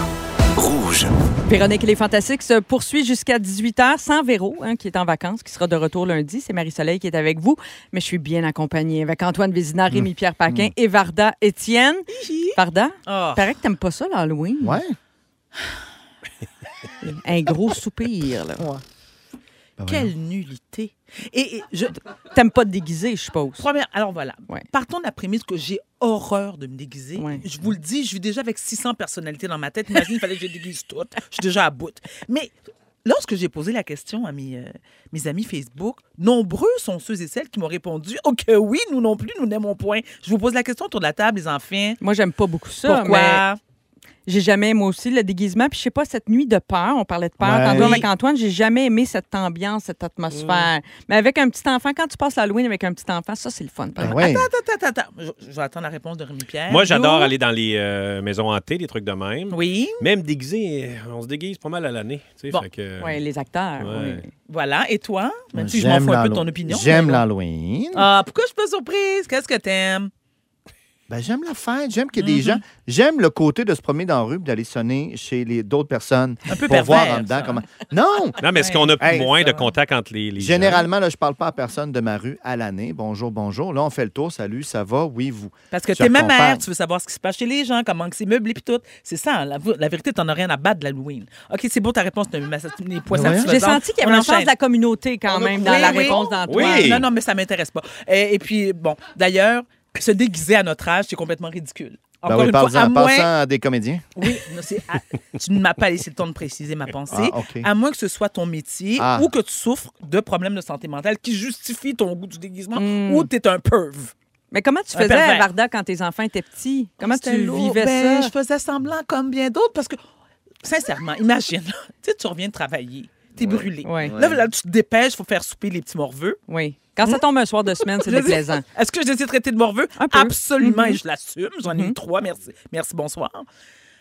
[SPEAKER 1] Véronique et les Fantastiques se poursuit jusqu'à 18h sans Véro, hein, qui est en vacances, qui sera de retour lundi. C'est Marie-Soleil qui est avec vous. Mais je suis bien accompagnée avec Antoine Vézina, Rémi-Pierre Paquin et Varda Étienne. Varda,
[SPEAKER 4] Ah.
[SPEAKER 1] paraît que t'aimes pas ça l'Halloween.
[SPEAKER 2] ben Ouais.
[SPEAKER 1] Un gros soupir. Là.
[SPEAKER 4] Quelle nullité. Et, et je,
[SPEAKER 1] T'aimes pas te déguiser, je suppose.
[SPEAKER 4] première, alors voilà.
[SPEAKER 1] Ouais.
[SPEAKER 4] Partons de la prémisse que j'ai horreur de me déguiser.
[SPEAKER 1] Ouais.
[SPEAKER 4] Je vous le dis, je vis déjà avec 600 personnalités dans ma tête. Imagine, il fallait que je déguise toutes. Je suis déjà à bout. Mais lorsque j'ai posé la question à mes, euh, mes amis Facebook, nombreux sont ceux et celles qui m'ont répondu « Oh que oui, nous non plus, nous n'aimons point. » Je vous pose la question autour de la table, les enfants.
[SPEAKER 1] Moi, j'aime pas beaucoup ça. mais
[SPEAKER 4] Pourquoi?
[SPEAKER 1] J'ai jamais, moi aussi, le déguisement. Puis je sais pas, cette nuit de peur, on parlait de peur
[SPEAKER 2] Ouais.
[SPEAKER 1] tantôt
[SPEAKER 2] Oui.
[SPEAKER 1] avec Antoine, j'ai jamais aimé cette ambiance, cette atmosphère. Mais avec un petit enfant, quand tu passes l'Halloween avec un petit enfant, ça, c'est le fun. par
[SPEAKER 2] Ben
[SPEAKER 1] exemple.
[SPEAKER 2] ouais.
[SPEAKER 4] Attends, attends, attends. Je, je vais attendre la réponse de Rémi-Pierre.
[SPEAKER 3] Moi, j'adore
[SPEAKER 4] Nous?
[SPEAKER 3] aller dans les euh, maisons hantées, des trucs de même.
[SPEAKER 4] Oui,
[SPEAKER 3] Même déguisé, euh, on se déguise pas mal à l'année. tu sais,
[SPEAKER 4] Bon.
[SPEAKER 3] fait que- euh,
[SPEAKER 1] Ouais, les acteurs.
[SPEAKER 3] Ouais.
[SPEAKER 1] oui.
[SPEAKER 4] voilà. Et toi? Même si je m'en
[SPEAKER 2] J'aime
[SPEAKER 4] fous un peu de
[SPEAKER 2] l'Halloween.
[SPEAKER 4] ton opinion.
[SPEAKER 2] J'aime
[SPEAKER 4] mais-
[SPEAKER 2] l'Halloween.
[SPEAKER 4] Ah, pourquoi je suis pas surprise? Qu'est-ce que t'aimes?
[SPEAKER 2] Ben, j'aime la fête, j'aime qu'il y ait des
[SPEAKER 4] Mm-hmm.
[SPEAKER 2] gens. J'aime le côté de se promener dans la rue puis d'aller sonner chez les d'autres personnes
[SPEAKER 4] Un peu
[SPEAKER 2] pour voir
[SPEAKER 4] pervers,
[SPEAKER 2] en dedans
[SPEAKER 4] ça.
[SPEAKER 2] comment. Non!
[SPEAKER 3] Non, mais est-ce qu'on a
[SPEAKER 2] Hey,
[SPEAKER 3] moins de
[SPEAKER 4] ça.
[SPEAKER 3] contact entre les. les gens?
[SPEAKER 2] Généralement, là, je parle pas à personne de ma rue à l'année. Bonjour, bonjour. Là, on fait le tour. Salut, ça va? Oui, vous.
[SPEAKER 4] Parce que
[SPEAKER 2] Je
[SPEAKER 4] t'es ma
[SPEAKER 2] comprends.
[SPEAKER 4] mère, tu veux savoir ce qui se passe chez les gens, comment que c'est meublé puis tout. C'est ça, la, la vérité, t'en as rien à battre de l'Halloween. OK, c'est beau ta réponse, t'as les poids
[SPEAKER 2] Ouais.
[SPEAKER 4] satisfaisants.
[SPEAKER 1] J'ai senti qu'il y
[SPEAKER 4] On
[SPEAKER 1] avait un
[SPEAKER 4] enchaîne.
[SPEAKER 1] sens de la communauté quand même dans
[SPEAKER 4] Oui,
[SPEAKER 1] la
[SPEAKER 4] oui.
[SPEAKER 1] réponse d'Antoine.
[SPEAKER 3] Oui.
[SPEAKER 4] Non, non, mais ça m'intéresse pas. Et, et puis, bon, d'ailleurs, se déguiser à notre âge, c'est complètement ridicule.
[SPEAKER 2] Ben
[SPEAKER 4] Encore
[SPEAKER 2] oui,
[SPEAKER 4] une fois,
[SPEAKER 2] parle-en
[SPEAKER 4] à moins... Ah,
[SPEAKER 2] parle-en à des comédiens.
[SPEAKER 4] Oui, non, c'est à- tu ne m'as pas laissé le temps de préciser ma pensée.
[SPEAKER 2] Ah, OK.
[SPEAKER 4] À moins que ce soit ton métier
[SPEAKER 2] Ah.
[SPEAKER 4] ou que tu souffres de problèmes de santé mentale qui justifient ton goût du déguisement
[SPEAKER 1] Hmm.
[SPEAKER 4] ou tu es un perv.
[SPEAKER 1] Mais comment tu
[SPEAKER 4] Un
[SPEAKER 1] faisais,
[SPEAKER 4] pervers.
[SPEAKER 1] Varda, quand tes enfants étaient petits? Comment tu
[SPEAKER 4] C'était lourd.
[SPEAKER 1] vivais
[SPEAKER 4] Ben,
[SPEAKER 1] ça?
[SPEAKER 4] Je faisais semblant comme bien d'autres parce que, sincèrement, imagine, là, tu sais, tu reviens de travailler, t'es brûlé.
[SPEAKER 1] Ouais.
[SPEAKER 4] Là, là, tu te dépêches, faut faire souper les petits morveux.
[SPEAKER 1] Oui. Quand ça tombe un soir de semaine, c'est
[SPEAKER 4] Je dis-
[SPEAKER 1] déplaisant.
[SPEAKER 4] Est-ce que je les ai traités de morveux?
[SPEAKER 1] Un peu. Mm-hmm.
[SPEAKER 4] Absolument, et je l'assume. J'en ai eu trois, merci, merci, bonsoir.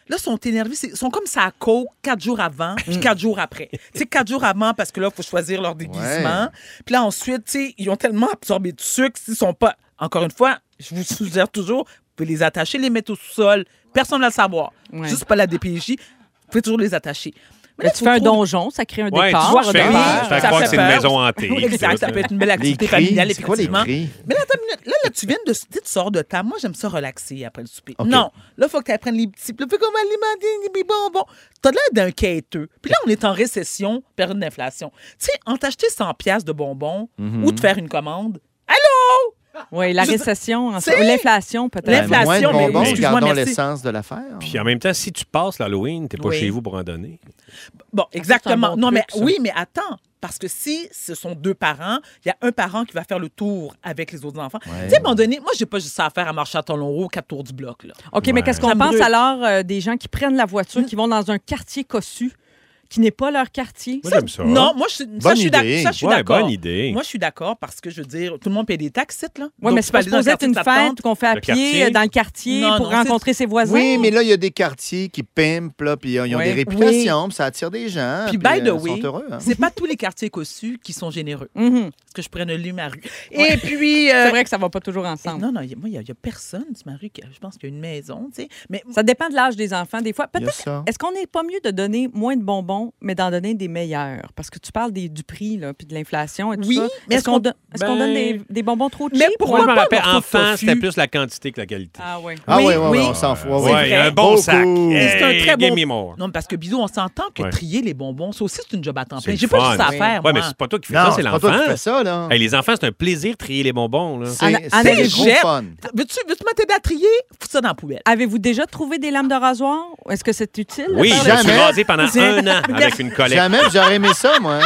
[SPEAKER 4] Là, ils sont énervés. c'est- Ils sont comme ça à coke quatre jours avant,
[SPEAKER 1] Mm.
[SPEAKER 4] puis quatre jours après. tu sais, quatre jours avant, parce que là, il faut choisir leur déguisement. Puis là, ensuite, tu sais, ils ont tellement absorbé de sucre, ils sont pas. Encore une fois, je vous suggère toujours, vous pouvez les attacher, les mettre au sol. Personne ne va le savoir.
[SPEAKER 1] Ouais.
[SPEAKER 4] Juste pas la DPJ. Vous pouvez toujours les attacher. Mais
[SPEAKER 1] Ben,
[SPEAKER 4] là,
[SPEAKER 1] tu
[SPEAKER 4] faut
[SPEAKER 1] fais un
[SPEAKER 4] trouver-
[SPEAKER 1] donjon, ça crée un
[SPEAKER 3] Ouais, tu
[SPEAKER 1] décor.
[SPEAKER 3] vois, je fais
[SPEAKER 1] un
[SPEAKER 3] rire,
[SPEAKER 1] décor.
[SPEAKER 3] je fais
[SPEAKER 4] Ça
[SPEAKER 3] croire que
[SPEAKER 4] fait
[SPEAKER 3] c'est une
[SPEAKER 4] peur.
[SPEAKER 3] maison hantée.
[SPEAKER 4] Oui, exact, ça peut être une belle
[SPEAKER 2] Les
[SPEAKER 4] activité
[SPEAKER 2] cris.
[SPEAKER 4] familiale,
[SPEAKER 2] C'est quoi les
[SPEAKER 4] effectivement.
[SPEAKER 2] cris?
[SPEAKER 4] Mais là, attends une minute. là, là, tu viens de tu sais, tu sors de ta. Moi, j'aime ça relaxer après le souper.
[SPEAKER 2] OK.
[SPEAKER 4] Non, là, il faut que tu apprennes les petits. Puis là, comment alimenter les petits bonbons. T'as l'air d'un quêteux. Puis là, on est en récession, période d'inflation. Tu sais, en t'acheter 100 pièces de bonbons ou de faire une commande. Allô?
[SPEAKER 1] Oui, la
[SPEAKER 4] Je-
[SPEAKER 1] récession, en-
[SPEAKER 4] C'est-
[SPEAKER 1] ou l'inflation peut-être.
[SPEAKER 4] Ben, L'inflation.
[SPEAKER 2] Ben, moins de
[SPEAKER 4] mais-
[SPEAKER 2] bonbons,
[SPEAKER 3] excuse-moi,
[SPEAKER 2] gardons
[SPEAKER 4] merci.
[SPEAKER 2] l'essence de l'affaire.
[SPEAKER 3] Puis en même temps, si tu passes l'Halloween, t'es pas
[SPEAKER 4] Oui.
[SPEAKER 3] chez vous pour en donner.
[SPEAKER 4] Bon, exactement.
[SPEAKER 1] bon
[SPEAKER 4] non,
[SPEAKER 1] truc,
[SPEAKER 4] mais
[SPEAKER 1] ça.
[SPEAKER 4] oui, mais attends. Parce que si ce sont deux parents, il y a un parent qui va faire le tour avec les autres enfants. Tu sais, à un moment donné, moi, j'ai pas juste ça à faire à marcher à ton long haut, quatre tours du bloc. Là.
[SPEAKER 1] OK, mais
[SPEAKER 3] Ouais.
[SPEAKER 1] qu'est-ce qu'on
[SPEAKER 4] Ça me
[SPEAKER 1] pense
[SPEAKER 4] brûle. Hein?
[SPEAKER 1] alors euh, des gens qui prennent la voiture, qui vont dans un quartier cossu, qui n'est pas leur quartier?
[SPEAKER 3] Moi, j'aime ça.
[SPEAKER 4] Non, moi, je, suis- ça,
[SPEAKER 2] Bonne
[SPEAKER 4] je suis
[SPEAKER 2] idée.
[SPEAKER 4] d'ac- ça, je suis
[SPEAKER 3] Ouais,
[SPEAKER 4] d'accord.
[SPEAKER 3] bonne idée.
[SPEAKER 4] Moi, je suis d'accord parce que, je veux dire, tout le monde paye des taxes, c'est là.
[SPEAKER 1] Oui,
[SPEAKER 4] Donc,
[SPEAKER 1] mais
[SPEAKER 4] tu
[SPEAKER 1] c'est
[SPEAKER 4] peux
[SPEAKER 1] pas
[SPEAKER 4] aller dans le
[SPEAKER 1] supposé être
[SPEAKER 4] quartier
[SPEAKER 1] une
[SPEAKER 4] de ta tante.
[SPEAKER 1] fête qu'on fait à
[SPEAKER 3] Le
[SPEAKER 1] pied
[SPEAKER 3] quartier.
[SPEAKER 1] euh, dans le quartier
[SPEAKER 4] Non,
[SPEAKER 1] pour
[SPEAKER 4] non,
[SPEAKER 1] rencontrer ses voisins.
[SPEAKER 2] Oui, mais là, il y a des quartiers qui pimpent, là, puis euh, ils ont
[SPEAKER 1] Oui.
[SPEAKER 2] des réputations, puis ça attire des gens.
[SPEAKER 4] Puis, by
[SPEAKER 2] euh,
[SPEAKER 4] the
[SPEAKER 2] Ils
[SPEAKER 4] way,
[SPEAKER 2] sont heureux. hein.
[SPEAKER 4] C'est pas tous les quartiers cossus qui sont généreux.
[SPEAKER 1] Mhm.
[SPEAKER 4] Parce que je prenne le ma rue.
[SPEAKER 1] Ouais.
[SPEAKER 4] Et puis. euh,
[SPEAKER 1] C'est vrai que ça va pas toujours ensemble.
[SPEAKER 4] Non, non, il y a- moi, il n'y a, personne du ma rue. qui- Je pense qu'il y a une maison, tu sais. Mais
[SPEAKER 1] Ça dépend de l'âge des enfants. Des fois,
[SPEAKER 2] Il y a
[SPEAKER 1] peut-être.
[SPEAKER 2] ça.
[SPEAKER 1] Est-ce qu'on n'est pas mieux de donner moins de bonbons, mais d'en donner des meilleurs? Parce que tu parles des, du prix, là, puis de l'inflation et tout
[SPEAKER 4] Oui,
[SPEAKER 1] ça.
[SPEAKER 4] mais
[SPEAKER 1] est-ce
[SPEAKER 4] est-ce
[SPEAKER 1] qu'on
[SPEAKER 4] qu'on-
[SPEAKER 1] don- est-ce qu'on
[SPEAKER 3] Ben-
[SPEAKER 1] donne des, des bonbons trop cheap?
[SPEAKER 4] Mais
[SPEAKER 1] ou-
[SPEAKER 3] Moi,
[SPEAKER 4] pourquoi
[SPEAKER 3] je me
[SPEAKER 4] pas
[SPEAKER 3] rappelle,
[SPEAKER 4] morceau de
[SPEAKER 3] enfant,
[SPEAKER 4] tofu?
[SPEAKER 3] c'était plus la quantité que la qualité.
[SPEAKER 1] Ah oui.
[SPEAKER 2] Ah oui,
[SPEAKER 4] Oui,
[SPEAKER 2] oui, oui,
[SPEAKER 4] oui.
[SPEAKER 2] on s'en fout.
[SPEAKER 3] Ouais,
[SPEAKER 4] vrai.
[SPEAKER 3] un bon sac.
[SPEAKER 2] Beaucoup.
[SPEAKER 3] Hey,
[SPEAKER 4] c'est un très
[SPEAKER 3] give
[SPEAKER 4] bon.
[SPEAKER 3] me more.
[SPEAKER 4] Non, parce que bisous, on s'entend que
[SPEAKER 3] Ouais.
[SPEAKER 4] trier les bonbons, ça aussi, c'est une job à temps
[SPEAKER 3] C'est
[SPEAKER 4] plein.
[SPEAKER 3] le
[SPEAKER 4] J'ai pas
[SPEAKER 3] fun.
[SPEAKER 4] juste ça à faire.
[SPEAKER 3] Ouais, mais
[SPEAKER 4] moi.
[SPEAKER 3] c'est pas toi qui fais
[SPEAKER 2] Non,
[SPEAKER 3] ça, c'est
[SPEAKER 2] c'est pas toi qui
[SPEAKER 3] l'enfant.
[SPEAKER 2] fais ça, là.
[SPEAKER 3] Hey, les enfants, c'est un plaisir de trier les bonbons. Là.
[SPEAKER 1] En-
[SPEAKER 2] C'est
[SPEAKER 1] en-
[SPEAKER 2] c'est
[SPEAKER 1] en-
[SPEAKER 2] le gros
[SPEAKER 4] jette.
[SPEAKER 2] fun.
[SPEAKER 4] Veux-tu veux m'aider à trier? Fous ça dans la poubelle.
[SPEAKER 1] Avez-vous déjà trouvé des lames de rasoir? Est-ce que c'est utile?
[SPEAKER 3] Ah Oui,
[SPEAKER 1] de faire
[SPEAKER 3] je
[SPEAKER 1] le-
[SPEAKER 3] me suis
[SPEAKER 2] Jamais.
[SPEAKER 3] rasé pendant un an avec une collègue.
[SPEAKER 2] Jamais j'aurais aimé ça, moi.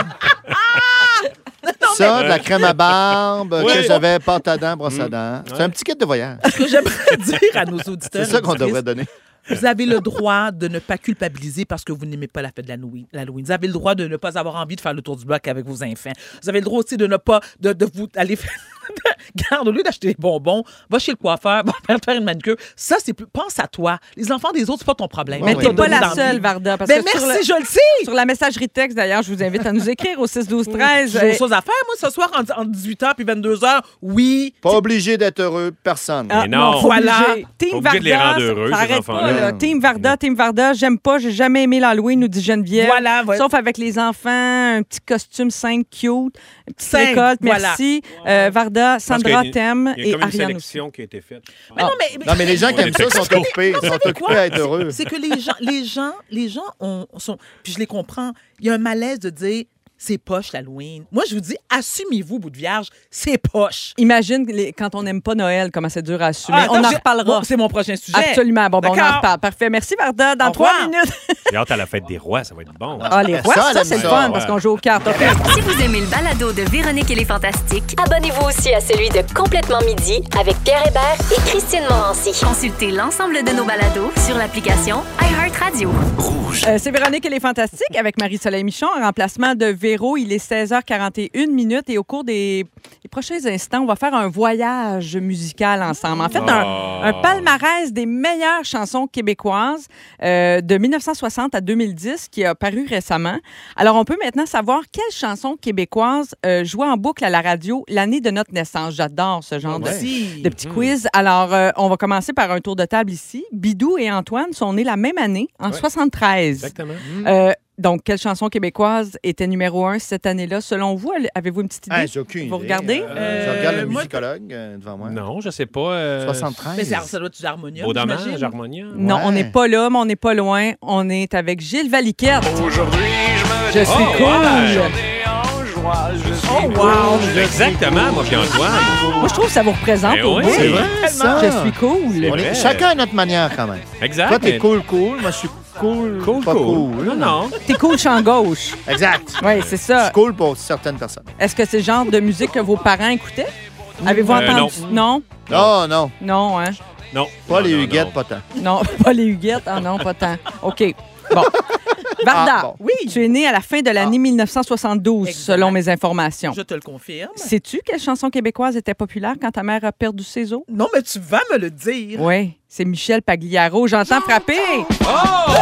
[SPEAKER 2] Ça, de la crème à barbe,
[SPEAKER 3] Oui. Mm.
[SPEAKER 2] que j'avais porte à dents, brosse à dents. C'est
[SPEAKER 3] Ouais.
[SPEAKER 2] un petit kit de voyage.
[SPEAKER 4] Ce que j'aimerais dire à nos auditeurs.
[SPEAKER 2] C'est ça qu'on
[SPEAKER 4] auditrices,
[SPEAKER 2] devrait donner.
[SPEAKER 4] Vous avez le droit de ne pas culpabiliser parce que vous n'aimez pas la fête de l'Halloween. l'Halloween. Vous avez le droit de ne pas avoir envie de faire le tour du bloc avec vos enfants. Vous avez le droit aussi de ne pas de, de vous aller faire. de- Garde, au lieu d'acheter des bonbons, va chez le coiffeur, va faire- faire une manucure. Ça, c'est plus. Pense à toi. Les enfants des autres, c'est pas ton problème.
[SPEAKER 1] Mais
[SPEAKER 2] Ouais,
[SPEAKER 1] t'es
[SPEAKER 2] ouais.
[SPEAKER 1] pas
[SPEAKER 4] Donne-nous
[SPEAKER 1] la
[SPEAKER 4] envie.
[SPEAKER 1] seule, Varda. Parce
[SPEAKER 4] Ben
[SPEAKER 1] que sur,
[SPEAKER 4] merci,
[SPEAKER 1] la,
[SPEAKER 4] je le sais.
[SPEAKER 1] sur la messagerie texte, d'ailleurs, je vous invite à nous écrire au 6 12 13
[SPEAKER 4] J'ai autre chose à faire, moi, ce soir, entre- entre 18h puis 22h. Oui.
[SPEAKER 2] Pas obligé d'être heureux, personne.
[SPEAKER 4] Ah,
[SPEAKER 3] Mais non.
[SPEAKER 1] faut
[SPEAKER 4] Voilà.
[SPEAKER 1] obliger. Team
[SPEAKER 3] Obligé de les
[SPEAKER 1] Varda,
[SPEAKER 3] rendre heureux,
[SPEAKER 1] ça
[SPEAKER 3] ces
[SPEAKER 1] arrête
[SPEAKER 3] enfants-là.
[SPEAKER 1] pas, là.
[SPEAKER 4] Mm.
[SPEAKER 1] Team Varda, Team Varda, j'aime pas, j'ai jamais aimé l'Halloween, nous dit Geneviève.
[SPEAKER 4] Voilà, ouais.
[SPEAKER 1] Sauf avec les enfants, un petit costume simple, cute, une petite
[SPEAKER 4] Simple,
[SPEAKER 1] récolte,
[SPEAKER 4] voilà.
[SPEAKER 1] merci. Euh, Varda,
[SPEAKER 3] Je pense qu'il y
[SPEAKER 1] Sandra,
[SPEAKER 3] a une-
[SPEAKER 1] t'aime
[SPEAKER 3] Il y a
[SPEAKER 1] et
[SPEAKER 3] comme une
[SPEAKER 1] Ariane aussi.
[SPEAKER 3] sélection qui a été faite.
[SPEAKER 4] Mais non, mais,
[SPEAKER 2] Ah. Non, mais les gens qui
[SPEAKER 3] On
[SPEAKER 2] aiment
[SPEAKER 3] est
[SPEAKER 2] ça sont occupés. Ils sont occupés à être heureux.
[SPEAKER 4] C'est que les gens, les gens, les gens ont, sont. Puis je les comprends. Il y a un malaise de dire C'est poche l'Halloween. Moi, je vous dis, assumez-vous, bout de vierge, c'est poche.
[SPEAKER 1] Imagine les- quand on n'aime pas Noël, comment c'est dur à assumer.
[SPEAKER 4] Ah,
[SPEAKER 1] on en
[SPEAKER 4] attends,
[SPEAKER 1] reparlera.
[SPEAKER 4] j'ai- C'est mon prochain sujet.
[SPEAKER 1] Absolument. Bon, ben, on en
[SPEAKER 4] D'accord.
[SPEAKER 1] reparle. Parfait. Merci, Varda. Dans
[SPEAKER 4] Au
[SPEAKER 1] trois
[SPEAKER 4] revoir.
[SPEAKER 1] minutes.
[SPEAKER 3] J'ai hâte à la fête des rois, ça va être bon. hein.
[SPEAKER 1] Ah, les rois,
[SPEAKER 2] Ça,
[SPEAKER 1] ça,
[SPEAKER 2] elle
[SPEAKER 1] c'est
[SPEAKER 2] aime
[SPEAKER 1] le
[SPEAKER 2] ça,
[SPEAKER 1] fun
[SPEAKER 2] ouais.
[SPEAKER 1] parce qu'on joue aux cartes. OK.
[SPEAKER 7] Si vous aimez le balado de Véronique et les Fantastiques, abonnez-vous aussi à celui de Complètement Midi avec Pierre Hébert et Christine Morancy. Consultez l'ensemble de nos balados sur l'application iHeartRadio.
[SPEAKER 1] Euh, c'est Véronique et les Fantastiques avec Marie-Soleil Michon en remplacement de Véro. Il est 16h41 minutes et au cours des les prochains instants, on va faire un voyage musical ensemble. En fait,
[SPEAKER 3] Ah.
[SPEAKER 1] un, un palmarès des meilleures chansons québécoises euh, de 1960 à 2010 qui a paru récemment. Alors, on peut maintenant savoir quelles chansons québécoises euh, jouaient en boucle à la radio l'année de notre naissance. J'adore ce genre de,
[SPEAKER 4] Si.
[SPEAKER 1] de petits quiz. Alors, euh, on va commencer par un tour de table ici. Bidou et Antoine sont nés la même année, en 73.
[SPEAKER 3] Exactement.
[SPEAKER 1] Euh, donc, quelle chanson québécoise était numéro un cette année-là, selon vous? Elle- Avez-vous une petite idée?
[SPEAKER 2] Ah, j'ai aucune idée.
[SPEAKER 1] Vous regardez?
[SPEAKER 2] Euh, je regarde le
[SPEAKER 4] moi,
[SPEAKER 2] musicologue euh, devant moi.
[SPEAKER 3] Non, je sais pas. euh,
[SPEAKER 2] 73.
[SPEAKER 4] Mais ça, ça doit être du harmonium.
[SPEAKER 3] Beau dommage,
[SPEAKER 4] j'imagine.
[SPEAKER 3] Harmonia.
[SPEAKER 1] Non,
[SPEAKER 2] Ouais.
[SPEAKER 1] on n'est pas là, mais on n'est pas loin. On est avec Gilles Valiquette. je suis
[SPEAKER 3] Oh,
[SPEAKER 1] cool.
[SPEAKER 4] Oh, wow!
[SPEAKER 3] Exactement, moi puis Antoine.
[SPEAKER 1] Moi, je trouve que ça vous représente
[SPEAKER 3] Eh
[SPEAKER 1] au
[SPEAKER 3] oui.
[SPEAKER 1] bout.
[SPEAKER 2] C'est vrai, ça.
[SPEAKER 1] Je suis cool.
[SPEAKER 3] C'est
[SPEAKER 2] On est-
[SPEAKER 3] vrai.
[SPEAKER 2] Chacun à notre manière, quand même.
[SPEAKER 3] Exact.
[SPEAKER 2] Toi, t'es
[SPEAKER 3] mais-
[SPEAKER 2] cool, cool. Moi, je suis cool,
[SPEAKER 3] Cool,
[SPEAKER 2] pas
[SPEAKER 3] cool.
[SPEAKER 2] cool.
[SPEAKER 3] Non, non.
[SPEAKER 1] T'es cool champ gauche.
[SPEAKER 2] Exact.
[SPEAKER 1] Oui, c'est
[SPEAKER 2] Je
[SPEAKER 1] ça.
[SPEAKER 2] suis cool pour certaines personnes.
[SPEAKER 1] Est-ce que c'est le genre de musique que vos parents écoutaient? Avez-vous
[SPEAKER 3] Euh,
[SPEAKER 1] entendu? Non.
[SPEAKER 2] Non, non.
[SPEAKER 1] non? hein?
[SPEAKER 3] Non.
[SPEAKER 2] Pas
[SPEAKER 3] non,
[SPEAKER 2] les
[SPEAKER 3] non,
[SPEAKER 2] huguettes,
[SPEAKER 3] non.
[SPEAKER 2] pas tant.
[SPEAKER 1] Non, pas les Huguettes. Ah non, pas tant. OK. Bon. Varda,
[SPEAKER 2] Ah, bon.
[SPEAKER 1] oui. tu es né à la fin de l'année 1972,
[SPEAKER 4] Exact.
[SPEAKER 1] selon mes informations.
[SPEAKER 4] Je te le confirme.
[SPEAKER 1] Sais-tu quelle chanson québécoise était populaire quand ta mère a perdu ses os?
[SPEAKER 4] Non, mais tu vas me le dire.
[SPEAKER 1] Oui, c'est Michel Pagliaro. J'entends frapper.
[SPEAKER 2] Oh!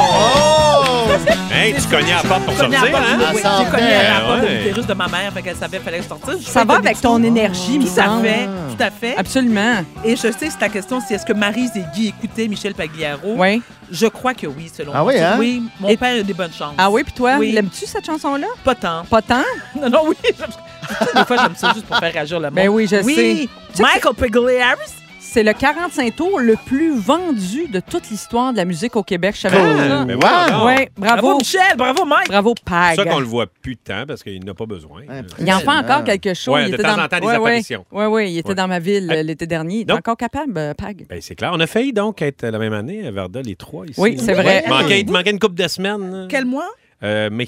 [SPEAKER 3] Hey, tu cognais à la porte pour
[SPEAKER 4] Je connais la
[SPEAKER 3] sortir,
[SPEAKER 4] porte-
[SPEAKER 3] hein?
[SPEAKER 2] là.
[SPEAKER 4] oui,
[SPEAKER 2] Ça
[SPEAKER 4] J'ai cogné à la
[SPEAKER 3] venait.
[SPEAKER 4] porte
[SPEAKER 3] Ouais.
[SPEAKER 4] de l'utérus de ma mère, fait qu'elle savait qu'il fallait que je sorte.
[SPEAKER 1] Ça va avec ton énergie, me
[SPEAKER 4] Tout à
[SPEAKER 1] semble.
[SPEAKER 4] fait, tout à
[SPEAKER 1] Ah,
[SPEAKER 4] fait.
[SPEAKER 1] Absolument.
[SPEAKER 4] Et je sais que c'est la question, c'est est-ce que Marie Guy écoutaient Michel Pagliaro?
[SPEAKER 1] Oui.
[SPEAKER 4] Je crois que oui, selon
[SPEAKER 2] Ah
[SPEAKER 4] moi.
[SPEAKER 2] oui, hein?
[SPEAKER 4] Oui, mon
[SPEAKER 1] Et-
[SPEAKER 4] père a eu des bonnes chances.
[SPEAKER 1] Ah oui, puis toi,
[SPEAKER 4] Oui.
[SPEAKER 1] l'aimes-tu cette chanson-là?
[SPEAKER 4] Pas tant.
[SPEAKER 1] Pas tant?
[SPEAKER 4] Non, non, oui. j'aime- Des fois, j'aime ça juste pour faire réagir le monde.
[SPEAKER 1] Ben oui, je
[SPEAKER 4] oui.
[SPEAKER 1] sais.
[SPEAKER 4] Michael Pigliaris.
[SPEAKER 1] C'est le 45 tours le plus vendu de toute l'histoire de la musique au Québec. Je savais
[SPEAKER 2] Cool.
[SPEAKER 1] pas ça.
[SPEAKER 3] Mais
[SPEAKER 2] Ouais.
[SPEAKER 3] voilà, non.
[SPEAKER 1] Oui,
[SPEAKER 4] Bravo.
[SPEAKER 1] bravo.
[SPEAKER 4] Michel. Bravo, Mike.
[SPEAKER 1] Bravo,
[SPEAKER 3] C'est
[SPEAKER 1] Pag.
[SPEAKER 3] ça qu'on le voit plus de temps parce qu'il n'a pas besoin.
[SPEAKER 1] Il en fait encore quelque chose.
[SPEAKER 3] Ouais,
[SPEAKER 1] il
[SPEAKER 3] de
[SPEAKER 1] était
[SPEAKER 3] temps
[SPEAKER 1] dans...
[SPEAKER 3] en temps, des
[SPEAKER 1] ouais, ouais.
[SPEAKER 3] apparitions.
[SPEAKER 1] Ouais, ouais, il était
[SPEAKER 3] Ouais.
[SPEAKER 1] dans ma ville euh,
[SPEAKER 3] Hey.
[SPEAKER 1] l'été dernier. Il est
[SPEAKER 3] Donc-
[SPEAKER 1] encore capable, euh, Pag.
[SPEAKER 3] Ben, c'est clair. On a failli donc être la même année, à Verda, les trois ici.
[SPEAKER 1] Oui, c'est vrai.
[SPEAKER 3] Il manquait, il manquait une couple de semaines.
[SPEAKER 4] Quel mois?
[SPEAKER 3] Euh, mais.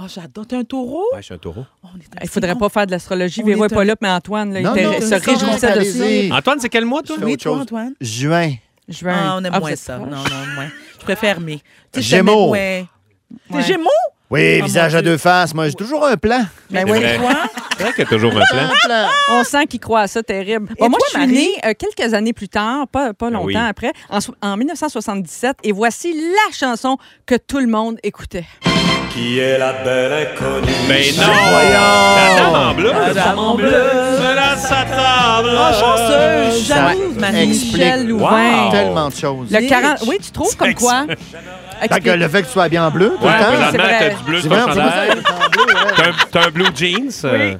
[SPEAKER 4] Oh, j'adore. T'es un taureau? Oh,
[SPEAKER 3] Ouais, je suis un taureau.
[SPEAKER 4] On est un
[SPEAKER 1] Il faudrait
[SPEAKER 4] petit
[SPEAKER 1] pas faire de l'astrologie.
[SPEAKER 4] On
[SPEAKER 1] Véro
[SPEAKER 4] est
[SPEAKER 1] n'est pas
[SPEAKER 4] un-
[SPEAKER 1] là, mais Antoine, là, il
[SPEAKER 2] Non,
[SPEAKER 1] était-
[SPEAKER 2] non,
[SPEAKER 1] se
[SPEAKER 4] c'est
[SPEAKER 1] réjouissait de ça.
[SPEAKER 2] allez-y.
[SPEAKER 3] Antoine, c'est quel mois, Ah, toi?
[SPEAKER 2] Je
[SPEAKER 4] Oui,
[SPEAKER 2] autre
[SPEAKER 4] toi,
[SPEAKER 2] chose.
[SPEAKER 4] Antoine?
[SPEAKER 2] Juin.
[SPEAKER 1] Je veux un-
[SPEAKER 4] Ah, on aime
[SPEAKER 1] Ah, vous
[SPEAKER 4] moins
[SPEAKER 1] êtes
[SPEAKER 4] ça.
[SPEAKER 1] proche.
[SPEAKER 4] Non, non, moins. Je préfère mais. Tu sais, je
[SPEAKER 2] Gémeaux.
[SPEAKER 4] t'aimais, Ouais. T'es
[SPEAKER 1] Ouais.
[SPEAKER 4] Gémeaux?
[SPEAKER 2] Oui,
[SPEAKER 4] Ah,
[SPEAKER 2] visage
[SPEAKER 4] mon
[SPEAKER 2] à
[SPEAKER 4] Dieu.
[SPEAKER 2] deux faces. Moi, j'ai toujours un plan.
[SPEAKER 1] Ben
[SPEAKER 3] C'est
[SPEAKER 1] oui.
[SPEAKER 3] vrai.
[SPEAKER 4] Toi?
[SPEAKER 3] C'est vrai qu'il y a toujours un plan.
[SPEAKER 2] Un plan.
[SPEAKER 1] Ah, On sent qu'il croit à ça, terrible. Bon,
[SPEAKER 4] Et
[SPEAKER 1] moi,
[SPEAKER 4] toi,
[SPEAKER 1] je suis
[SPEAKER 4] Marie?
[SPEAKER 1] née euh, quelques années plus tard, pas, pas
[SPEAKER 3] Ah
[SPEAKER 1] longtemps
[SPEAKER 3] oui.
[SPEAKER 1] après, en, so- en 1977, et voici la chanson que tout le monde écoutait.
[SPEAKER 8] Qui est la belle inconnue
[SPEAKER 3] Mais Ben, non!
[SPEAKER 2] Voyons.
[SPEAKER 3] La dame en bleu!
[SPEAKER 4] La dame en bleu.
[SPEAKER 3] Cela sa table!
[SPEAKER 4] Ah, chanceuse,
[SPEAKER 2] Ça
[SPEAKER 4] jalouse, Marie.
[SPEAKER 2] explique
[SPEAKER 1] Michel Louvain.
[SPEAKER 3] Wow.
[SPEAKER 2] tellement de choses.
[SPEAKER 1] Le 40... Oui, tu trouves comme quoi?
[SPEAKER 2] Fait que le fait que tu sois bien bleu tout
[SPEAKER 3] Ouais,
[SPEAKER 2] le temps.
[SPEAKER 3] présentement, t'as
[SPEAKER 1] c'est vrai.
[SPEAKER 3] du bleu
[SPEAKER 2] C'est
[SPEAKER 3] sur
[SPEAKER 2] vrai,
[SPEAKER 3] ton
[SPEAKER 2] on
[SPEAKER 3] chandail.
[SPEAKER 2] fait pas ça, le temps bleu, ouais.
[SPEAKER 3] T'as un, t'as un blue jeans. euh,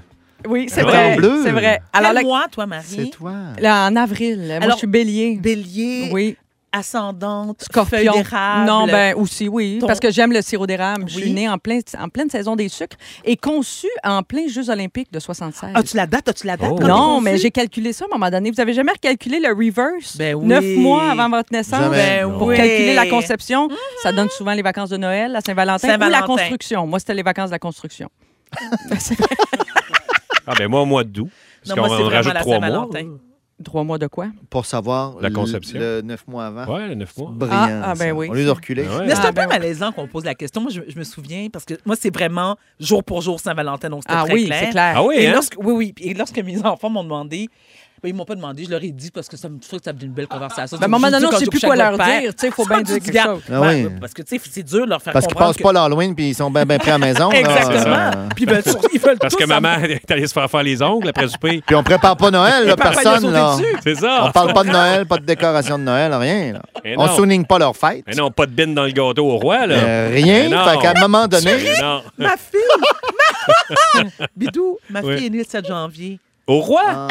[SPEAKER 1] Oui, c'est
[SPEAKER 3] Ouais,
[SPEAKER 1] vrai.
[SPEAKER 2] en bleu.
[SPEAKER 1] C'est vrai.
[SPEAKER 4] Alors,
[SPEAKER 1] Alors, la-
[SPEAKER 4] moi, toi, Marie.
[SPEAKER 2] C'est toi.
[SPEAKER 1] là, en avril, moi, je
[SPEAKER 4] Alors-
[SPEAKER 1] suis bélier.
[SPEAKER 4] Bélier,
[SPEAKER 1] Oui,
[SPEAKER 4] ascendante, feuille
[SPEAKER 1] scorpion.
[SPEAKER 4] d'érable.
[SPEAKER 1] Non, ben aussi, oui,
[SPEAKER 4] Ton-
[SPEAKER 1] parce que j'aime le sirop d'érable. Je
[SPEAKER 4] Oui.
[SPEAKER 1] suis née en, plein, en pleine saison des sucres et conçue en plein Jeux olympiques de 76.
[SPEAKER 3] Mm.
[SPEAKER 4] As-tu la date? As-tu la date?
[SPEAKER 3] Oh.
[SPEAKER 4] quand
[SPEAKER 1] Non,
[SPEAKER 4] t'es
[SPEAKER 1] mais
[SPEAKER 4] conçue?
[SPEAKER 1] j'ai calculé ça à un moment donné. Vous avez jamais recalculé le reverse?
[SPEAKER 4] Ben oui.
[SPEAKER 1] Neuf mois avant votre
[SPEAKER 3] Ah,
[SPEAKER 1] naissance
[SPEAKER 2] Jamais.
[SPEAKER 4] Ben
[SPEAKER 1] pour
[SPEAKER 4] oui. Ah.
[SPEAKER 1] calculer la conception. Ça donne souvent les vacances de Noël, la Saint-Valentin ou la
[SPEAKER 4] Saint-Valentin.
[SPEAKER 1] construction. Moi, c'était les vacances de la construction.
[SPEAKER 3] Ah, ben moi, au mois d'août. Parce
[SPEAKER 4] Non, moi,
[SPEAKER 3] qu'on
[SPEAKER 4] c'est
[SPEAKER 3] on
[SPEAKER 4] vraiment
[SPEAKER 3] rajoute
[SPEAKER 4] la
[SPEAKER 3] trois mois.
[SPEAKER 4] Saint-Valentin.
[SPEAKER 1] Trois mois de quoi?
[SPEAKER 2] Pour savoir
[SPEAKER 3] La
[SPEAKER 2] le-
[SPEAKER 3] conception.
[SPEAKER 2] le neuf mois avant.
[SPEAKER 3] Ouais, le neuf mois.
[SPEAKER 2] Brillant.
[SPEAKER 1] Ah, ah, ben
[SPEAKER 2] ça.
[SPEAKER 1] oui.
[SPEAKER 2] Au lieu de reculer.
[SPEAKER 3] Ah ouais.
[SPEAKER 4] Mais c'est
[SPEAKER 1] Ah,
[SPEAKER 4] un peu
[SPEAKER 1] ben oui.
[SPEAKER 4] malaisant qu'on pose la question. Moi, je, je me souviens, parce que moi, c'est vraiment jour pour jour Saint-Valentin, donc c'était
[SPEAKER 1] Ah
[SPEAKER 4] très
[SPEAKER 1] oui,
[SPEAKER 4] clair.
[SPEAKER 1] c'est clair.
[SPEAKER 3] Ah oui,
[SPEAKER 4] Et
[SPEAKER 3] hein?
[SPEAKER 4] lorsque, oui, oui. Et lorsque mes enfants m'ont demandé, ben, ils m'ont pas demandé, je leur ai dit parce que ça me je trouve que ça me donne une belle conversation.
[SPEAKER 1] Ben, à un
[SPEAKER 4] Je
[SPEAKER 1] moment
[SPEAKER 4] dis
[SPEAKER 1] donné, on
[SPEAKER 4] quand
[SPEAKER 1] sait
[SPEAKER 4] je
[SPEAKER 1] plus
[SPEAKER 4] couche
[SPEAKER 1] quoi
[SPEAKER 4] avec
[SPEAKER 1] leur
[SPEAKER 4] leur père,
[SPEAKER 1] dire. Tu sais, il faut
[SPEAKER 4] c'est
[SPEAKER 1] bien
[SPEAKER 4] pas
[SPEAKER 1] dire
[SPEAKER 4] du
[SPEAKER 1] quelque
[SPEAKER 4] gars.
[SPEAKER 1] chose.
[SPEAKER 2] Ah
[SPEAKER 4] Ben,
[SPEAKER 2] oui.
[SPEAKER 4] Parce que, tu sais, c'est dur de leur faire
[SPEAKER 2] Parce qu'ils
[SPEAKER 4] comprendre.
[SPEAKER 2] passent pas l'Halloween puis ils sont bien ben prêts à la maison.
[SPEAKER 4] que-
[SPEAKER 2] là. Ah.
[SPEAKER 4] Exactement. Puis ils veulent sur- ils veulent
[SPEAKER 3] Parce
[SPEAKER 4] tous
[SPEAKER 3] que
[SPEAKER 4] savoir.
[SPEAKER 3] maman est allée se faire faire les ongles après souper.
[SPEAKER 2] Puis on prépare pas Noël, là,
[SPEAKER 4] Papa, il a
[SPEAKER 2] personne.
[SPEAKER 4] sauté
[SPEAKER 2] Là.
[SPEAKER 4] dessus.
[SPEAKER 3] C'est ça.
[SPEAKER 2] On parle pas de Noël, pas de décoration de Noël, rien. là.
[SPEAKER 3] Eh
[SPEAKER 2] On
[SPEAKER 3] Ah. non.
[SPEAKER 2] souligne pas leur fête.
[SPEAKER 3] Mais non, pas de bine dans le gâteau au roi, là.
[SPEAKER 2] Euh,
[SPEAKER 3] Mais
[SPEAKER 2] rien.
[SPEAKER 3] non.
[SPEAKER 2] Fait qu'à un moment donné,
[SPEAKER 3] Mais non.
[SPEAKER 4] Ma fille! Ma- Bidou, ma fille
[SPEAKER 3] Oui.
[SPEAKER 4] est née le 7 janvier.
[SPEAKER 3] Au roi?
[SPEAKER 2] Ah,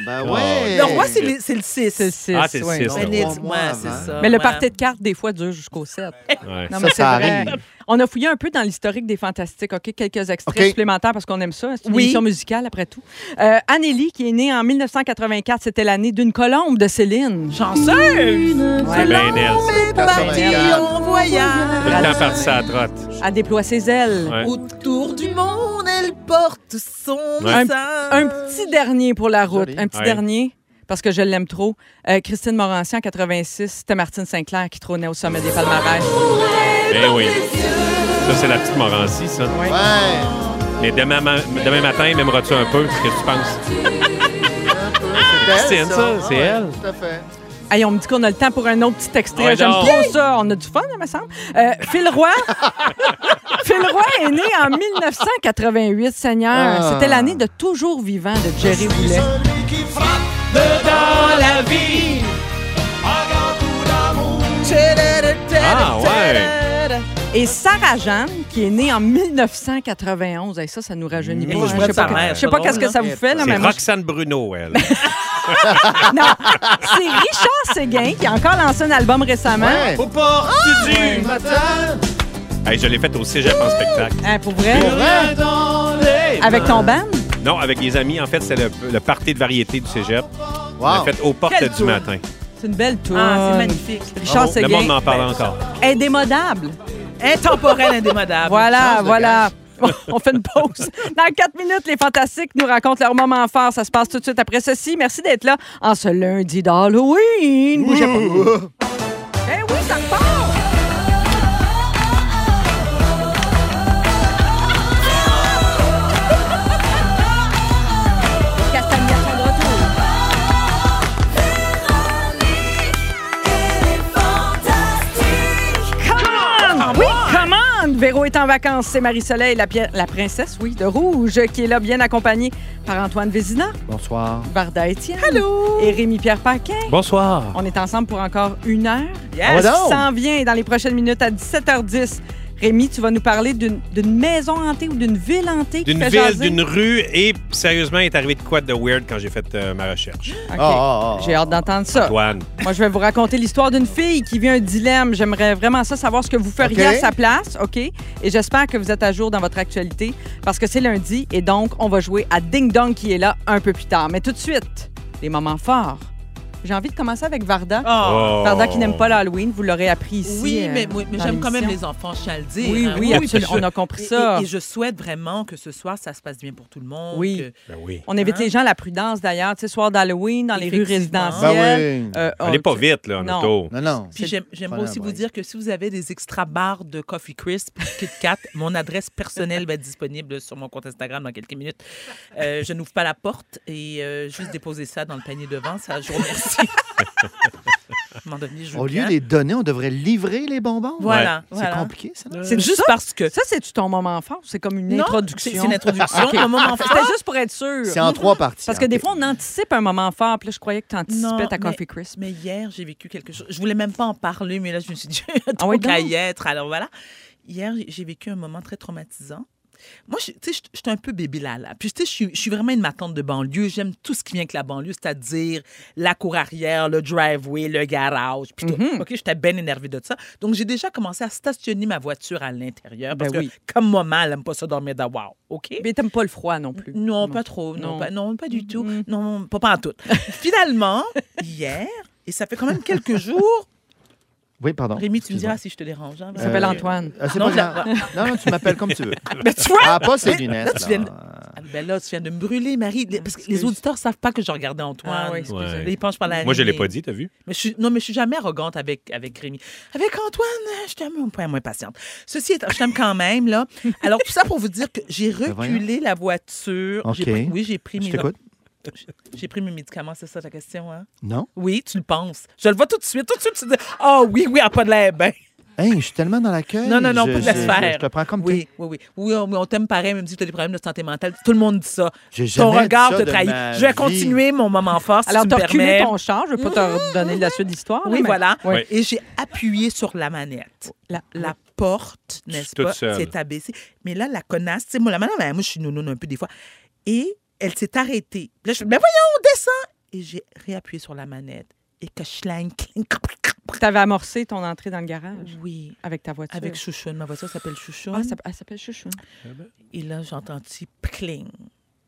[SPEAKER 3] Oh,
[SPEAKER 2] ben ouais.
[SPEAKER 4] Le roi, c'est le, c'est le 6.
[SPEAKER 1] C'est le six,
[SPEAKER 3] Ah, c'est le
[SPEAKER 1] oui.
[SPEAKER 3] six,
[SPEAKER 4] Ben,
[SPEAKER 3] le
[SPEAKER 4] les-
[SPEAKER 2] roi.
[SPEAKER 4] ouais, c'est ça.
[SPEAKER 1] Mais le
[SPEAKER 4] parti
[SPEAKER 1] party de cartes, des fois, dure jusqu'au 7.
[SPEAKER 3] Ouais.
[SPEAKER 1] Non,
[SPEAKER 2] Ça,
[SPEAKER 1] mais c'est
[SPEAKER 2] ça
[SPEAKER 1] vrai.
[SPEAKER 2] arrive.
[SPEAKER 1] On a fouillé un peu dans l'historique des Fantastiques, OK? Quelques extraits
[SPEAKER 2] OK.
[SPEAKER 1] supplémentaires parce qu'on aime ça. C'est une
[SPEAKER 4] Oui.
[SPEAKER 1] émission musicale, après tout. Euh, Anneli, qui est née en 1984, c'était l'année d'une colombe de Céline.
[SPEAKER 4] Chanceuse!
[SPEAKER 3] C'est bien elle.
[SPEAKER 4] Parti en voyage.
[SPEAKER 3] Tout le temps parti sa trotte.
[SPEAKER 1] Elle déploie ses ailes.
[SPEAKER 3] Ouais.
[SPEAKER 4] Autour du monde, elle porte son
[SPEAKER 3] Ouais.
[SPEAKER 4] sang.
[SPEAKER 1] Un petit dernier pour la route.
[SPEAKER 2] Joli.
[SPEAKER 1] Un petit
[SPEAKER 3] Ouais.
[SPEAKER 1] dernier, parce que je l'aime trop. Euh, Christine Morancy, en 86, c'était Martine Sinclair qui trônait au sommet des palmarès.
[SPEAKER 3] Ben oui. Ça, c'est la petite Morancy, ça.
[SPEAKER 2] Ouais.
[SPEAKER 3] Ah, Mais demain, ma- demain matin, m'aimeras-tu un peu? Qu'est-ce que tu penses?
[SPEAKER 2] C'est
[SPEAKER 3] C'est
[SPEAKER 2] elle,
[SPEAKER 3] elle,
[SPEAKER 2] ça.
[SPEAKER 3] ça, c'est
[SPEAKER 2] Ah ouais,
[SPEAKER 3] elle.
[SPEAKER 2] Tout à fait.
[SPEAKER 1] Hey, on me dit qu'on a le temps pour un autre petit extrait.
[SPEAKER 3] Ouais,
[SPEAKER 1] J'aime
[SPEAKER 3] donc.
[SPEAKER 1] trop ça. On a du fun, il me semble. Euh, Phil Roy. Phil Roy est né en 1988, Seigneur.
[SPEAKER 2] Ah.
[SPEAKER 1] C'était l'année de Toujours vivant de Jerry Boulet.
[SPEAKER 3] Ah, ouais.
[SPEAKER 1] Et Sarah Jeanne, qui est née en 1991. Hey, ça, ça nous rajeunit
[SPEAKER 4] Mmh.
[SPEAKER 1] pas.
[SPEAKER 4] Moi, je vois
[SPEAKER 1] sais
[SPEAKER 4] de sa
[SPEAKER 1] pas,
[SPEAKER 4] mère,
[SPEAKER 1] je
[SPEAKER 4] c'est
[SPEAKER 1] sais pas
[SPEAKER 4] drôle,
[SPEAKER 1] qu'est-ce que
[SPEAKER 4] là.
[SPEAKER 1] ça vous fait. Là,
[SPEAKER 3] C'est
[SPEAKER 1] mais moi,
[SPEAKER 3] Roxane Bruno, elle.
[SPEAKER 1] je- non, c'est Richard Séguin qui a encore lancé un album récemment.
[SPEAKER 2] Ouais.
[SPEAKER 3] Faut pas tu dis!
[SPEAKER 2] Matin,
[SPEAKER 3] Hey, je l'ai faite au cégep en spectacle.
[SPEAKER 1] Hein, pour vrai.
[SPEAKER 2] ouais.
[SPEAKER 1] Avec ton band.
[SPEAKER 3] Non, avec les amis. En fait, c'est le, le party de variété du cégep. On
[SPEAKER 2] Wow.
[SPEAKER 3] l'a fait aux portes
[SPEAKER 4] Quel
[SPEAKER 3] du
[SPEAKER 4] tour.
[SPEAKER 3] matin.
[SPEAKER 1] C'est une belle tour.
[SPEAKER 4] Ah, c'est magnifique.
[SPEAKER 3] Le
[SPEAKER 1] Richard
[SPEAKER 3] monde
[SPEAKER 1] Séguin,
[SPEAKER 3] m'en parle encore.
[SPEAKER 1] indémodable.
[SPEAKER 4] Intemporel, indémodable.
[SPEAKER 1] Voilà,
[SPEAKER 2] de
[SPEAKER 1] voilà. On fait une pause. Dans quatre minutes, les Fantastiques nous racontent leur moment fort. Ça se passe tout de suite après ceci. Merci d'être là en ce lundi d'Halloween. Bougez pas. Eh oui, ça repart! Castagnette, on est de retour. Come on! Oui, come on! Véro est en vacances. C'est Marie-Soleil, la, pie- la princesse, oui, de rouge, qui est là bien accompagnée par Antoine Vézina,
[SPEAKER 2] Bonsoir.
[SPEAKER 1] Varda Étienne. Et Rémi-Pierre Paquin.
[SPEAKER 3] Bonsoir.
[SPEAKER 1] On est ensemble pour encore une heure.
[SPEAKER 2] Ah,
[SPEAKER 4] Yes.
[SPEAKER 2] non.
[SPEAKER 1] Ça s'en vient dans les prochaines minutes à 17h10. Rémi, tu vas nous parler d'une d'une maison hantée ou d'une ville hantée qui
[SPEAKER 3] D'une
[SPEAKER 1] fait
[SPEAKER 3] ville,
[SPEAKER 1] jaser.
[SPEAKER 3] d'une rue, et sérieusement, il est arrivé de quoi de weird quand j'ai fait euh, ma recherche?
[SPEAKER 1] OK.
[SPEAKER 2] Ah, ah, ah.
[SPEAKER 1] J'ai hâte d'entendre ça.
[SPEAKER 3] Antoine.
[SPEAKER 1] Moi, je vais vous raconter l'histoire d'une fille qui vit un dilemme. J'aimerais vraiment ça, savoir ce que vous feriez
[SPEAKER 2] OK.
[SPEAKER 1] à sa place, OK? Et j'espère que vous êtes à jour dans votre actualité parce que c'est lundi et donc on va jouer à Ding Dong qui est là un peu plus tard. Mais tout de suite, les moments forts. J'ai envie de commencer avec Varda.
[SPEAKER 4] Oh.
[SPEAKER 3] Oh.
[SPEAKER 1] Varda qui n'aime pas l'Halloween, vous l'aurez appris ici.
[SPEAKER 4] Oui,
[SPEAKER 1] euh,
[SPEAKER 4] mais, oui, mais
[SPEAKER 1] dans
[SPEAKER 4] j'aime quand même
[SPEAKER 1] l'émission.
[SPEAKER 4] les enfants, je tiens à le dire.
[SPEAKER 1] Oui,
[SPEAKER 4] hein.
[SPEAKER 1] oui, absolument. On a compris
[SPEAKER 4] Et,
[SPEAKER 1] ça.
[SPEAKER 4] et- et je souhaite vraiment que ce soir, ça se passe bien pour tout le monde.
[SPEAKER 1] Oui.
[SPEAKER 4] que-
[SPEAKER 3] Ben oui.
[SPEAKER 1] On invite
[SPEAKER 4] Hein?
[SPEAKER 1] les gens à la prudence d'ailleurs, tu sais, soir d'Halloween, dans les rues
[SPEAKER 4] Effectivement.
[SPEAKER 1] résidentielles.
[SPEAKER 2] Ben oui.
[SPEAKER 1] Euh,
[SPEAKER 3] Allez
[SPEAKER 1] on-
[SPEAKER 3] pas vite, là, en
[SPEAKER 1] Non.
[SPEAKER 3] auto.
[SPEAKER 2] Non, non.
[SPEAKER 4] Puis j'aime- j'aimerais
[SPEAKER 2] Prenez un
[SPEAKER 4] aussi vous
[SPEAKER 2] break.
[SPEAKER 4] dire que si vous avez des extra barres de Coffee Crisp ou Kit Kat, mon adresse personnelle va être disponible sur mon compte Instagram dans quelques minutes. Euh, je n'ouvre pas la porte et euh, juste déposer ça dans le panier devant, ça, je vous remercie. À un moment donné, je veux
[SPEAKER 2] Au lieu
[SPEAKER 4] bien.
[SPEAKER 2] de les donner, on devrait livrer les bonbons.
[SPEAKER 4] Voilà,
[SPEAKER 2] C'est
[SPEAKER 4] voilà.
[SPEAKER 2] compliqué, ça. non?
[SPEAKER 4] C'est juste
[SPEAKER 1] Euh, ça?
[SPEAKER 4] parce que...
[SPEAKER 1] Ça, c'est-tu ton moment fort? C'est comme une
[SPEAKER 4] Non,
[SPEAKER 1] introduction.
[SPEAKER 4] C'est c'est une introduction.
[SPEAKER 1] OK.
[SPEAKER 4] Un moment fort.
[SPEAKER 1] C'était juste pour être sûr.
[SPEAKER 2] C'est en trois parties.
[SPEAKER 1] Parce que des
[SPEAKER 2] OK.
[SPEAKER 1] fois, on anticipe un moment fort. Puis là, je croyais que tu
[SPEAKER 4] Non,
[SPEAKER 1] anticipais ta Coffee
[SPEAKER 4] mais-
[SPEAKER 1] Crisp.
[SPEAKER 4] Mais hier, j'ai vécu quelque chose. Je voulais même pas en parler, mais là, je me suis dit,
[SPEAKER 1] Ah
[SPEAKER 4] trop
[SPEAKER 1] ouais,
[SPEAKER 4] qu'à
[SPEAKER 1] donc?
[SPEAKER 4] y être. Alors voilà. Hier, j'ai- j'ai vécu un moment très traumatisant. Moi, je- tu sais, je- j'étais un peu bébé là, là. Puis, tu sais, je suis- je suis vraiment une matante de banlieue. J'aime tout ce qui vient avec la banlieue, c'est-à-dire la cour arrière, le driveway, le garage. Puis, tout.
[SPEAKER 1] Mm-hmm.
[SPEAKER 4] OK, j'étais bien énervée de ça. Donc, j'ai déjà commencé à stationner ma voiture à l'intérieur. Parce
[SPEAKER 1] Ben oui.
[SPEAKER 4] que, comme maman, elle aime pas ça dormir d'award. OK?
[SPEAKER 1] Mais t'aimes pas le froid non plus.
[SPEAKER 4] Non, pas trop. Non,
[SPEAKER 1] Non.
[SPEAKER 4] pas, non, pas du tout. Non, pas, pas en tout. Finalement, hier, et ça fait quand même quelques jours,
[SPEAKER 2] Oui, pardon.
[SPEAKER 4] Rémi, tu me
[SPEAKER 2] Excuse-moi.
[SPEAKER 4] diras si je te dérange. hein,
[SPEAKER 1] Il s'appelle
[SPEAKER 2] Euh,
[SPEAKER 1] Antoine.
[SPEAKER 2] Ah, c'est
[SPEAKER 4] Non,
[SPEAKER 2] pas
[SPEAKER 4] je
[SPEAKER 2] grave.
[SPEAKER 4] la-
[SPEAKER 2] Non, non, tu m'appelles comme tu veux.
[SPEAKER 4] Ben, tu vois,
[SPEAKER 2] Ah, pas ces lunettes.
[SPEAKER 4] tu viens de-
[SPEAKER 2] là.
[SPEAKER 4] Ah, ben là, tu viens de me brûler, Marie. Les- Parce que les
[SPEAKER 1] Excuse.
[SPEAKER 4] auditeurs ne savent pas que je regardais Antoine.
[SPEAKER 1] Ah oui,
[SPEAKER 3] excusez. Ouais.
[SPEAKER 4] Là, Ils pensent par la
[SPEAKER 3] Moi, je l'ai pas dit, t'as vu?
[SPEAKER 4] Mais je suis, non, mais je suis jamais arrogante avec, avec Rémi. Avec Antoine, euh, je t'aime un peu moins patiente. Ceci étant, je t'aime quand même, là. Alors, tout ça pour vous dire que j'ai
[SPEAKER 2] Ben, voyons.
[SPEAKER 4] reculé la voiture. J'ai
[SPEAKER 2] OK.
[SPEAKER 4] pris- oui, j'ai pris,
[SPEAKER 2] Je
[SPEAKER 4] mes...
[SPEAKER 2] t'écoute.
[SPEAKER 4] j'ai pris mes médicaments, c'est ça ta question, hein?
[SPEAKER 2] Non?
[SPEAKER 4] Oui, tu le penses. Je le vois tout de suite. Tout de suite, tu dis Ah oui, oui, elle a pas de l'air bien.
[SPEAKER 2] Hey, je suis tellement dans l'accueil.
[SPEAKER 4] Non, non, non,
[SPEAKER 2] je,
[SPEAKER 4] pas de
[SPEAKER 2] je-
[SPEAKER 4] la
[SPEAKER 2] je-
[SPEAKER 4] sphère.
[SPEAKER 2] Je te prends comme
[SPEAKER 4] Oui, oui, oui. Oui, on, on t'aime pareil, même si tu as des problèmes de santé mentale. Tout le monde dit ça.
[SPEAKER 2] J'ai
[SPEAKER 4] Ton
[SPEAKER 2] jamais dit
[SPEAKER 4] regard
[SPEAKER 2] ça
[SPEAKER 4] te
[SPEAKER 2] de
[SPEAKER 4] trahit.
[SPEAKER 2] ma
[SPEAKER 4] Je vais
[SPEAKER 2] vie.
[SPEAKER 4] continuer mon moment fort, si
[SPEAKER 1] Alors,
[SPEAKER 4] tu me
[SPEAKER 1] t'as reculé
[SPEAKER 4] permets.
[SPEAKER 1] ton char. Je veux pas te redonner la suite de l'histoire. là,
[SPEAKER 4] Oui,
[SPEAKER 1] mais-
[SPEAKER 4] voilà.
[SPEAKER 1] Oui.
[SPEAKER 3] Oui.
[SPEAKER 4] Et j'ai appuyé sur la manette.
[SPEAKER 1] La-
[SPEAKER 4] La porte, n'est-ce
[SPEAKER 3] Toute
[SPEAKER 4] pas,
[SPEAKER 3] seule.
[SPEAKER 4] s'est abaissée. Mais là, la connasse, tu sais, moi, la madame, elle- moi, je suis nounoune un peu des fois. Et elle s'est arrêtée. Puis Là, je fais, ben voyons, on descend. Et j'ai réappuyé sur la manette. Et que schlang, cling, clop, clop,
[SPEAKER 1] Tu avais amorcé ton entrée dans le garage
[SPEAKER 4] Oui.
[SPEAKER 1] avec ta voiture.
[SPEAKER 4] Avec Chouchoune. Ma voiture s'appelle Chouchoune.
[SPEAKER 1] Ah, ça elle s'appelle Chouchoune.
[SPEAKER 4] Et là, j'ai entendu pling.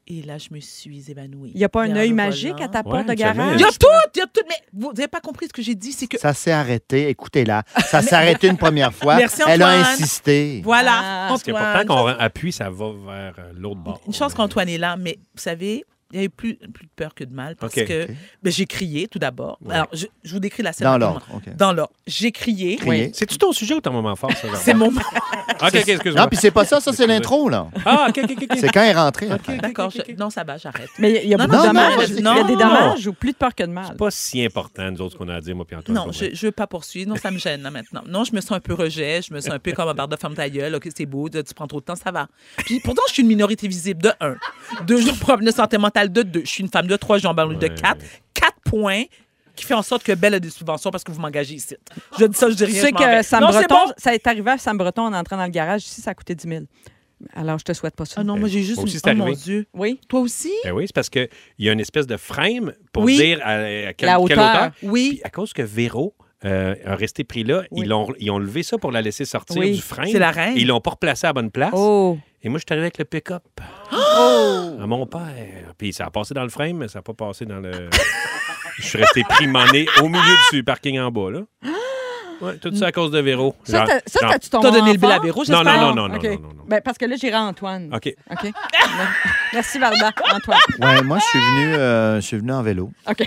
[SPEAKER 4] Et là, je me suis évanouie.
[SPEAKER 1] Il n'y a pas un
[SPEAKER 4] Derrière
[SPEAKER 1] œil
[SPEAKER 4] le
[SPEAKER 1] magique
[SPEAKER 4] volant.
[SPEAKER 1] à ta
[SPEAKER 3] Ouais,
[SPEAKER 1] porte de
[SPEAKER 3] tu avais un-
[SPEAKER 4] Il
[SPEAKER 1] garage?
[SPEAKER 4] y a tout! Il y a tout! Mais vous n'avez pas compris ce que j'ai dit, c'est que.
[SPEAKER 1] Ah.
[SPEAKER 2] Ça s'est arrêté. Écoutez-la. Ça s'est arrêté une première fois.
[SPEAKER 4] Merci,
[SPEAKER 2] Elle a
[SPEAKER 4] Antoine.
[SPEAKER 2] insisté.
[SPEAKER 4] Voilà!
[SPEAKER 1] Ah.
[SPEAKER 3] Parce que pourtant, qu'on appuie, ça va vers euh, l'autre bord.
[SPEAKER 4] Une chance qu'Antoine est là, mais vous savez, il y avait plus, plus de peur que de mal parce
[SPEAKER 3] Ok.
[SPEAKER 4] que
[SPEAKER 2] Ok.
[SPEAKER 4] ben, j'ai crié tout d'abord.
[SPEAKER 3] Ouais.
[SPEAKER 4] Alors, je, je vous décris la scène.
[SPEAKER 2] Dans
[SPEAKER 4] rapidement.
[SPEAKER 2] l'ordre. OK.
[SPEAKER 4] Dans l'ordre. J'ai crié.
[SPEAKER 2] Crier.
[SPEAKER 3] C'est-tu ton sujet ou ton moment fort, ça?
[SPEAKER 4] C'est
[SPEAKER 3] Barbara?
[SPEAKER 4] mon moment.
[SPEAKER 3] OK, OK, excuse-moi.
[SPEAKER 2] Non, puis c'est pas ça. Ça, c'est
[SPEAKER 3] Excusez.
[SPEAKER 2] l'intro, là.
[SPEAKER 3] Ah, OK, OK, OK, OK.
[SPEAKER 2] C'est quand elle est rentrée. après.
[SPEAKER 4] D'accord. je- Non, ça va, j'arrête.
[SPEAKER 1] Mais il y a
[SPEAKER 4] Non,
[SPEAKER 1] beaucoup de
[SPEAKER 2] non, non,
[SPEAKER 1] dommages.
[SPEAKER 2] non.
[SPEAKER 1] Il y a des dommages ou plus de peur que de mal.
[SPEAKER 3] C'est pas si important, nous autres, ce qu'on a à dire, moi puis Antoine.
[SPEAKER 4] Non,
[SPEAKER 3] pour
[SPEAKER 4] je
[SPEAKER 3] vrai.
[SPEAKER 4] ne veux pas poursuivre. Non, ça me gêne là, maintenant. Non, je me sens un peu rejet. Je me sens un peu comme un barre de femme ta gueule. OK, c'est beau. Tu prends trop de temps, ça va. Puis pourtant, je suis une minorité visible de 1. Deux jours de problème de santé mentale de 2. Je suis une femme de 3, j'en parle de
[SPEAKER 3] Ouais.
[SPEAKER 4] 4. 4 points qui fait en sorte que Belle a des subventions parce que vous m'engagez ici. Je dis ça, je dis
[SPEAKER 1] Tu
[SPEAKER 4] rien.
[SPEAKER 1] sais
[SPEAKER 4] je m'en vais.
[SPEAKER 1] que Sam
[SPEAKER 4] Non, c'est
[SPEAKER 1] Breton,
[SPEAKER 4] bon.
[SPEAKER 1] ça est arrivé à Sam Breton en entrant dans le garage ici, ça a coûté 10 000. Alors, je te souhaite pas ça.
[SPEAKER 4] Ah non, moi, j'ai juste
[SPEAKER 3] Moi aussi,
[SPEAKER 4] une-
[SPEAKER 3] c'est
[SPEAKER 4] Oh mon
[SPEAKER 3] arrivé.
[SPEAKER 4] Dieu.
[SPEAKER 1] Oui.
[SPEAKER 4] Toi aussi?
[SPEAKER 3] Ben oui, c'est parce qu'il y a une espèce de frame pour
[SPEAKER 4] Oui.
[SPEAKER 3] dire à, à quel-
[SPEAKER 1] La
[SPEAKER 3] quelle
[SPEAKER 1] hauteur.
[SPEAKER 3] hauteur. Puis
[SPEAKER 4] Oui.
[SPEAKER 3] à cause que Véro euh, a resté pris là,
[SPEAKER 1] Oui.
[SPEAKER 3] ils, l'ont- ils ont levé ça pour la laisser sortir
[SPEAKER 1] Oui.
[SPEAKER 3] du frein.
[SPEAKER 4] C'est la reine.
[SPEAKER 3] Ils l'ont pas replacé à la bonne place.
[SPEAKER 1] Oh.
[SPEAKER 3] Et moi, je suis arrivé avec le pick-up. À mon père. Puis ça a passé dans le frame, mais ça n'a pas passé dans le. je suis resté pris mon nez au milieu du parking en bas, là. Ouais, tout ça à cause de Véro.
[SPEAKER 1] Ça,
[SPEAKER 3] Genre-
[SPEAKER 1] t'as- ça,
[SPEAKER 3] genre-
[SPEAKER 1] t'as-tu ton
[SPEAKER 4] T'as donné le
[SPEAKER 1] enfant?
[SPEAKER 4] bill à Véro,
[SPEAKER 3] Non,
[SPEAKER 4] j'espère?
[SPEAKER 3] non, non, non,
[SPEAKER 1] OK.
[SPEAKER 3] non, non, non.
[SPEAKER 1] Ben, parce que là, j'irai à Antoine.
[SPEAKER 3] OK.
[SPEAKER 1] OK. Merci, Varda. Antoine.
[SPEAKER 2] Ouais, moi, je suis venu, euh, je suis venu en vélo.
[SPEAKER 1] OK.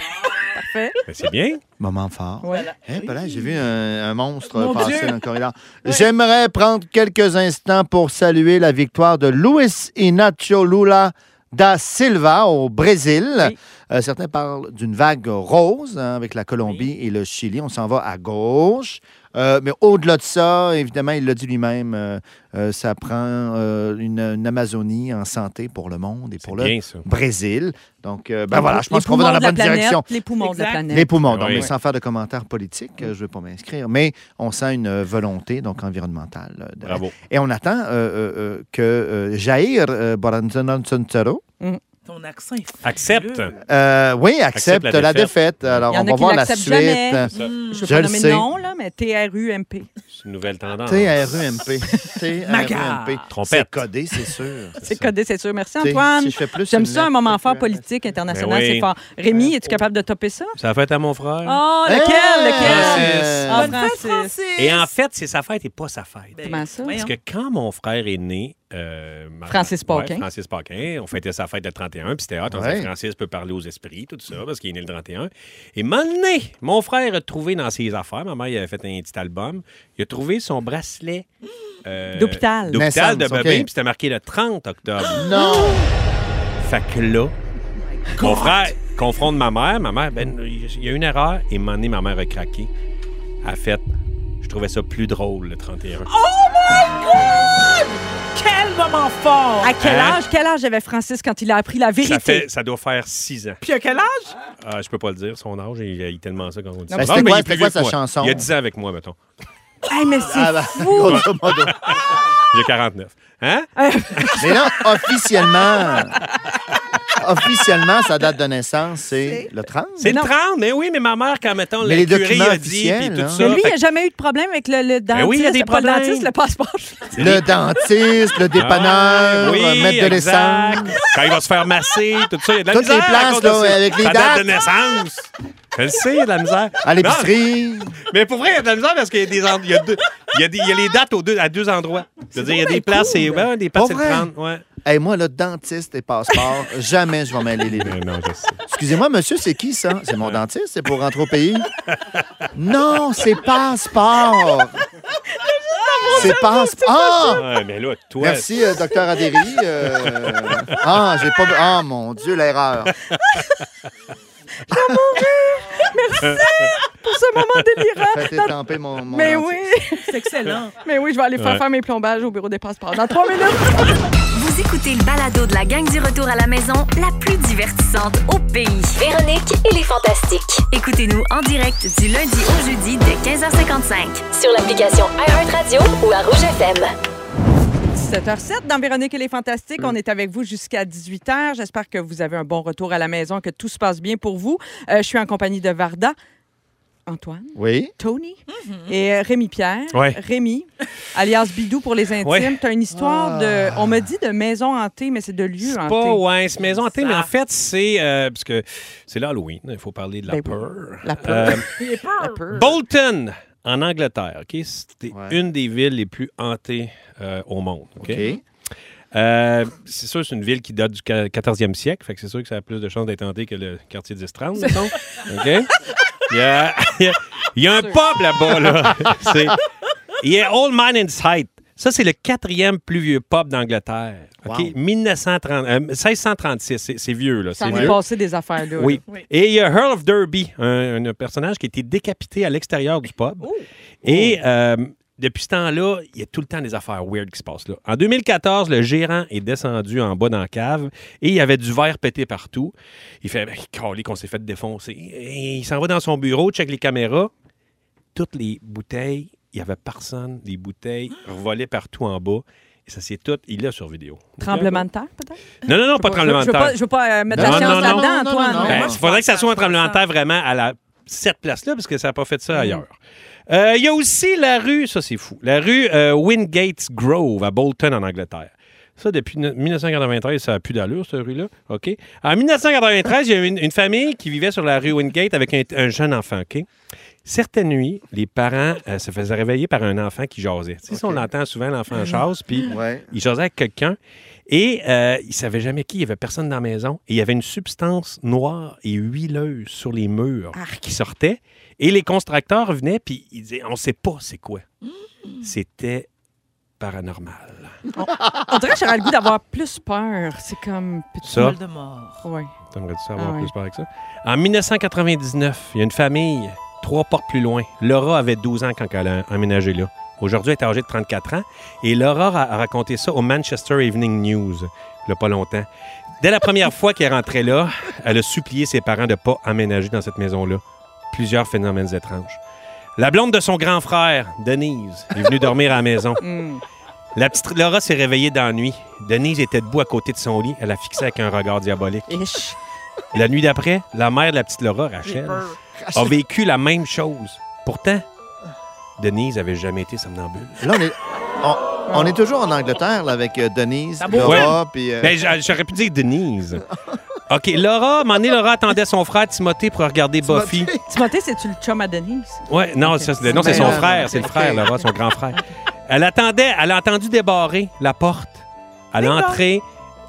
[SPEAKER 1] Parfait.
[SPEAKER 3] Ben, c'est bien.
[SPEAKER 2] Moment fort.
[SPEAKER 1] Ouais.
[SPEAKER 2] Eh, ben là, j'ai vu un, un monstre
[SPEAKER 4] Mon
[SPEAKER 2] passer
[SPEAKER 4] Dieu.
[SPEAKER 2] dans le corridor. J'aimerais prendre quelques instants pour saluer la victoire de Luis Inacio Lula da Silva au Brésil.
[SPEAKER 1] Oui.
[SPEAKER 2] Euh, certains parlent d'une vague rose hein, avec la Colombie et le Chili. On s'en va à gauche. Euh, mais au-delà de ça, évidemment, il l'a dit lui-même, euh, euh, ça prend euh, une, une Amazonie en santé pour le monde et
[SPEAKER 3] C'est
[SPEAKER 2] pour le
[SPEAKER 3] bien, ça.
[SPEAKER 2] Brésil. Donc, euh, ben
[SPEAKER 1] Les
[SPEAKER 2] voilà,
[SPEAKER 1] pou-
[SPEAKER 2] je pense
[SPEAKER 1] les
[SPEAKER 2] qu'on va dans
[SPEAKER 1] poumons
[SPEAKER 2] la
[SPEAKER 1] Ah, de
[SPEAKER 2] bonne
[SPEAKER 1] planète,
[SPEAKER 2] direction.
[SPEAKER 1] Les poumons de la
[SPEAKER 4] Exact.
[SPEAKER 1] planète.
[SPEAKER 2] Les poumons, donc,
[SPEAKER 3] Oui.
[SPEAKER 2] mais sans faire de commentaires politiques, euh, je ne vais pas m'inscrire. Mais on sent une euh, volonté donc environnementale. euh, de-
[SPEAKER 3] Bravo.
[SPEAKER 2] Et on attend euh, euh, euh, que euh, Jair euh, Bolsonaro
[SPEAKER 4] Ton accent est
[SPEAKER 3] Accepte.
[SPEAKER 4] fabuleux.
[SPEAKER 2] euh, oui, accepte,
[SPEAKER 3] Accepte
[SPEAKER 2] la,
[SPEAKER 3] la
[SPEAKER 2] défaite. Alors,
[SPEAKER 1] Il y
[SPEAKER 2] on
[SPEAKER 1] en a
[SPEAKER 2] va
[SPEAKER 1] qui
[SPEAKER 2] voir la
[SPEAKER 1] l'acceptent
[SPEAKER 2] suite. Euh,
[SPEAKER 1] jamais.
[SPEAKER 3] Ça,
[SPEAKER 1] Je
[SPEAKER 2] Je
[SPEAKER 1] veux pas
[SPEAKER 2] le
[SPEAKER 1] nommer
[SPEAKER 2] sais.
[SPEAKER 1] de nom, là, mais T-R-U-M-P.
[SPEAKER 3] c'est une nouvelle tendance.
[SPEAKER 2] T-R-U-M-P.
[SPEAKER 4] Maga.
[SPEAKER 2] T-R-U-M-P. C'est
[SPEAKER 3] Trompette.
[SPEAKER 2] codé, c'est sûr.
[SPEAKER 1] C'est codé, c'est sûr. Merci,
[SPEAKER 2] T,
[SPEAKER 1] Antoine.
[SPEAKER 2] si je fais plus,
[SPEAKER 1] J'aime
[SPEAKER 2] c'est
[SPEAKER 1] ça, un
[SPEAKER 2] une
[SPEAKER 1] moment
[SPEAKER 2] lettre.
[SPEAKER 1] fort politique international,
[SPEAKER 3] Ben oui.
[SPEAKER 1] c'est fort. Rémi, es-tu capable de topper ça?
[SPEAKER 3] Ça a fait à mon frère.
[SPEAKER 1] Oh, lequel,
[SPEAKER 2] Hey!
[SPEAKER 1] lequel?
[SPEAKER 3] Ah, Francis.
[SPEAKER 1] Ah,
[SPEAKER 4] Bonne fête,
[SPEAKER 1] Francis.
[SPEAKER 4] Francis!
[SPEAKER 3] Et en fait, c'est sa fête et pas sa fête.
[SPEAKER 4] Ben,
[SPEAKER 1] Comment ça?
[SPEAKER 4] voyons.
[SPEAKER 3] Parce que quand mon frère est né, euh, ma-
[SPEAKER 1] Francis Paquin.
[SPEAKER 3] Ouais, Francis Paquin, on fêtait sa fête le 31, puis c'était hot. On
[SPEAKER 2] Ouais.
[SPEAKER 3] disait Francis peut parler aux esprits, tout ça, parce qu'il est né le 31. Et maintenant, mon frère a trouvé dans ses affaires, ma mère il avait fait un petit album, il a trouvé son bracelet euh,
[SPEAKER 1] D'hôpital.
[SPEAKER 3] d'hôpital de
[SPEAKER 2] Naissance,
[SPEAKER 3] bébé,
[SPEAKER 2] OK.
[SPEAKER 3] puis c'était marqué le 30 octobre.
[SPEAKER 2] Non!
[SPEAKER 3] Fait que là, mon frère confronte ma mère. Ma mère, ben, il y a une erreur. Et un moment donné, ma mère a craqué. Elle a fait, je trouvais ça plus drôle, le 31.
[SPEAKER 1] Oh,
[SPEAKER 4] Quel moment fort!
[SPEAKER 1] À quel
[SPEAKER 3] Hein?
[SPEAKER 1] âge, quel âge avait Francis quand il a appris la
[SPEAKER 3] ça,
[SPEAKER 1] vérité?
[SPEAKER 3] fait, ça doit faire six ans.
[SPEAKER 4] Puis à quel âge?
[SPEAKER 3] Ah, je peux pas le dire, son âge, il il est tellement ça quand on dit ça.
[SPEAKER 2] Ben,
[SPEAKER 3] Ah,
[SPEAKER 2] c'était
[SPEAKER 3] mais
[SPEAKER 2] quoi-
[SPEAKER 3] il est plus
[SPEAKER 2] c'était
[SPEAKER 3] vieux
[SPEAKER 2] quoi
[SPEAKER 3] que
[SPEAKER 2] sa
[SPEAKER 3] moi.
[SPEAKER 2] chanson?
[SPEAKER 3] Il y a 10 ans avec moi, mettons.
[SPEAKER 1] Hey, mais c'est
[SPEAKER 2] Ah, ben, grosso modo.
[SPEAKER 3] J'ai 49. Hein?
[SPEAKER 1] Ah,
[SPEAKER 2] Mais là, officiellement, officiellement, sa date de naissance, c'est le 30.
[SPEAKER 3] C'est le
[SPEAKER 1] non.
[SPEAKER 3] 30, mais oui, mais ma mère, quand mettons,
[SPEAKER 2] Mais
[SPEAKER 3] le
[SPEAKER 2] les
[SPEAKER 3] curé
[SPEAKER 2] documents
[SPEAKER 3] a dit, puis
[SPEAKER 2] officiels,
[SPEAKER 3] tout
[SPEAKER 2] hein.
[SPEAKER 3] ça.
[SPEAKER 1] Mais lui, il
[SPEAKER 3] fait Ben
[SPEAKER 1] n'a jamais eu de problème avec le, le dentiste.
[SPEAKER 3] oui, il y a des
[SPEAKER 1] pas le
[SPEAKER 3] problèmes.
[SPEAKER 1] dentiste, le passeport.
[SPEAKER 2] Le dentiste, le
[SPEAKER 3] que- Ah,
[SPEAKER 2] dépanneur,
[SPEAKER 3] oui,
[SPEAKER 2] euh, mettre de
[SPEAKER 3] exact.
[SPEAKER 2] l'essence.
[SPEAKER 3] Quand il va se faire masser, tout ça, il y a de la
[SPEAKER 2] Toutes les
[SPEAKER 3] misère à
[SPEAKER 2] places,
[SPEAKER 3] cause de
[SPEAKER 2] là,
[SPEAKER 3] ça.
[SPEAKER 2] avec les
[SPEAKER 3] Ta date de
[SPEAKER 2] dates.
[SPEAKER 3] naissance. Je le sais, il y a de la misère.
[SPEAKER 2] À
[SPEAKER 3] Non,
[SPEAKER 2] l'épicerie.
[SPEAKER 3] Mais pour vrai, il y a de la misère parce qu'il y a des en- il y a deux- il y a des- il y a les dates aux deux- à deux endroits. Je veux dire, il y a des places, c'est ouais, des places,
[SPEAKER 2] Pas
[SPEAKER 3] c'est le
[SPEAKER 2] vrai.
[SPEAKER 3] 30. Ouais.
[SPEAKER 2] Hey, moi, le dentiste et passeport, jamais je vais mêler les deux.
[SPEAKER 3] Mais non, je sais.
[SPEAKER 2] Excusez-moi, monsieur, c'est qui ça? C'est mon dentiste, c'est pour rentrer au pays? Non, c'est passeport. C'est passeport. Ah!
[SPEAKER 3] Ouais, mais là, toi.
[SPEAKER 2] Merci, euh, docteur Adéry. Euh, Ah, j'ai pas. Ah, mon Dieu, l'erreur.
[SPEAKER 1] Pour ce moment délirant.
[SPEAKER 2] Faites étamper mon, mon
[SPEAKER 1] Mais
[SPEAKER 2] dentiste.
[SPEAKER 1] oui,
[SPEAKER 4] C'est excellent.
[SPEAKER 1] mais oui, je vais aller faire
[SPEAKER 3] Ouais.
[SPEAKER 1] faire mes plombages au bureau des passeports. Dans trois minutes.
[SPEAKER 7] Vous écoutez le balado de la gang du retour à la maison, la plus divertissante au pays. Véronique et les Fantastiques. Écoutez-nous en direct du lundi au jeudi dès 15h55 sur l'application iHeartRadio ou à Rouge FM.
[SPEAKER 1] 17h07 dans Véronique et les Fantastiques.
[SPEAKER 3] Mm.
[SPEAKER 1] On est avec vous jusqu'à 18h. J'espère que vous avez un bon retour à la maison, que tout se passe bien pour vous. Euh, je suis en compagnie de Varda. Antoine,
[SPEAKER 2] Oui.
[SPEAKER 1] Tony et euh, Rémi Pierre.
[SPEAKER 3] Ouais.
[SPEAKER 1] Rémi, alias Bidou pour les intimes.
[SPEAKER 3] Ouais.
[SPEAKER 1] T'as une histoire de. On m'a dit de maison hantée, mais c'est de lieu
[SPEAKER 3] C'est
[SPEAKER 1] hanté.
[SPEAKER 3] pas, ouais, c'est maison hantée,
[SPEAKER 4] Ça.
[SPEAKER 3] mais en fait, c'est. euh, parce que c'est l'Halloween, il faut parler de la
[SPEAKER 1] Ben oui.
[SPEAKER 3] peur.
[SPEAKER 1] La peur.
[SPEAKER 3] Euh, Bolton, en Angleterre, OK? C'était
[SPEAKER 2] Ouais.
[SPEAKER 3] une des villes les plus hantées euh, au monde. OK?
[SPEAKER 2] OK.
[SPEAKER 3] Euh, c'est sûr, c'est une ville qui date du qua- 14e siècle, fait que c'est sûr que ça a plus de chances d'être hanté que le quartier d'Estrande, mettons. OK? Il y a, il y a- il y a un pub là-bas, là. C'est- Il y a Old Man in Sight. Ça, c'est le quatrième plus vieux pub d'Angleterre. OK?
[SPEAKER 2] Wow.
[SPEAKER 3] 1930, euh, 1636, c'est- c'est vieux, là.
[SPEAKER 1] Ça
[SPEAKER 3] c'est
[SPEAKER 1] m'est
[SPEAKER 3] vieux.
[SPEAKER 1] passé des affaires là.
[SPEAKER 3] Oui. Et il y a Earl of Derby, un, un personnage qui a été décapité à l'extérieur du pub.
[SPEAKER 1] Oh.
[SPEAKER 3] Et euh, depuis ce temps-là, il y a tout le temps des affaires weird qui se passent là. En 2014, le gérant est descendu en bas dans la cave et il y avait du verre pété partout. Il fait ben, Calique, qu'on s'est fait défoncer. Et il s'en va dans son bureau, check les caméras. Toutes les bouteilles, il n'y avait personne. Les bouteilles
[SPEAKER 1] Ah.
[SPEAKER 3] volaient partout en bas. Et ça, c'est tout. Il l'a sur vidéo.
[SPEAKER 1] Tremblement de terre, peut-être?
[SPEAKER 3] Non, non, non, pas
[SPEAKER 1] Je-
[SPEAKER 3] tremblement
[SPEAKER 1] je
[SPEAKER 3] de
[SPEAKER 1] veux
[SPEAKER 3] terre.
[SPEAKER 1] pas- Je veux pas euh, mettre
[SPEAKER 3] Non,
[SPEAKER 1] la
[SPEAKER 3] non,
[SPEAKER 1] science
[SPEAKER 3] non.
[SPEAKER 1] là-dedans,
[SPEAKER 2] Non, non,
[SPEAKER 1] Antoine.
[SPEAKER 2] non, non.
[SPEAKER 3] Ben,
[SPEAKER 2] Moi,
[SPEAKER 3] il
[SPEAKER 2] je
[SPEAKER 3] faudrait que ça soit un tremblement de
[SPEAKER 4] ça.
[SPEAKER 3] terre vraiment à la, cette place-là, parce que ça n'a pas fait ça ailleurs. Euh, Il y a aussi la rue, ça c'est fou, la rue euh, Wingates Grove à Bolton en Angleterre. Ça, depuis no- 1993, ça n'a plus d'allure, cette rue-là. OK. En 1993, il y a eu une, une famille qui vivait sur la rue Wingate avec un, un jeune enfant. OK. Certaines nuits, les parents euh, se faisaient réveiller par un enfant qui jasait. Tu sais, ça, on l'entend souvent, l'enfant jase, puis
[SPEAKER 2] Ouais.
[SPEAKER 3] il jasait avec quelqu'un et euh, il savait jamais qui, il y avait personne dans la maison. Et il y avait une substance noire et huileuse sur les murs qui sortait. Et les constructeurs venaient puis ils disaient on sait pas c'est quoi. C'était paranormal.
[SPEAKER 1] On dirait que j'aurais le goût d'avoir plus peur. C'est comme. Petit...
[SPEAKER 3] Ça.
[SPEAKER 4] de mort.
[SPEAKER 1] Ouais.
[SPEAKER 3] T'aimerais-tu savoir
[SPEAKER 1] Ah ouais.
[SPEAKER 3] plus par avec ça? En 1999, il y a une famille trois portes plus loin. Laura avait 12 ans quand elle a emménagé là. Aujourd'hui, elle est âgée de 34 ans. Et Laura a a raconté ça au Manchester Evening News, il n'y a pas longtemps. Dès la première fois qu'elle rentrait là, elle a supplié ses parents de ne pas emménager dans cette maison-là. Plusieurs phénomènes étranges. La blonde de son grand frère, Denise, est venue dormir à la maison.
[SPEAKER 1] Hmm.
[SPEAKER 3] La petite Laura s'est réveillée dans la nuit. Denise était debout à côté de son lit. Elle la fixait avec un regard diabolique.
[SPEAKER 1] Ish.
[SPEAKER 3] La nuit d'après, la mère de la petite Laura, Rachel, a vécu la même chose. Pourtant, Denise avait jamais été somnambule.
[SPEAKER 2] Là, on est, on, on est toujours en Angleterre là, avec euh, Denise,
[SPEAKER 4] Ça bouge.
[SPEAKER 2] Laura, puis... euh,
[SPEAKER 3] Ben, j- j'aurais pu dire Denise. OK, Laura, à un moment donné, Laura attendait son frère Timothée pour regarder Buffy.
[SPEAKER 1] Timothée, c'est-tu le chum à Denise?
[SPEAKER 3] Ouais, non, ça, c'est- non, c'est son
[SPEAKER 2] Ben,
[SPEAKER 3] frère, c'est le
[SPEAKER 2] ok.
[SPEAKER 3] frère, Laura, son grand frère. Elle attendait, elle a entendu débarrer la porte. Elle a entré,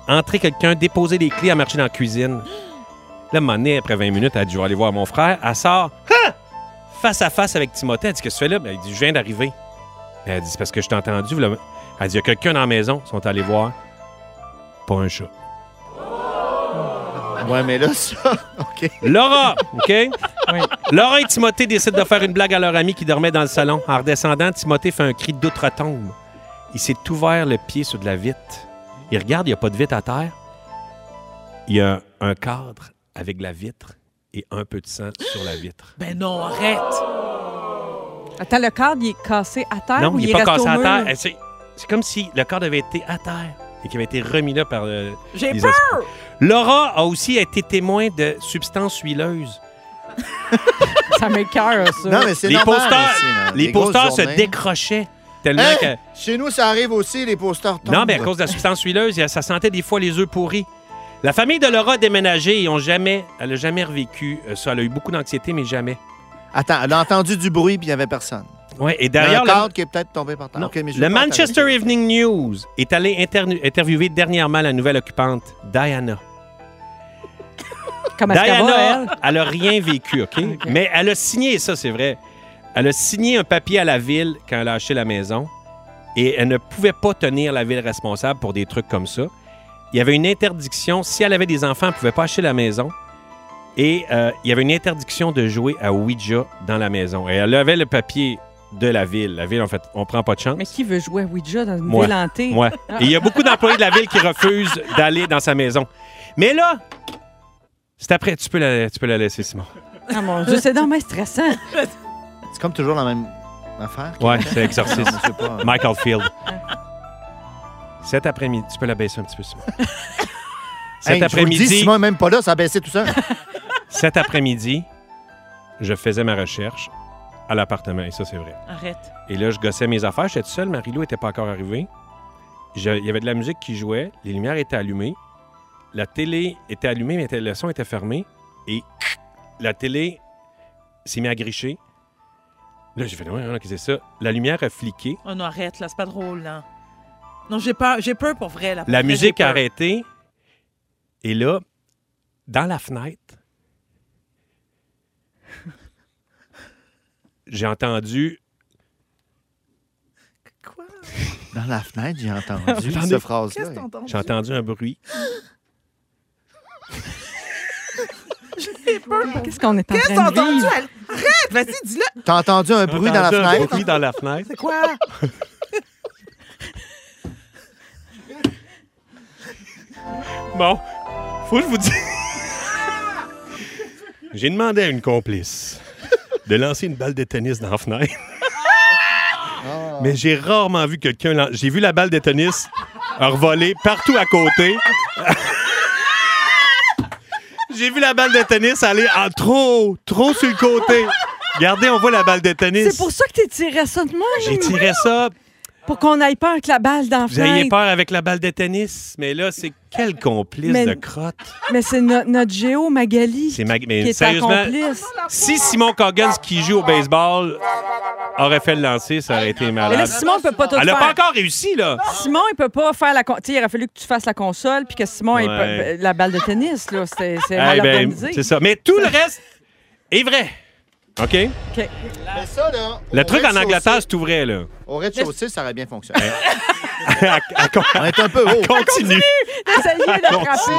[SPEAKER 3] entré quelqu'un, déposer les clés, à marcher dans la cuisine. Là, à un moment donné, après 20 minutes, elle a dit Je vais aller voir mon frère. Elle sort Ah! face à face avec Timothée. Elle dit Qu'est-ce que tu fais là Ben, Elle dit Je viens d'arriver. Elle dit C'est parce que je t'ai entendu. voilà. Elle dit Il y a quelqu'un dans la maison. Ils sont allés voir. Pas un chat.
[SPEAKER 2] Ouais, mais là, ça... OK.
[SPEAKER 3] Laura, OK? Laura et Timothée décident de faire une blague à leur ami qui dormait dans le salon. En redescendant, Timothée fait un cri d'outre-tombe. Il s'est ouvert le pied sur de la vitre. Il regarde, il n'y a pas de vitre à terre. Il y a un cadre avec la vitre et un peu de sang sur la vitre.
[SPEAKER 4] Ben non, arrête.
[SPEAKER 1] Attends, le cadre, il est cassé à terre
[SPEAKER 3] non,
[SPEAKER 1] ou
[SPEAKER 3] il
[SPEAKER 1] il
[SPEAKER 3] n'est
[SPEAKER 1] est
[SPEAKER 3] pas cassé
[SPEAKER 1] resté au
[SPEAKER 3] à terre.
[SPEAKER 1] mur?
[SPEAKER 3] Eh, C'est c'est comme si le cadre avait été à terre et qu'il avait été remis là par le,
[SPEAKER 4] J'ai
[SPEAKER 3] les
[SPEAKER 4] peur.
[SPEAKER 3] esprits. Laura a aussi été témoin de substances huileuses.
[SPEAKER 1] Ça m'écoeure, ça.
[SPEAKER 2] Non, mais c'est
[SPEAKER 3] Les
[SPEAKER 2] normal
[SPEAKER 3] posters,
[SPEAKER 2] aussi, là,
[SPEAKER 3] les
[SPEAKER 2] des grosses
[SPEAKER 3] posters se
[SPEAKER 2] journées.
[SPEAKER 3] décrochaient tellement
[SPEAKER 2] Hein?
[SPEAKER 3] que...
[SPEAKER 2] Chez nous, ça arrive aussi, les posters tombent.
[SPEAKER 3] Non, mais à cause de la substance huileuse, ça sentait des fois les œufs pourris. La famille de Laura a déménagé et ont jamais, elle n'a jamais revécu euh, ça. Elle a eu beaucoup d'anxiété, mais jamais.
[SPEAKER 2] Attends, elle a entendu du bruit, puis il n'y avait personne.
[SPEAKER 3] Ouais, et
[SPEAKER 2] Il y a
[SPEAKER 3] derrière,
[SPEAKER 2] un
[SPEAKER 3] le-
[SPEAKER 2] cadre qui est peut-être tombé par terre.
[SPEAKER 3] Non.
[SPEAKER 2] OK, mais je
[SPEAKER 3] le
[SPEAKER 2] l'ai pas
[SPEAKER 3] Manchester
[SPEAKER 2] entendu.
[SPEAKER 3] Evening News est allé internu- interviewer dernièrement la nouvelle occupante, Diana.
[SPEAKER 1] Comme
[SPEAKER 3] Diana, elle n'a rien vécu, OK? Mais elle a signé, ça, c'est vrai. Elle a signé un papier à la ville quand elle a acheté la maison et elle ne pouvait pas tenir la ville responsable pour des trucs comme ça. Il y avait une interdiction. Si elle avait des enfants, elle ne pouvait pas acheter la maison. Et euh, il y avait une interdiction de jouer à Ouija dans la maison. Et elle avait le papier de la ville. La ville, en fait, on prend pas de chance.
[SPEAKER 1] Mais qui veut jouer à Ouija dans une
[SPEAKER 3] Moi.
[SPEAKER 1] ville hantée?
[SPEAKER 3] Ouais. Et il y a beaucoup d'employés de la ville qui refusent d'aller dans sa maison. Mais là, c'est après. Tu peux la, tu peux la laisser, Simon.
[SPEAKER 1] Ah, mon Dieu, c'est dommage stressant.
[SPEAKER 2] C'est comme toujours la même affaire.
[SPEAKER 3] Ouais, c'est l'exorciste.
[SPEAKER 2] Non, je sais pas.
[SPEAKER 3] Michael Field. Cet après-midi, tu peux la baisser un petit peu, Simon. Cet
[SPEAKER 2] Hey, je vous le dis,
[SPEAKER 3] après-midi,
[SPEAKER 2] Simon est même pas là, ça a baissé tout ça.
[SPEAKER 3] cet après-midi, je faisais ma recherche à l'appartement, et ça, c'est vrai.
[SPEAKER 4] Arrête.
[SPEAKER 3] Et là, je gossais mes affaires. J'étais tout seul. Marie-Lou n'était pas encore arrivée. Je- Il y avait de la musique qui jouait. Les lumières étaient allumées. La télé était allumée, mais était- le son était fermé. Et la télé s'est mise à gricher. Là, j'ai fait, ouais, ouais, qu'est-ce que c'est ça? La lumière a fliqué.
[SPEAKER 4] Oh non, arrête, là, c'est pas drôle, là. Non, j'ai peur, j'ai peur pour vrai, là.
[SPEAKER 3] La
[SPEAKER 4] Pour vrai,
[SPEAKER 3] musique
[SPEAKER 4] j'ai
[SPEAKER 3] a
[SPEAKER 4] peur.
[SPEAKER 3] arrêté. Et là, dans la fenêtre, j'ai entendu
[SPEAKER 4] Quoi?
[SPEAKER 2] Dans la fenêtre, j'ai entendu
[SPEAKER 3] Attendez.
[SPEAKER 2] cette
[SPEAKER 4] Qu'est-ce que
[SPEAKER 2] phrase-là.
[SPEAKER 4] t'entends?
[SPEAKER 3] J'ai entendu un bruit.
[SPEAKER 4] J'ai peur pour-
[SPEAKER 1] Qu'est-ce qu'on est en
[SPEAKER 4] Qu'est-ce que
[SPEAKER 1] train de
[SPEAKER 4] t'entends?
[SPEAKER 1] vivre?
[SPEAKER 4] Arrête, vas-y, dis-le.
[SPEAKER 2] T'as entendu un bruit dans la
[SPEAKER 3] J'ai entendu un
[SPEAKER 2] fenêtre?
[SPEAKER 3] bruit dans la fenêtre.
[SPEAKER 4] C'est quoi?
[SPEAKER 3] Bon, faut que je vous dise. J'ai demandé à une complice de lancer une balle de tennis dans la fenêtre. Mais j'ai rarement vu quelqu'un. lan- J'ai vu la balle de tennis revoler partout à côté. J'ai vu la balle de tennis aller en trop, trop sur le côté. Regardez, on voit la balle de tennis.
[SPEAKER 1] C'est pour ça que tu tirais ça de moi,
[SPEAKER 3] J'ai
[SPEAKER 1] Jimmy?
[SPEAKER 3] tiré ça.
[SPEAKER 1] Pour qu'on aille peur avec la balle dans la
[SPEAKER 3] Vous ayez
[SPEAKER 1] fenêtre.
[SPEAKER 3] peur avec la balle de tennis. Mais là, c'est quel complice
[SPEAKER 1] Mais-
[SPEAKER 3] de crotte.
[SPEAKER 1] Mais c'est no- notre Géo Magali
[SPEAKER 3] C'est ma- mais
[SPEAKER 1] qui est ta
[SPEAKER 3] sérieusement,
[SPEAKER 1] complice.
[SPEAKER 3] si Simon Coggins, qui joue au baseball, aurait fait le lancer, ça aurait été
[SPEAKER 1] Mais là,
[SPEAKER 3] malade.
[SPEAKER 1] Simon peut pas tout
[SPEAKER 3] Elle n'a
[SPEAKER 1] faire.
[SPEAKER 3] pas encore réussi, là.
[SPEAKER 1] Simon, il peut pas faire la... con- Tu sais, il aurait fallu que tu fasses la console puis que Simon ait
[SPEAKER 3] Ouais.
[SPEAKER 1] pas- la balle de tennis. là. C'est c'est mal
[SPEAKER 3] Eh ben,
[SPEAKER 1] organisé.
[SPEAKER 3] c'est ça. Mais tout le reste est vrai. OK?
[SPEAKER 2] Mais ça, là,
[SPEAKER 3] Le
[SPEAKER 2] au
[SPEAKER 3] truc en
[SPEAKER 2] rez-de-chaussée-
[SPEAKER 3] Angleterre, c'est tout vrai, là.
[SPEAKER 2] Au rez-de-chaussée, ça aurait bien fonctionné.
[SPEAKER 3] À- à-
[SPEAKER 2] On est un peu haut.
[SPEAKER 3] Continue.
[SPEAKER 1] Essayez d'attraper.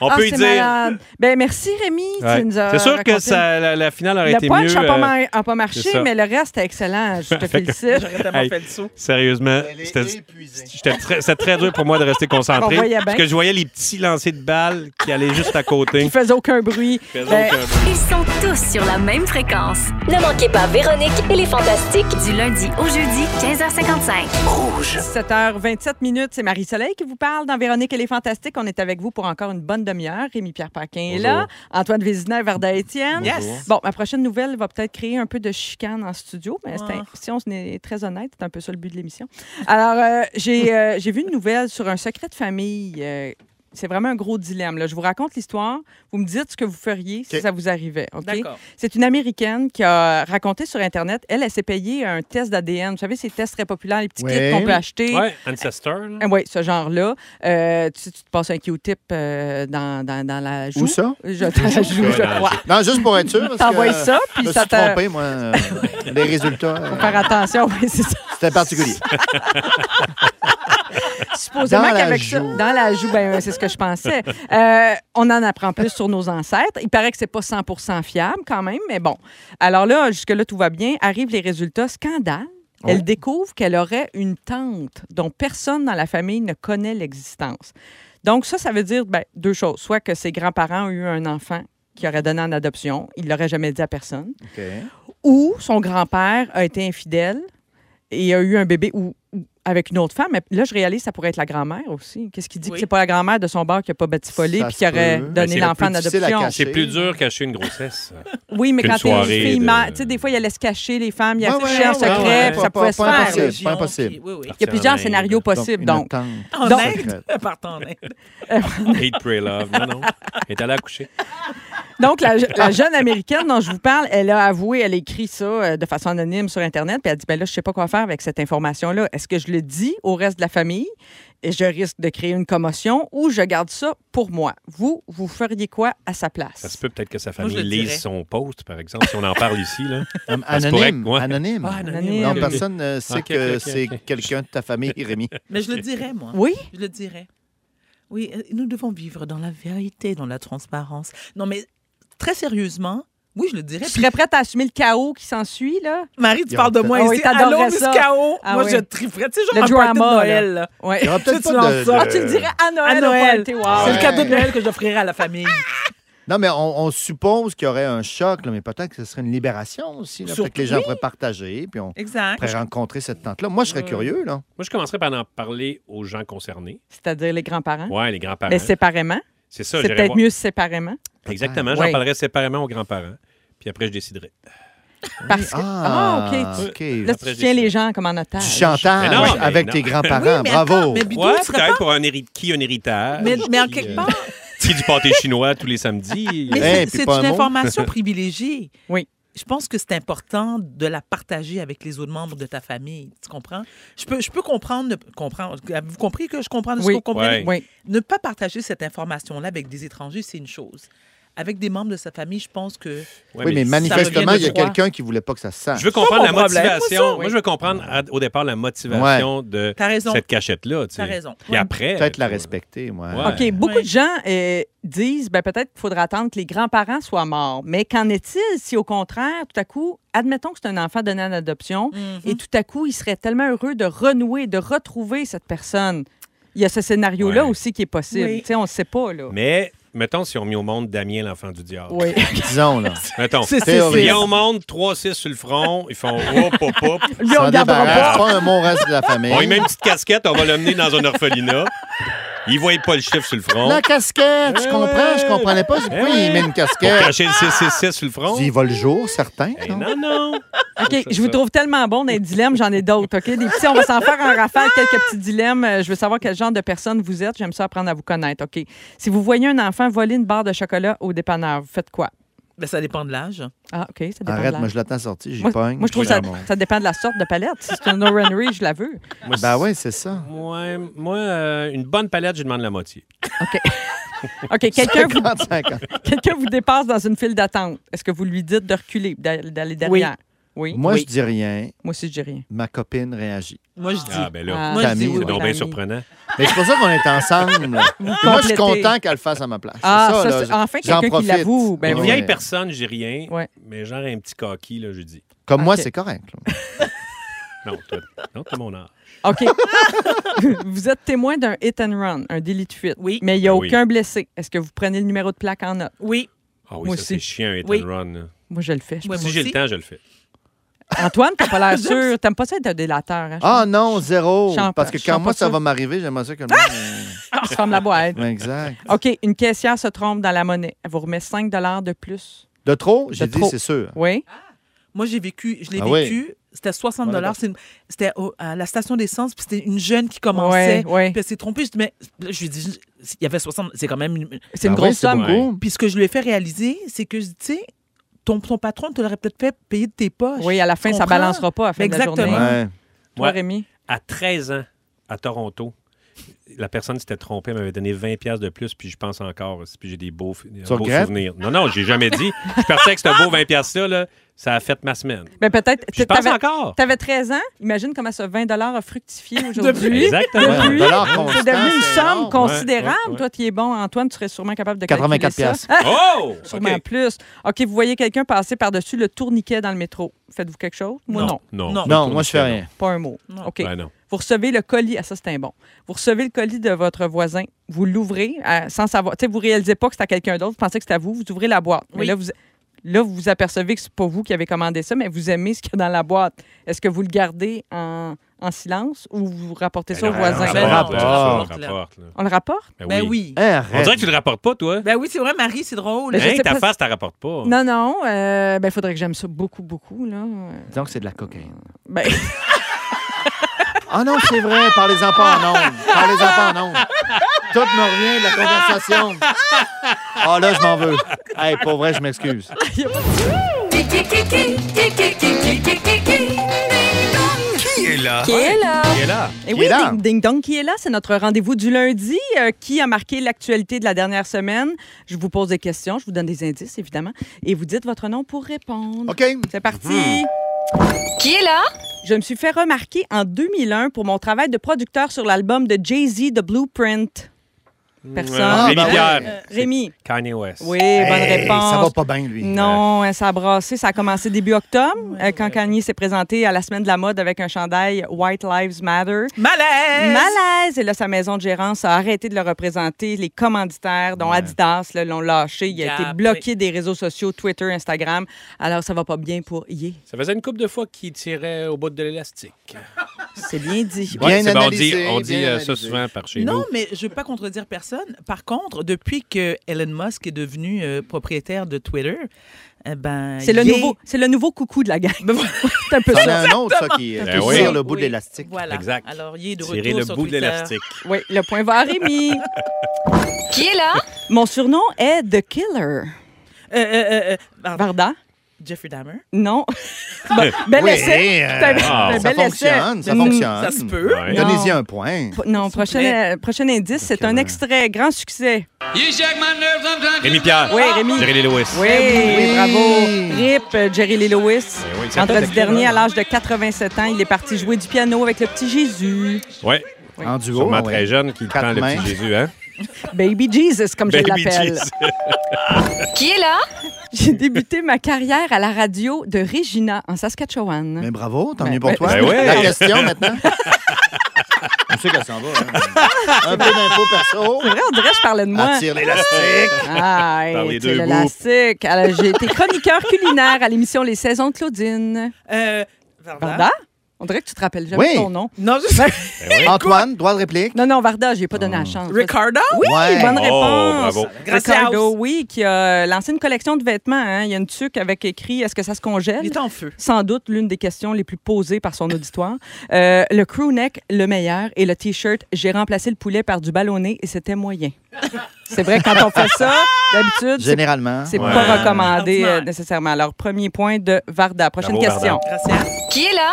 [SPEAKER 3] On
[SPEAKER 1] Ah,
[SPEAKER 3] peut y
[SPEAKER 1] c'est
[SPEAKER 3] dire.
[SPEAKER 1] malade. Ben, merci, Rémi.
[SPEAKER 3] Ouais.
[SPEAKER 1] Tu nous as
[SPEAKER 3] C'est sûr
[SPEAKER 1] raconté
[SPEAKER 3] que ça- la, la finale aurait
[SPEAKER 1] Le
[SPEAKER 3] été mieux.
[SPEAKER 1] punch n'a pas,
[SPEAKER 3] euh,
[SPEAKER 1] mar- a pas marché,
[SPEAKER 3] c'est ça.
[SPEAKER 1] mais le reste est excellent. Je te félicite.
[SPEAKER 4] J'aurais tellement
[SPEAKER 3] Hey.
[SPEAKER 4] fait le saut.
[SPEAKER 3] Sérieusement,
[SPEAKER 2] Elle est
[SPEAKER 3] c'était
[SPEAKER 2] épuisée.
[SPEAKER 3] j'étais très- c'était très dur pour moi de rester
[SPEAKER 1] On
[SPEAKER 3] concentré.
[SPEAKER 1] voyait bien.
[SPEAKER 3] Parce que je voyais les petits lancers de balles qui allaient juste à côté.
[SPEAKER 1] Il faisait aucun bruit. Ben,
[SPEAKER 7] Ils sont tous sur la même fréquence. Ne manquez pas Véronique et les Fantastiques du lundi au jeudi 15h55.
[SPEAKER 1] 7h27 minutes, c'est Marie-Soleil qui vous parle dans Véronique et les Fantastiques. On est avec vous pour encore une bonne demi-heure. Rémi-Pierre Paquin est là, Antoine Vézina et Varda Étienne.
[SPEAKER 4] Yes.
[SPEAKER 1] Bon, ma prochaine nouvelle va peut-être créer un peu de chicane en studio, mais c'est un-
[SPEAKER 4] Ah.
[SPEAKER 1] si on est très honnête, c'est un peu ça le but de l'émission. Alors, euh, j'ai euh, j'ai vu une nouvelle sur un secret de famille. euh, c'est vraiment un gros dilemme. là. Je vous raconte l'histoire. Vous me dites ce que vous feriez si
[SPEAKER 2] OK.
[SPEAKER 1] ça vous arrivait. OK?
[SPEAKER 4] D'accord.
[SPEAKER 1] C'est une Américaine qui a raconté sur Internet. Elle, elle s'est payée un test d'ADN. Vous savez, ces tests très populaires, les petits
[SPEAKER 2] Ouais.
[SPEAKER 1] kits qu'on peut acheter.
[SPEAKER 3] Ouais, Ancestor. là.
[SPEAKER 1] Ah Oui, ce genre-là. Euh, tu, sais, tu te passes un Q-tip euh, dans, dans, dans la joue.
[SPEAKER 2] Où ça?
[SPEAKER 1] Je, dans la joue, je
[SPEAKER 3] Dans la
[SPEAKER 1] crois.
[SPEAKER 2] Non, juste pour être sûr. parce
[SPEAKER 1] T'envoies
[SPEAKER 2] que
[SPEAKER 1] ça,
[SPEAKER 2] Je
[SPEAKER 1] puis
[SPEAKER 2] me
[SPEAKER 1] ça
[SPEAKER 2] suis
[SPEAKER 1] te...
[SPEAKER 2] trompé, moi. euh, Les résultats, euh,
[SPEAKER 1] Faire attention, oui, c'est ça.
[SPEAKER 2] c'était particulier.
[SPEAKER 1] Supposément
[SPEAKER 2] Dans la
[SPEAKER 1] qu'avec ça,
[SPEAKER 2] joue.
[SPEAKER 1] dans la joue, ben, euh, c'est ce que je pensais. Euh, on en apprend plus sur nos ancêtres. Il paraît que c'est pas 100 fiable quand même, mais bon. Alors là, jusque-là, tout va bien. Arrivent les résultats. Scandale. Elle découvre qu'elle aurait une tante dont personne dans la famille ne connaît l'existence. Donc ça, ça veut dire ben, deux choses. Soit que ses grands-parents ont eu un enfant qui aurait donné en adoption, il l'aurait jamais dit à personne,
[SPEAKER 2] OK.
[SPEAKER 1] ou son grand-père a été infidèle et a eu un bébé ou, ou avec une autre femme. Mais là, je réalise ça pourrait être la grand-mère aussi. Qu'est-ce qu'il dit
[SPEAKER 4] Oui.
[SPEAKER 1] que c'est pas la grand-mère de son bar qui a pas batifolé
[SPEAKER 2] Ça
[SPEAKER 1] puis
[SPEAKER 2] se
[SPEAKER 1] qui aurait
[SPEAKER 2] peut.
[SPEAKER 3] Mais
[SPEAKER 1] donné
[SPEAKER 3] c'est
[SPEAKER 1] l'enfant en
[SPEAKER 2] plus difficile à
[SPEAKER 1] adoption?
[SPEAKER 2] cacher.
[SPEAKER 3] C'est plus dur de cacher une grossesse.
[SPEAKER 1] Oui, mais
[SPEAKER 3] qu'une
[SPEAKER 1] quand t'es une
[SPEAKER 3] soirée
[SPEAKER 1] fille,
[SPEAKER 3] de-
[SPEAKER 1] ma- tu sais, des fois, il allait se cacher, les femmes, il
[SPEAKER 2] Ouais,
[SPEAKER 1] a
[SPEAKER 2] ouais,
[SPEAKER 1] affiché en
[SPEAKER 2] ouais,
[SPEAKER 1] secret,
[SPEAKER 2] ouais,
[SPEAKER 1] puis
[SPEAKER 2] ouais,
[SPEAKER 1] ça
[SPEAKER 2] pas-
[SPEAKER 1] pouvait se
[SPEAKER 2] pas
[SPEAKER 1] faire.
[SPEAKER 2] impossible.
[SPEAKER 1] là.
[SPEAKER 2] C'est pas impossible.
[SPEAKER 4] Qui- Oui, oui.
[SPEAKER 1] Il y a plusieurs scénarios possibles, donc.
[SPEAKER 2] Donc, euh, une tante.
[SPEAKER 4] En
[SPEAKER 1] Donc-
[SPEAKER 4] Inde? Partons en Inde.
[SPEAKER 3] Hate, pray, love. Non, non. Elle est allée accoucher.
[SPEAKER 1] Donc, la, la jeune Américaine dont je vous parle, elle a avoué, elle a écrit ça euh, de façon anonyme sur Internet, puis elle dit, ben là, je sais pas quoi faire avec cette information-là. Est-ce que je le dis au reste de la famille et je risque de créer une commotion ou je garde ça pour moi? Vous, vous feriez quoi à
[SPEAKER 3] Ça
[SPEAKER 1] sa
[SPEAKER 3] se
[SPEAKER 1] place?
[SPEAKER 3] peut peut-être que sa
[SPEAKER 4] Moi, je
[SPEAKER 3] famille
[SPEAKER 4] le dirais.
[SPEAKER 3] lise son post, par exemple, si on en parle ici. Là.
[SPEAKER 2] Hum,
[SPEAKER 3] Ça se pourrait
[SPEAKER 2] Anonyme.
[SPEAKER 3] que- Ah, ouais.
[SPEAKER 2] Anonyme.
[SPEAKER 1] Ah, anonyme.
[SPEAKER 2] Non,
[SPEAKER 1] ok.
[SPEAKER 2] personne ne sait
[SPEAKER 3] Ok,
[SPEAKER 2] que
[SPEAKER 3] ok, ok,
[SPEAKER 2] c'est
[SPEAKER 3] ok.
[SPEAKER 2] quelqu'un de ta famille, Rémi.
[SPEAKER 4] Mais je le dirais, moi.
[SPEAKER 1] Oui?
[SPEAKER 4] Je le dirais. Oui, euh, nous devons vivre dans la vérité, dans la transparence. Non, mais très sérieusement, oui, je le dirais.
[SPEAKER 1] Tu serais prête à assumer le chaos qui s'ensuit, là?
[SPEAKER 4] Marie, tu
[SPEAKER 2] Ils
[SPEAKER 4] parles de
[SPEAKER 2] ont
[SPEAKER 4] moi
[SPEAKER 1] fait- Ah oui,
[SPEAKER 4] ici.
[SPEAKER 1] t'adorerais
[SPEAKER 4] Allô, Miss
[SPEAKER 1] ça.
[SPEAKER 4] K.O.
[SPEAKER 1] Ah
[SPEAKER 4] moi,
[SPEAKER 1] oui.
[SPEAKER 4] je triferais. Tu sais,
[SPEAKER 1] Le
[SPEAKER 4] genre un party de
[SPEAKER 1] drama,
[SPEAKER 4] Noël. là.
[SPEAKER 1] Ouais.
[SPEAKER 2] Il y aura peut-être
[SPEAKER 4] Tu
[SPEAKER 2] pas de-
[SPEAKER 4] lances ça.
[SPEAKER 1] Ah,
[SPEAKER 2] de-
[SPEAKER 1] tu
[SPEAKER 3] Euh,
[SPEAKER 1] le dirais à Noël,
[SPEAKER 4] À
[SPEAKER 1] au
[SPEAKER 4] Noël.
[SPEAKER 1] party, wow.
[SPEAKER 4] C'est le
[SPEAKER 2] Ouais.
[SPEAKER 4] cadeau de Noël que j'offrirais à la famille.
[SPEAKER 2] Non, mais on, on suppose qu'il y aurait un choc, là, mais peut-être que ce serait une libération aussi. là.
[SPEAKER 4] Sur-
[SPEAKER 2] Peut-être que les gens pourraient partager, puis on
[SPEAKER 4] Exact.
[SPEAKER 2] pourrait rencontrer cette tante-là. Moi, je serais curieux, là.
[SPEAKER 3] Moi, je commencerais par en parler aux gens concernés.
[SPEAKER 1] C'est-à-dire les
[SPEAKER 4] Hein?
[SPEAKER 1] grands-parents?
[SPEAKER 3] Ouais, les grands-parents.
[SPEAKER 1] Mais séparément.
[SPEAKER 3] c'est ça,
[SPEAKER 1] C'est
[SPEAKER 3] j'irais
[SPEAKER 1] peut-être
[SPEAKER 3] voir.
[SPEAKER 1] mieux séparément.
[SPEAKER 3] Exactement,
[SPEAKER 4] Ah,
[SPEAKER 1] Ouais.
[SPEAKER 3] j'en parlerais séparément aux grands-parents. Puis Puis après, je déciderai.
[SPEAKER 1] Parce que. Ah,
[SPEAKER 2] Ah,
[SPEAKER 1] OK.
[SPEAKER 2] OK.
[SPEAKER 1] tu- Là,
[SPEAKER 3] Après,
[SPEAKER 1] tu tiens
[SPEAKER 3] j'ai-
[SPEAKER 1] les gens comme en otage.
[SPEAKER 2] Du chantage
[SPEAKER 3] Mais non, mais
[SPEAKER 2] avec
[SPEAKER 3] non.
[SPEAKER 2] tes
[SPEAKER 4] Oui,
[SPEAKER 2] grands-parents.
[SPEAKER 4] mais attends,
[SPEAKER 2] Bravo.
[SPEAKER 4] mais Bidou,
[SPEAKER 3] ouais,
[SPEAKER 4] tu serais
[SPEAKER 3] peut-être
[SPEAKER 4] pas-
[SPEAKER 3] pour un héri- qui un héritage.
[SPEAKER 4] Mais, mais en
[SPEAKER 3] qui,
[SPEAKER 4] quelque
[SPEAKER 3] euh,
[SPEAKER 4] part,
[SPEAKER 3] Qui du pâté chinois tous les samedis.
[SPEAKER 4] mais
[SPEAKER 3] euh,
[SPEAKER 2] Hey,
[SPEAKER 4] c'est-
[SPEAKER 2] puis
[SPEAKER 4] c'est
[SPEAKER 2] pas un
[SPEAKER 4] une
[SPEAKER 2] mot.
[SPEAKER 4] information privilégiée.
[SPEAKER 1] Oui.
[SPEAKER 4] Je pense que c'est important de la partager avec les autres membres de ta famille. Tu comprends? Je peux, je peux comprendre. de- comprendre Avez-vous compris que je comprends de ce
[SPEAKER 1] Oui.
[SPEAKER 4] qu'on comprend?
[SPEAKER 3] Ouais.
[SPEAKER 1] Oui.
[SPEAKER 4] Ne pas partager cette information-là avec des étrangers, c'est une chose. Avec des membres de sa famille, je pense que.
[SPEAKER 3] ouais,
[SPEAKER 2] oui, mais
[SPEAKER 3] ça
[SPEAKER 2] manifestement,
[SPEAKER 4] revient
[SPEAKER 2] il
[SPEAKER 4] de
[SPEAKER 2] y a
[SPEAKER 4] toi.
[SPEAKER 2] quelqu'un qui voulait pas que ça se sache.
[SPEAKER 3] Je veux comprendre la
[SPEAKER 1] mon problème, moi,
[SPEAKER 3] motivation.
[SPEAKER 1] ça,
[SPEAKER 3] Moi,
[SPEAKER 1] oui.
[SPEAKER 3] je veux comprendre à- au départ la motivation de
[SPEAKER 4] T'as raison.
[SPEAKER 3] cette cachette-là. tu sais.
[SPEAKER 4] T'as raison.
[SPEAKER 3] Puis
[SPEAKER 4] Ouais.
[SPEAKER 3] après. euh,
[SPEAKER 2] Peut-être la
[SPEAKER 3] tu vois.
[SPEAKER 2] respecter, moi.
[SPEAKER 3] Ouais.
[SPEAKER 1] OK, beaucoup
[SPEAKER 4] Ouais.
[SPEAKER 1] de gens euh, disent ben, peut-être qu'il faudra attendre que les grands-parents soient morts. Mais qu'en est-il si, au contraire, tout à coup, admettons que c'est un enfant donné en adoption
[SPEAKER 4] Mm-hmm.
[SPEAKER 1] et tout à coup, il serait tellement heureux de renouer, de retrouver cette personne? Il y a ce scénario-là
[SPEAKER 3] Ouais.
[SPEAKER 1] aussi qui est possible.
[SPEAKER 4] Oui.
[SPEAKER 1] Tu sais, on ne sait pas, là.
[SPEAKER 3] Mais, mettons, si on met au monde Damien, l'enfant du diable.
[SPEAKER 1] Oui.
[SPEAKER 2] Disons, là.
[SPEAKER 3] Mettons.
[SPEAKER 4] C'est- c'est-
[SPEAKER 3] Il
[SPEAKER 2] Théorie.
[SPEAKER 3] y a au monde 3-6 sur le front. Ils font hop, hop, hop.
[SPEAKER 1] Lui, on
[SPEAKER 2] S'en
[SPEAKER 1] le gardera
[SPEAKER 2] débarrasse,
[SPEAKER 1] pas.
[SPEAKER 2] pas un bon reste de la famille.
[SPEAKER 3] On lui met une petite casquette, on va l'emmener dans un orphelinat. Il voit pas le chiffre sur le front.
[SPEAKER 2] La casquette, je
[SPEAKER 3] Eh
[SPEAKER 2] comprends,
[SPEAKER 3] ouais.
[SPEAKER 2] je comprenais pas c'est
[SPEAKER 3] Eh
[SPEAKER 2] pourquoi il
[SPEAKER 3] ouais.
[SPEAKER 2] met une
[SPEAKER 3] Pour
[SPEAKER 2] casquette.
[SPEAKER 3] cacher le 666 sur le front.
[SPEAKER 2] Tu dis, Il va le jour, certain.
[SPEAKER 3] Eh
[SPEAKER 2] non?
[SPEAKER 3] non, non.
[SPEAKER 1] OK,
[SPEAKER 3] C'est
[SPEAKER 1] je vous
[SPEAKER 3] ça.
[SPEAKER 1] trouve tellement bon dans les dilemmes, j'en ai d'autres, OK? Des petits, on va s'en faire en rafale quelques petits dilemmes. Euh, Je veux savoir quel genre de personne vous êtes. J'aime ça apprendre à vous connaître, OK? Si vous voyez un enfant voler une barre de chocolat au dépanneur, vous faites quoi?
[SPEAKER 4] Ben, ça dépend de l'âge.
[SPEAKER 1] Ah, OK, ça dépend de
[SPEAKER 2] Arrête,
[SPEAKER 1] l'âge.
[SPEAKER 2] moi, je l'attends sorti, j'y
[SPEAKER 1] Moi,
[SPEAKER 2] pogne.
[SPEAKER 1] moi, je trouve que
[SPEAKER 2] suis
[SPEAKER 1] ça,
[SPEAKER 2] dans mon-
[SPEAKER 1] ça dépend de la sorte de palette. Si c'est une Orangery, je la veux.
[SPEAKER 3] Moi,
[SPEAKER 2] Ben ouais, c'est ça.
[SPEAKER 3] Ouais, moi, euh, une bonne palette, je demande la moitié.
[SPEAKER 1] OK, quelqu'un vous,
[SPEAKER 2] 45 ans.
[SPEAKER 1] quelqu'un vous dépasse dans une file d'attente. Est-ce que vous lui dites de reculer, d'a- d'aller derrière? Oui.
[SPEAKER 2] Moi,
[SPEAKER 4] Oui.
[SPEAKER 2] je dis rien.
[SPEAKER 1] Moi aussi, je dis rien.
[SPEAKER 2] Ma copine réagit.
[SPEAKER 4] Moi, je dis.
[SPEAKER 3] Ah, ben
[SPEAKER 1] Ah.
[SPEAKER 3] là.
[SPEAKER 4] moi, je
[SPEAKER 2] Tammy,
[SPEAKER 4] dis oui,
[SPEAKER 3] C'est
[SPEAKER 2] ouais.
[SPEAKER 4] oui.
[SPEAKER 3] donc bien
[SPEAKER 1] Tammy.
[SPEAKER 3] surprenant.
[SPEAKER 2] Mais c'est pour ça qu'on est ensemble. là. Moi, je suis
[SPEAKER 1] complétez.
[SPEAKER 2] content qu'elle le fasse à ma place.
[SPEAKER 1] Ah,
[SPEAKER 2] C'est
[SPEAKER 1] ça,
[SPEAKER 2] là,
[SPEAKER 1] c'est
[SPEAKER 2] je-
[SPEAKER 1] enfin
[SPEAKER 2] j'en
[SPEAKER 1] quelqu'un qui
[SPEAKER 2] profite.
[SPEAKER 1] l'avoue. Ben
[SPEAKER 3] Une
[SPEAKER 2] Ouais.
[SPEAKER 1] oui.
[SPEAKER 3] vieille personne, j'ai rien.
[SPEAKER 1] Ouais.
[SPEAKER 3] Mais genre un petit coquille, là, je dis.
[SPEAKER 2] Comme moi,
[SPEAKER 1] Ok.
[SPEAKER 2] c'est correct. là.
[SPEAKER 3] Non, toi, non, t'as mon âge.
[SPEAKER 1] OK. vous êtes témoin d'un hit and run, un délit de fuite.
[SPEAKER 4] Oui.
[SPEAKER 1] Mais il n'y a
[SPEAKER 3] Ah Oui.
[SPEAKER 1] aucun blessé. Est-ce que vous prenez le numéro de plaque en note?
[SPEAKER 4] Oui.
[SPEAKER 3] Ah oui,
[SPEAKER 1] Moi
[SPEAKER 3] ça,
[SPEAKER 1] aussi.
[SPEAKER 3] c'est chiant, un hit
[SPEAKER 4] Oui.
[SPEAKER 3] and run. là.
[SPEAKER 1] Moi, je le fais. Je-
[SPEAKER 4] Ouais,
[SPEAKER 3] Si
[SPEAKER 4] moi
[SPEAKER 3] j'ai le
[SPEAKER 4] aussi.
[SPEAKER 3] temps, je le fais.
[SPEAKER 1] Antoine, t'as pas l'air sûr. T'aimes pas ça être un délateur. Hein?
[SPEAKER 2] Ah non, zéro.
[SPEAKER 1] Je suis en-
[SPEAKER 2] Parce que
[SPEAKER 1] je suis en
[SPEAKER 2] quand moi,
[SPEAKER 1] pas
[SPEAKER 2] ça
[SPEAKER 1] sûre.
[SPEAKER 2] va m'arriver, j'aimerais ça que le
[SPEAKER 1] Ah!
[SPEAKER 2] monde,
[SPEAKER 1] Tu fermes la boîte.
[SPEAKER 2] euh, Exact.
[SPEAKER 1] OK, une caissière se trompe dans la monnaie. Elle vous remet 5 de plus.
[SPEAKER 2] De trop, j'ai
[SPEAKER 1] De
[SPEAKER 2] dit,
[SPEAKER 1] trop.
[SPEAKER 2] c'est sûr.
[SPEAKER 1] Oui.
[SPEAKER 4] Moi, j'ai vécu, je l'ai
[SPEAKER 2] Ah oui.
[SPEAKER 4] vécu. C'était 60
[SPEAKER 2] Voilà.
[SPEAKER 4] C'est une- C'était au- à la station d'essence, puis c'était une jeune qui commençait.
[SPEAKER 1] Ouais, ouais.
[SPEAKER 4] Puis elle s'est trompée. Je, dis, mais, je lui ai dit, il y avait 60, c'est quand même. une-
[SPEAKER 1] C'est une
[SPEAKER 2] Ah ouais,
[SPEAKER 1] grosse
[SPEAKER 2] c'est
[SPEAKER 1] somme.
[SPEAKER 2] beaucoup.
[SPEAKER 4] Puis ce que je lui ai fait réaliser, c'est que, je dis, tu sais, ton, ton patron te l'aurait peut-être fait payer de tes poches.
[SPEAKER 1] Oui, à la fin,
[SPEAKER 4] Tu
[SPEAKER 1] ça
[SPEAKER 4] comprends?
[SPEAKER 1] balancera pas à la fin de la
[SPEAKER 4] Exactement.
[SPEAKER 1] journée.
[SPEAKER 2] Ouais.
[SPEAKER 1] Toi,
[SPEAKER 3] Ouais.
[SPEAKER 1] Rémi?
[SPEAKER 3] À 13 ans, à Toronto, la personne s'était trompée, elle m'avait donné 20 pièces de plus, puis je pense encore, puis j'ai des beaux, un beau
[SPEAKER 2] regrettes?
[SPEAKER 3] souvenirs. Non, non, j'ai jamais dit. Je partais avec ce beau 20 pièces là, là, ça a fait ma semaine.
[SPEAKER 1] Ben peut-être.
[SPEAKER 3] Puis je
[SPEAKER 1] t'a-
[SPEAKER 3] pense
[SPEAKER 1] t'avais-
[SPEAKER 3] encore.
[SPEAKER 1] T'avais 13 ans. Imagine comment ce 20 a fructifié aujourd'hui.
[SPEAKER 3] Exactement.
[SPEAKER 2] Ouais, un
[SPEAKER 1] Depuis,
[SPEAKER 2] dollar
[SPEAKER 1] C'est
[SPEAKER 2] constant,
[SPEAKER 1] devenu une
[SPEAKER 2] c'est
[SPEAKER 1] somme
[SPEAKER 2] énorme.
[SPEAKER 1] considérable.
[SPEAKER 3] Ouais, ouais.
[SPEAKER 1] Toi, tu es bon. Antoine, tu serais sûrement capable de calculer
[SPEAKER 2] 84 piastres.
[SPEAKER 1] ça.
[SPEAKER 3] Oh!
[SPEAKER 1] Sûrement
[SPEAKER 3] OK.
[SPEAKER 1] plus. OK, vous voyez quelqu'un passer par-dessus le tourniquet dans le métro. Faites-vous quelque chose? Moi, non.
[SPEAKER 3] Non,
[SPEAKER 4] Non.
[SPEAKER 2] Non, moi, je fais rien.
[SPEAKER 1] Pas un mot.
[SPEAKER 4] Non.
[SPEAKER 1] OK.
[SPEAKER 3] Ben non.
[SPEAKER 1] Vous recevez le colis. Ah, ça, c'est un bon. Vous recevez le colis de votre voisin. Vous l'ouvrez euh, sans savoir. Tu sais, vous réalisez pas que c'était à quelqu'un d'autre. Vous pensez que c'était à vous. Vous ouvrez la boîte. Mais
[SPEAKER 4] Oui.
[SPEAKER 1] là, vous. Là, vous vous apercevez que c'est pas vous qui avez commandé ça, mais vous aimez ce qu'il y a dans la boîte. Est-ce que vous le gardez en, en silence ou vous rapportez ça au
[SPEAKER 3] Ben non,
[SPEAKER 1] voisin?
[SPEAKER 2] Ben non.
[SPEAKER 3] rapporte, là,
[SPEAKER 4] Rapporte, là.
[SPEAKER 3] rapporte, là.
[SPEAKER 1] On le rapporte?
[SPEAKER 4] Ben oui.
[SPEAKER 2] Hey,
[SPEAKER 3] On dirait
[SPEAKER 2] arrête.
[SPEAKER 3] que tu le rapportes pas, toi.
[SPEAKER 4] Ben oui, c'est vrai, Marie, c'est drôle.
[SPEAKER 1] Ben, je
[SPEAKER 3] Hein,
[SPEAKER 1] sais
[SPEAKER 3] ta
[SPEAKER 1] pas-
[SPEAKER 3] face, tu la rapportes pas.
[SPEAKER 1] Non, non. euh, ben, il faudrait que j'aime ça beaucoup, beaucoup. Là. Euh,
[SPEAKER 2] Donc, c'est de la cocaïne.
[SPEAKER 1] Ben,
[SPEAKER 2] Ah non, c'est vrai. Parlez-en pas en ondes. Parlez-en pas en ondes. Tout me revient de la conversation. Ah là, je m'en veux. Hey, pour vrai, je m'excuse.
[SPEAKER 7] Qui est là?
[SPEAKER 3] Il est là.
[SPEAKER 2] Qui
[SPEAKER 1] Et Eh oui,
[SPEAKER 2] est là?
[SPEAKER 1] Ding, Ding Dong qui est là. C'est notre rendez-vous du lundi euh, qui a marqué l'actualité de la dernière semaine. Je vous pose des questions, je vous donne des indices, évidemment, et vous dites votre nom pour répondre.
[SPEAKER 2] OK. Hmm.
[SPEAKER 1] C'est parti.
[SPEAKER 7] Qui est là?
[SPEAKER 1] Je me suis fait remarquer en 2001 pour mon travail de producteur sur l'album de Jay-Z, The Blueprint. Personne.
[SPEAKER 3] Ah, Rémi
[SPEAKER 2] ben
[SPEAKER 3] Pierre.
[SPEAKER 2] ouais.
[SPEAKER 1] euh, Rémi.
[SPEAKER 3] Kanye West.
[SPEAKER 1] Oui, bonne
[SPEAKER 2] Hey,
[SPEAKER 1] réponse.
[SPEAKER 2] Ça va pas bien, lui. Euh,
[SPEAKER 1] Non, hein, ça a brassé. Ça a commencé début octobre, euh, quand Kanye s'est présenté à la semaine de la mode avec un chandail White Lives Matter.
[SPEAKER 4] Malaise!
[SPEAKER 1] Malaise! Et là, sa maison de gérance a arrêté de le représenter. Les commanditaires, dont Adidas, là, l'ont lâché. Il a
[SPEAKER 4] Gap,
[SPEAKER 1] été bloqué des réseaux sociaux, Twitter, Instagram. Alors, ça va pas bien pour Ye.
[SPEAKER 3] Ça faisait une couple de fois qu'il tirait au bout de l'élastique.
[SPEAKER 1] C'est bien dit.
[SPEAKER 2] Bien
[SPEAKER 3] c'est bon, on dit,
[SPEAKER 2] analysé,
[SPEAKER 3] on dit
[SPEAKER 2] bien
[SPEAKER 3] euh, ça
[SPEAKER 2] analysé.
[SPEAKER 3] souvent par chez
[SPEAKER 4] Non,
[SPEAKER 3] nous.
[SPEAKER 4] mais je ne veux pas contredire personne. Par contre, depuis que Elon Musk est devenu euh, propriétaire de Twitter, Eh ben,
[SPEAKER 1] C'est le,
[SPEAKER 4] yeah.
[SPEAKER 1] nouveau, c'est le nouveau coucou de la gang. c'est un peu
[SPEAKER 2] C'en
[SPEAKER 1] Ben ça.
[SPEAKER 2] a un autre, ça, qui
[SPEAKER 3] Ben
[SPEAKER 2] qui
[SPEAKER 3] oui.
[SPEAKER 2] tire le bout
[SPEAKER 4] Oui.
[SPEAKER 2] de l'élastique.
[SPEAKER 4] Voilà.
[SPEAKER 3] Exact.
[SPEAKER 4] Alors, il est de retour
[SPEAKER 3] Tirer le
[SPEAKER 4] sur
[SPEAKER 3] bout de
[SPEAKER 4] Twitter.
[SPEAKER 3] l'élastique.
[SPEAKER 1] Oui, le point va à Rémi.
[SPEAKER 7] Qui est là?
[SPEAKER 1] Mon surnom est The Killer.
[SPEAKER 4] Euh, euh, euh, euh, pardon.
[SPEAKER 1] Varda?
[SPEAKER 4] Jeffrey Dahmer.
[SPEAKER 1] Non. Bon, bel
[SPEAKER 2] Oui,
[SPEAKER 1] essai.
[SPEAKER 2] euh,
[SPEAKER 1] C'était un- c'était
[SPEAKER 3] ben,
[SPEAKER 2] ça
[SPEAKER 1] un bel essai.
[SPEAKER 2] fonctionne, ça
[SPEAKER 1] Mm,
[SPEAKER 2] fonctionne.
[SPEAKER 4] Ça se peut.
[SPEAKER 3] Ah, Ouais.
[SPEAKER 1] Non.
[SPEAKER 2] Donnez-y un point.
[SPEAKER 1] P- Non,
[SPEAKER 4] vous plaît.
[SPEAKER 1] prochain, euh, prochain indice, c'est un
[SPEAKER 2] ouais.
[SPEAKER 1] extrait. Grand succès.
[SPEAKER 3] Rémi Pierre.
[SPEAKER 1] Oui, Rémi.
[SPEAKER 3] Jerry Lee Lewis.
[SPEAKER 1] Oui, bravo. Rip, euh, Jerry Lee Lewis.
[SPEAKER 3] Eh oui, ça
[SPEAKER 1] Vendredi
[SPEAKER 3] fait-
[SPEAKER 1] dernier, à l'âge de 87 ans, il est parti jouer du piano avec le petit Jésus.
[SPEAKER 3] Ouais.
[SPEAKER 2] En duo.
[SPEAKER 3] Sûrement
[SPEAKER 2] ah
[SPEAKER 3] très
[SPEAKER 2] ouais.
[SPEAKER 3] jeune qui
[SPEAKER 2] Quatre
[SPEAKER 3] prend le
[SPEAKER 2] mains.
[SPEAKER 3] petit Jésus, hein?
[SPEAKER 1] Baby Jesus, comme je
[SPEAKER 3] Baby
[SPEAKER 1] l'appelle.
[SPEAKER 3] Jesus.
[SPEAKER 7] Qui est là?
[SPEAKER 1] J'ai débuté ma carrière à la radio de Regina, en Saskatchewan.
[SPEAKER 2] Mais bravo, tant
[SPEAKER 1] Ben,
[SPEAKER 2] mieux pour
[SPEAKER 1] ben-
[SPEAKER 2] toi.
[SPEAKER 3] Ben oui.
[SPEAKER 2] La question maintenant. Je sais qu'elle s'en va. hein. Un peu d'info perso.
[SPEAKER 1] C'est vrai, on dirait que je parlais de moi.
[SPEAKER 2] Attire l'élastique.
[SPEAKER 1] Ah,
[SPEAKER 3] Ah, Par
[SPEAKER 1] hey,
[SPEAKER 3] les
[SPEAKER 1] t'es
[SPEAKER 3] deux
[SPEAKER 1] l'élastique. Alors, J'ai été chroniqueur culinaire à l'émission Les Saisons de Claudine.
[SPEAKER 4] Euh, Varda.
[SPEAKER 1] Varda? On dirait que tu te rappelles jamais
[SPEAKER 2] Oui.
[SPEAKER 1] ton nom.
[SPEAKER 4] Non, je sais.
[SPEAKER 3] Eh
[SPEAKER 2] Ah! Antoine, droit de réplique.
[SPEAKER 1] Non, non, Varda, j'ai pas
[SPEAKER 3] Ah.
[SPEAKER 1] donné la chance.
[SPEAKER 4] Ricardo?
[SPEAKER 1] Oui,
[SPEAKER 2] Ouais.
[SPEAKER 1] bonne
[SPEAKER 3] Oh,
[SPEAKER 1] réponse.
[SPEAKER 3] bravo.
[SPEAKER 4] Gracias.
[SPEAKER 1] Ricardo, oui, qui a lancé une collection de vêtements. hein. Il y a une tuque avec écrit « Est-ce que ça se
[SPEAKER 4] Il
[SPEAKER 1] congèle?
[SPEAKER 4] est en » feu.
[SPEAKER 1] Sans doute l'une des questions les plus posées par son auditoire. Euh, le crewneck, le meilleur, et le T-shirt « J'ai remplacé le poulet par du ballonné et c'était moyen ». C'est vrai, quand on fait ça, d'habitude, c'est
[SPEAKER 2] Généralement.
[SPEAKER 1] C'est
[SPEAKER 3] Ouais.
[SPEAKER 1] pas recommandé euh,
[SPEAKER 4] Ordinaire.
[SPEAKER 1] nécessairement. Alors, premier point de Varda. Prochaine
[SPEAKER 3] Bravo,
[SPEAKER 1] question.
[SPEAKER 4] Gracias.
[SPEAKER 7] Qui est là?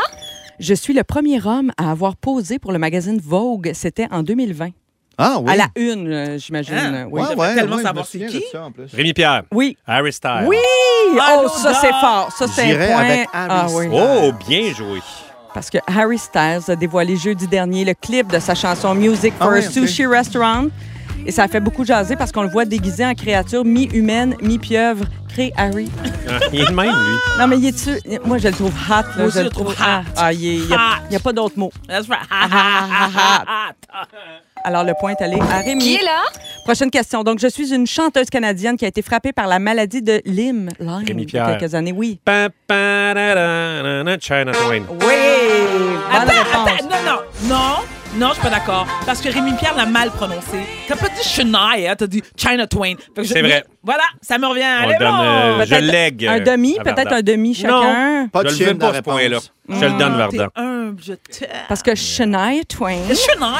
[SPEAKER 1] Je suis le premier homme à avoir posé pour le magazine Vogue. C'était en 2020.
[SPEAKER 2] Ah oui.
[SPEAKER 1] À la une, euh, j'imagine.
[SPEAKER 4] Hein?
[SPEAKER 1] euh, Oui.
[SPEAKER 2] Ouais,
[SPEAKER 4] J'aimerais
[SPEAKER 2] ouais,
[SPEAKER 4] tellement
[SPEAKER 2] ouais, je
[SPEAKER 4] savoir
[SPEAKER 2] me souviens
[SPEAKER 4] c'est qui.
[SPEAKER 2] de ça, en plus.
[SPEAKER 3] Rémi Pierre.
[SPEAKER 1] Oui.
[SPEAKER 3] Harry Styles.
[SPEAKER 1] Oui! Oh,
[SPEAKER 4] Allô,
[SPEAKER 1] ça, c'est
[SPEAKER 4] Dan.
[SPEAKER 1] fort. Ça, c'est
[SPEAKER 2] J'irais
[SPEAKER 1] un point.
[SPEAKER 2] avec Harry
[SPEAKER 1] ah, oui.
[SPEAKER 2] Styles.
[SPEAKER 3] Oh, bien joué.
[SPEAKER 1] Parce que Harry Styles a dévoilé jeudi dernier le clip de sa chanson Music for
[SPEAKER 2] Ah
[SPEAKER 1] a
[SPEAKER 2] oui, ok.
[SPEAKER 1] Sushi Restaurant. Et ça a fait beaucoup jaser parce qu'on le voit déguisé en créature mi-humaine, mi-pieuvre. Cré Harry.
[SPEAKER 3] Ah, Il est de même, lui.
[SPEAKER 1] Non, mais il est tu Moi, je le trouve hot. là.
[SPEAKER 4] Moi aussi, je
[SPEAKER 1] le
[SPEAKER 4] le trouve
[SPEAKER 1] Ah,
[SPEAKER 4] hot.
[SPEAKER 1] ah, il est- il y a- il n'y a pas d'autre mot.
[SPEAKER 4] That's right. Ha,
[SPEAKER 1] Ah,
[SPEAKER 4] ha, ha, ha, ha.
[SPEAKER 1] Alors, le point est allé à Rémi.
[SPEAKER 7] Qui est là?
[SPEAKER 1] Prochaine question. Donc, je suis une chanteuse canadienne qui a été frappée par la maladie de Lyme. Lyme,
[SPEAKER 3] Rémi
[SPEAKER 1] il y a
[SPEAKER 3] Pierre.
[SPEAKER 1] quelques années, oui.
[SPEAKER 3] Pa, pa, da, da, da, da, Chinatown.
[SPEAKER 1] Oui! Bonne
[SPEAKER 4] Attends,
[SPEAKER 1] réponse.
[SPEAKER 4] attends, non, non, non, non, je suis pas d'accord. Parce que Rémi Pierre l'a mal prononcé. T'as pas dit Shania, t'as dit China Twain. Fait que je-
[SPEAKER 3] C'est vrai.
[SPEAKER 4] Voilà, ça me revient.
[SPEAKER 3] On
[SPEAKER 4] Allez,
[SPEAKER 3] donne,
[SPEAKER 4] bon.
[SPEAKER 3] euh, je
[SPEAKER 1] Peut-être
[SPEAKER 3] lègue. Ah,
[SPEAKER 1] Un demi,
[SPEAKER 3] à
[SPEAKER 1] peut-être
[SPEAKER 3] Varda.
[SPEAKER 1] un demi chacun.
[SPEAKER 2] Pas de
[SPEAKER 3] Je le
[SPEAKER 2] film
[SPEAKER 3] donne
[SPEAKER 2] dans
[SPEAKER 3] pas, ce
[SPEAKER 2] la
[SPEAKER 3] point-là.
[SPEAKER 2] réponse.
[SPEAKER 3] Je le
[SPEAKER 1] Ah,
[SPEAKER 3] donne, Varda.
[SPEAKER 4] T'es humble, je t'aime. hein.
[SPEAKER 1] Parce que Shania Twain,
[SPEAKER 4] Shania.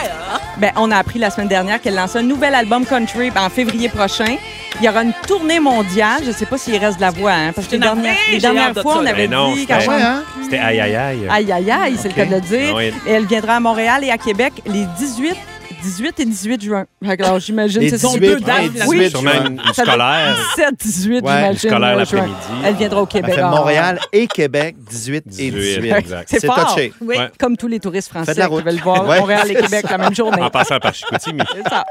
[SPEAKER 1] ben, on a appris la semaine dernière qu'elle lance un nouvel album country ben, en février prochain. Il y aura une tournée mondiale. Je ne sais pas s'il reste de la voix, hein, parce que
[SPEAKER 4] Je
[SPEAKER 1] les
[SPEAKER 4] n'en-
[SPEAKER 1] dernières,
[SPEAKER 4] Hey,
[SPEAKER 1] les
[SPEAKER 4] j'ai
[SPEAKER 1] dernières
[SPEAKER 4] hâte de
[SPEAKER 1] fois,
[SPEAKER 4] ça,
[SPEAKER 1] on
[SPEAKER 4] là.
[SPEAKER 1] avait
[SPEAKER 3] Mais non,
[SPEAKER 1] dit
[SPEAKER 3] c'était-
[SPEAKER 1] qu'elle
[SPEAKER 2] Ah ouais, hein?
[SPEAKER 3] C'était aïe, aïe, aïe.
[SPEAKER 1] Aïe, aïe, aïe, c'est
[SPEAKER 2] Ok. Ben
[SPEAKER 1] le cas de le dire.
[SPEAKER 3] Ah oui.
[SPEAKER 1] Et elle viendra à Montréal et à Québec les 18, 18 et 18 juin. Fait que, Alors, j'imagine
[SPEAKER 2] Les
[SPEAKER 1] c'est son
[SPEAKER 2] 18,
[SPEAKER 4] deux dates,
[SPEAKER 2] les
[SPEAKER 4] là.
[SPEAKER 2] 18
[SPEAKER 1] Oui.
[SPEAKER 3] Sûrement
[SPEAKER 2] juin.
[SPEAKER 3] une, une
[SPEAKER 1] Ça doit-
[SPEAKER 3] scolaire.
[SPEAKER 1] 17, 18,
[SPEAKER 2] Ouais,
[SPEAKER 1] j'imagine.
[SPEAKER 3] scolaire
[SPEAKER 1] le juin.
[SPEAKER 3] l'après-midi.
[SPEAKER 1] Elle viendra au
[SPEAKER 2] Ça
[SPEAKER 1] Québec.
[SPEAKER 2] fait
[SPEAKER 1] Ah,
[SPEAKER 2] Montréal et Québec, 18 et 18.
[SPEAKER 3] exact.
[SPEAKER 1] C'est
[SPEAKER 2] C'est
[SPEAKER 1] fort.
[SPEAKER 2] touché.
[SPEAKER 4] Oui.
[SPEAKER 3] Ouais.
[SPEAKER 1] Comme tous les touristes français
[SPEAKER 2] Faites la
[SPEAKER 1] qui
[SPEAKER 2] route.
[SPEAKER 1] veulent voir
[SPEAKER 2] Ouais.
[SPEAKER 1] Montréal et Québec la même journée.
[SPEAKER 3] En passant par Chicoutimi.
[SPEAKER 1] C'est ça.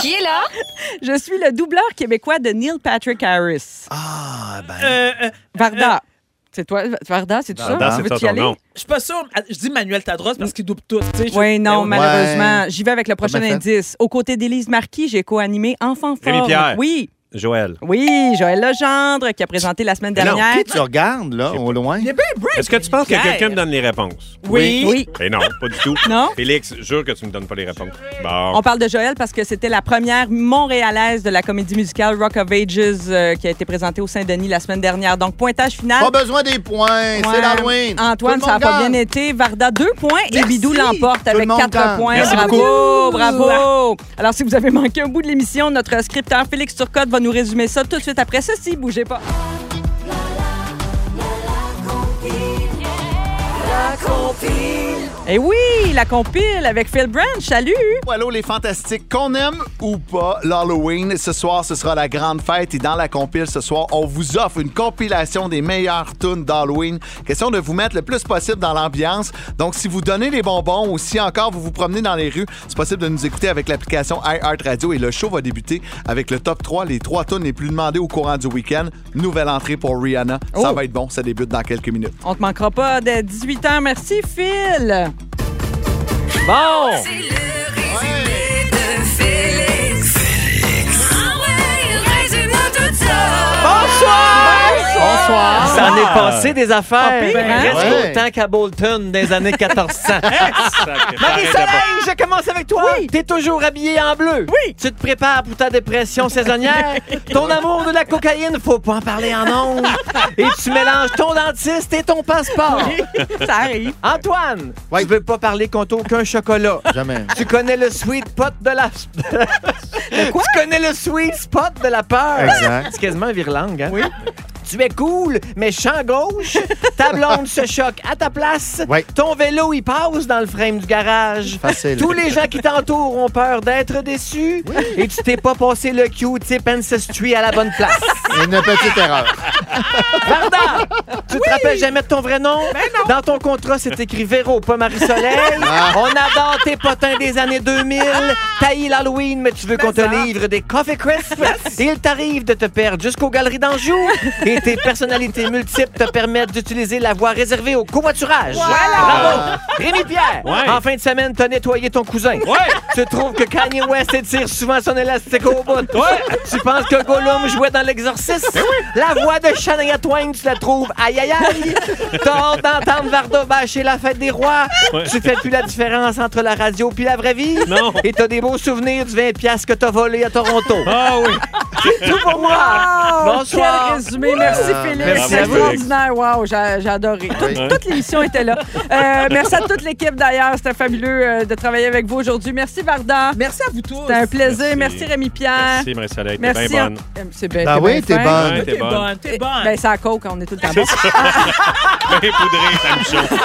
[SPEAKER 7] Qui est là?
[SPEAKER 6] Ah
[SPEAKER 1] Je suis le doubleur québécois de Neil Patrick Harris.
[SPEAKER 2] Ah, ben.
[SPEAKER 4] Euh, euh,
[SPEAKER 1] Varda. C'est toi, Varda, c'est tout ça?
[SPEAKER 3] Varda, c'est
[SPEAKER 1] Veux-tu
[SPEAKER 3] ça
[SPEAKER 1] y
[SPEAKER 3] ton
[SPEAKER 1] aller?
[SPEAKER 3] nom.
[SPEAKER 4] je suis pas sûre. Ah, Je dis Manuel Tadros parce qu'il double tout. tu sais, je-
[SPEAKER 1] Oui, non,
[SPEAKER 4] Eh
[SPEAKER 1] malheureusement. J'y vais avec le prochain
[SPEAKER 2] Comment ça?
[SPEAKER 1] indice. Aux côtés d'Élise Marquis, j'ai co-animé Enfant fort.
[SPEAKER 3] Rémi Pierre.
[SPEAKER 1] Oui,
[SPEAKER 3] Joël.
[SPEAKER 1] oui, Joël Legendre, qui a présenté la semaine
[SPEAKER 3] Mais non,
[SPEAKER 1] dernière.
[SPEAKER 2] Qui tu regardes, là, au loin?
[SPEAKER 4] Il est bien brave.
[SPEAKER 3] Est-ce que tu penses que
[SPEAKER 4] Pierre.
[SPEAKER 3] quelqu'un me donne les réponses?
[SPEAKER 4] Oui.
[SPEAKER 1] Oui.
[SPEAKER 3] Eh non, pas du tout.
[SPEAKER 1] Non?
[SPEAKER 3] Félix, jure que tu me donnes pas les réponses.
[SPEAKER 1] On
[SPEAKER 3] Bon.
[SPEAKER 1] parle de Joël parce que c'était la première montréalaise de la comédie musicale Rock of Ages euh, qui a été présentée au Saint-Denis la semaine dernière. Donc, pointage final.
[SPEAKER 2] Pas besoin des points,
[SPEAKER 1] Ouais.
[SPEAKER 2] c'est l'Halloween.
[SPEAKER 1] Antoine,
[SPEAKER 2] Tout
[SPEAKER 1] ça
[SPEAKER 2] le
[SPEAKER 1] n'a
[SPEAKER 2] monde
[SPEAKER 1] pas
[SPEAKER 2] gagne.
[SPEAKER 1] bien été. Varda, deux points et Bidou l'emporte
[SPEAKER 2] le
[SPEAKER 1] avec
[SPEAKER 2] monde
[SPEAKER 1] quatre
[SPEAKER 2] gagne.
[SPEAKER 1] points.
[SPEAKER 3] Merci
[SPEAKER 1] bravo, bravo. Alors, si vous avez manqué un bout de l'émission, notre scripteur Félix Turcotte va nous résumer ça tout de suite après ceci. Bougez pas. Eh oui, la compile avec Phil Branch. Salut.
[SPEAKER 9] Allô les fantastiques, qu'on aime ou pas l'Halloween, ce soir ce sera la grande fête et dans la compile ce soir, on vous offre une compilation des meilleures tunes d'Halloween. Question de vous mettre le plus possible dans l'ambiance. Donc si vous donnez les bonbons ou si encore vous vous promenez dans les rues, c'est possible de nous écouter avec l'application iHeartRadio et le show va débuter avec le top 3, les trois tunes les plus demandées au courant du week-end. Nouvelle entrée pour Rihanna. Ça
[SPEAKER 1] Oh.
[SPEAKER 9] va être bon, ça débute dans quelques minutes.
[SPEAKER 1] On te manquera pas dès 18h. Merci, Phil. Bon.
[SPEAKER 6] C'est le résumé de Félix. Félix. Ah ouais, résume-nous tout ça.
[SPEAKER 1] Bonsoir.
[SPEAKER 2] Bonsoir.
[SPEAKER 10] Ça en est passé des
[SPEAKER 1] Pas
[SPEAKER 10] affaires.
[SPEAKER 1] pire, hein?
[SPEAKER 10] Presque
[SPEAKER 2] Ouais.
[SPEAKER 10] autant qu'à Bolton des années 1400. Marie-Soleil, je commence avec toi. T'es toujours habillée en bleu.
[SPEAKER 1] Oui.
[SPEAKER 10] Tu te prépares pour ta dépression saisonnière. ton amour de la cocaïne, faut pas en parler en ondes. et tu mélanges ton dentiste et ton passeport.
[SPEAKER 1] Ça arrive.
[SPEAKER 10] Antoine,
[SPEAKER 2] Ouais.
[SPEAKER 10] tu veux pas parler contre aucun chocolat.
[SPEAKER 2] Jamais.
[SPEAKER 10] Tu connais le sweet pot de la... Tu connais le sweet spot de la peur.
[SPEAKER 2] Exact.
[SPEAKER 10] C'est quasiment virlangue, hein? Oui. Tu es cool, mais champ gauche. Ta blonde se choque à ta place.
[SPEAKER 2] Oui.
[SPEAKER 10] Ton vélo, il passe dans le frame du garage.
[SPEAKER 2] Facile.
[SPEAKER 10] Tous les gens qui t'entourent ont peur d'être déçus. Et tu t'es pas passé le Q-tip ancestry à la bonne place.
[SPEAKER 2] Une petite erreur.
[SPEAKER 10] Varda, tu te rappelles jamais de ton vrai nom? Dans ton contrat, c'est écrit Véro, pas Marie-Soleil. On adore tes potins des années 2000. Taille l'Halloween, mais tu veux qu'on te livre des Coffee Crisp. Il t'arrive de te perdre jusqu'aux galeries d'Anjou. Et tes personnalités multiples te permettent d'utiliser la voie réservée au covoiturage. Bravo! Rémi-Pierre,
[SPEAKER 3] Ouais.
[SPEAKER 10] en fin de semaine, t'as nettoyé ton cousin. Tu trouves que Kanye West étire souvent son élastique au bout. Tu penses que Gollum jouait dans l'exorciste?
[SPEAKER 3] Ben
[SPEAKER 10] La voix de Shania Twain, tu la trouves aïe aïe aïe. T'as hâte d'entendre Varda bâcher la fête des rois.
[SPEAKER 3] Ouais.
[SPEAKER 10] Tu fais plus la différence entre la radio puis la vraie vie.
[SPEAKER 3] Non.
[SPEAKER 10] Et t'as des beaux souvenirs du 20$ piastres que t'as volé à Toronto.
[SPEAKER 3] Ah oui.
[SPEAKER 10] C'est tout pour moi.
[SPEAKER 1] Ah! Quel
[SPEAKER 10] Bonsoir.
[SPEAKER 1] résumé. Merci,
[SPEAKER 2] Ah,
[SPEAKER 1] Félix.
[SPEAKER 3] merci
[SPEAKER 1] C'est
[SPEAKER 3] à vous.
[SPEAKER 1] extraordinaire. Wow, j'a- j'ai adoré. Tout-
[SPEAKER 2] Oui.
[SPEAKER 1] toute l'émission était là. Euh, merci à toute l'équipe, d'ailleurs. C'était fabuleux euh, de travailler avec vous aujourd'hui. Merci, Varda.
[SPEAKER 4] Merci à vous tous.
[SPEAKER 1] C'était un plaisir.
[SPEAKER 3] Merci.
[SPEAKER 1] Merci, Rémi-Pierre.
[SPEAKER 3] Merci, Marie-Soleil. T'es bien
[SPEAKER 1] Merci.
[SPEAKER 3] bonne.
[SPEAKER 1] Euh, C'est bien.
[SPEAKER 2] Ben
[SPEAKER 1] t'es
[SPEAKER 2] oui,
[SPEAKER 1] bien
[SPEAKER 2] t'es
[SPEAKER 1] fin.
[SPEAKER 2] bonne.
[SPEAKER 3] Ouais, t'es
[SPEAKER 4] T'es
[SPEAKER 3] bonne.
[SPEAKER 4] bonne, t'es bonne.
[SPEAKER 1] Ben, c'est à coke, on est tout le temps bon.
[SPEAKER 3] Bien poudré, ta mission.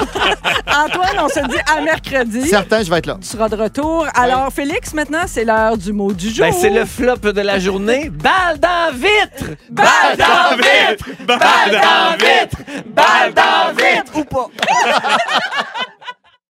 [SPEAKER 1] Antoine, on se dit à mercredi.
[SPEAKER 2] Certain, je vais être là.
[SPEAKER 1] Tu seras de retour. Alors, Félix, maintenant, c'est l'heure du mot du jour.
[SPEAKER 10] Ben, c'est le flop de la journée. Balle dans vitre!
[SPEAKER 1] Balle
[SPEAKER 10] dans vitre! Balle dans vitre! Balle dans vitre! Ou pas.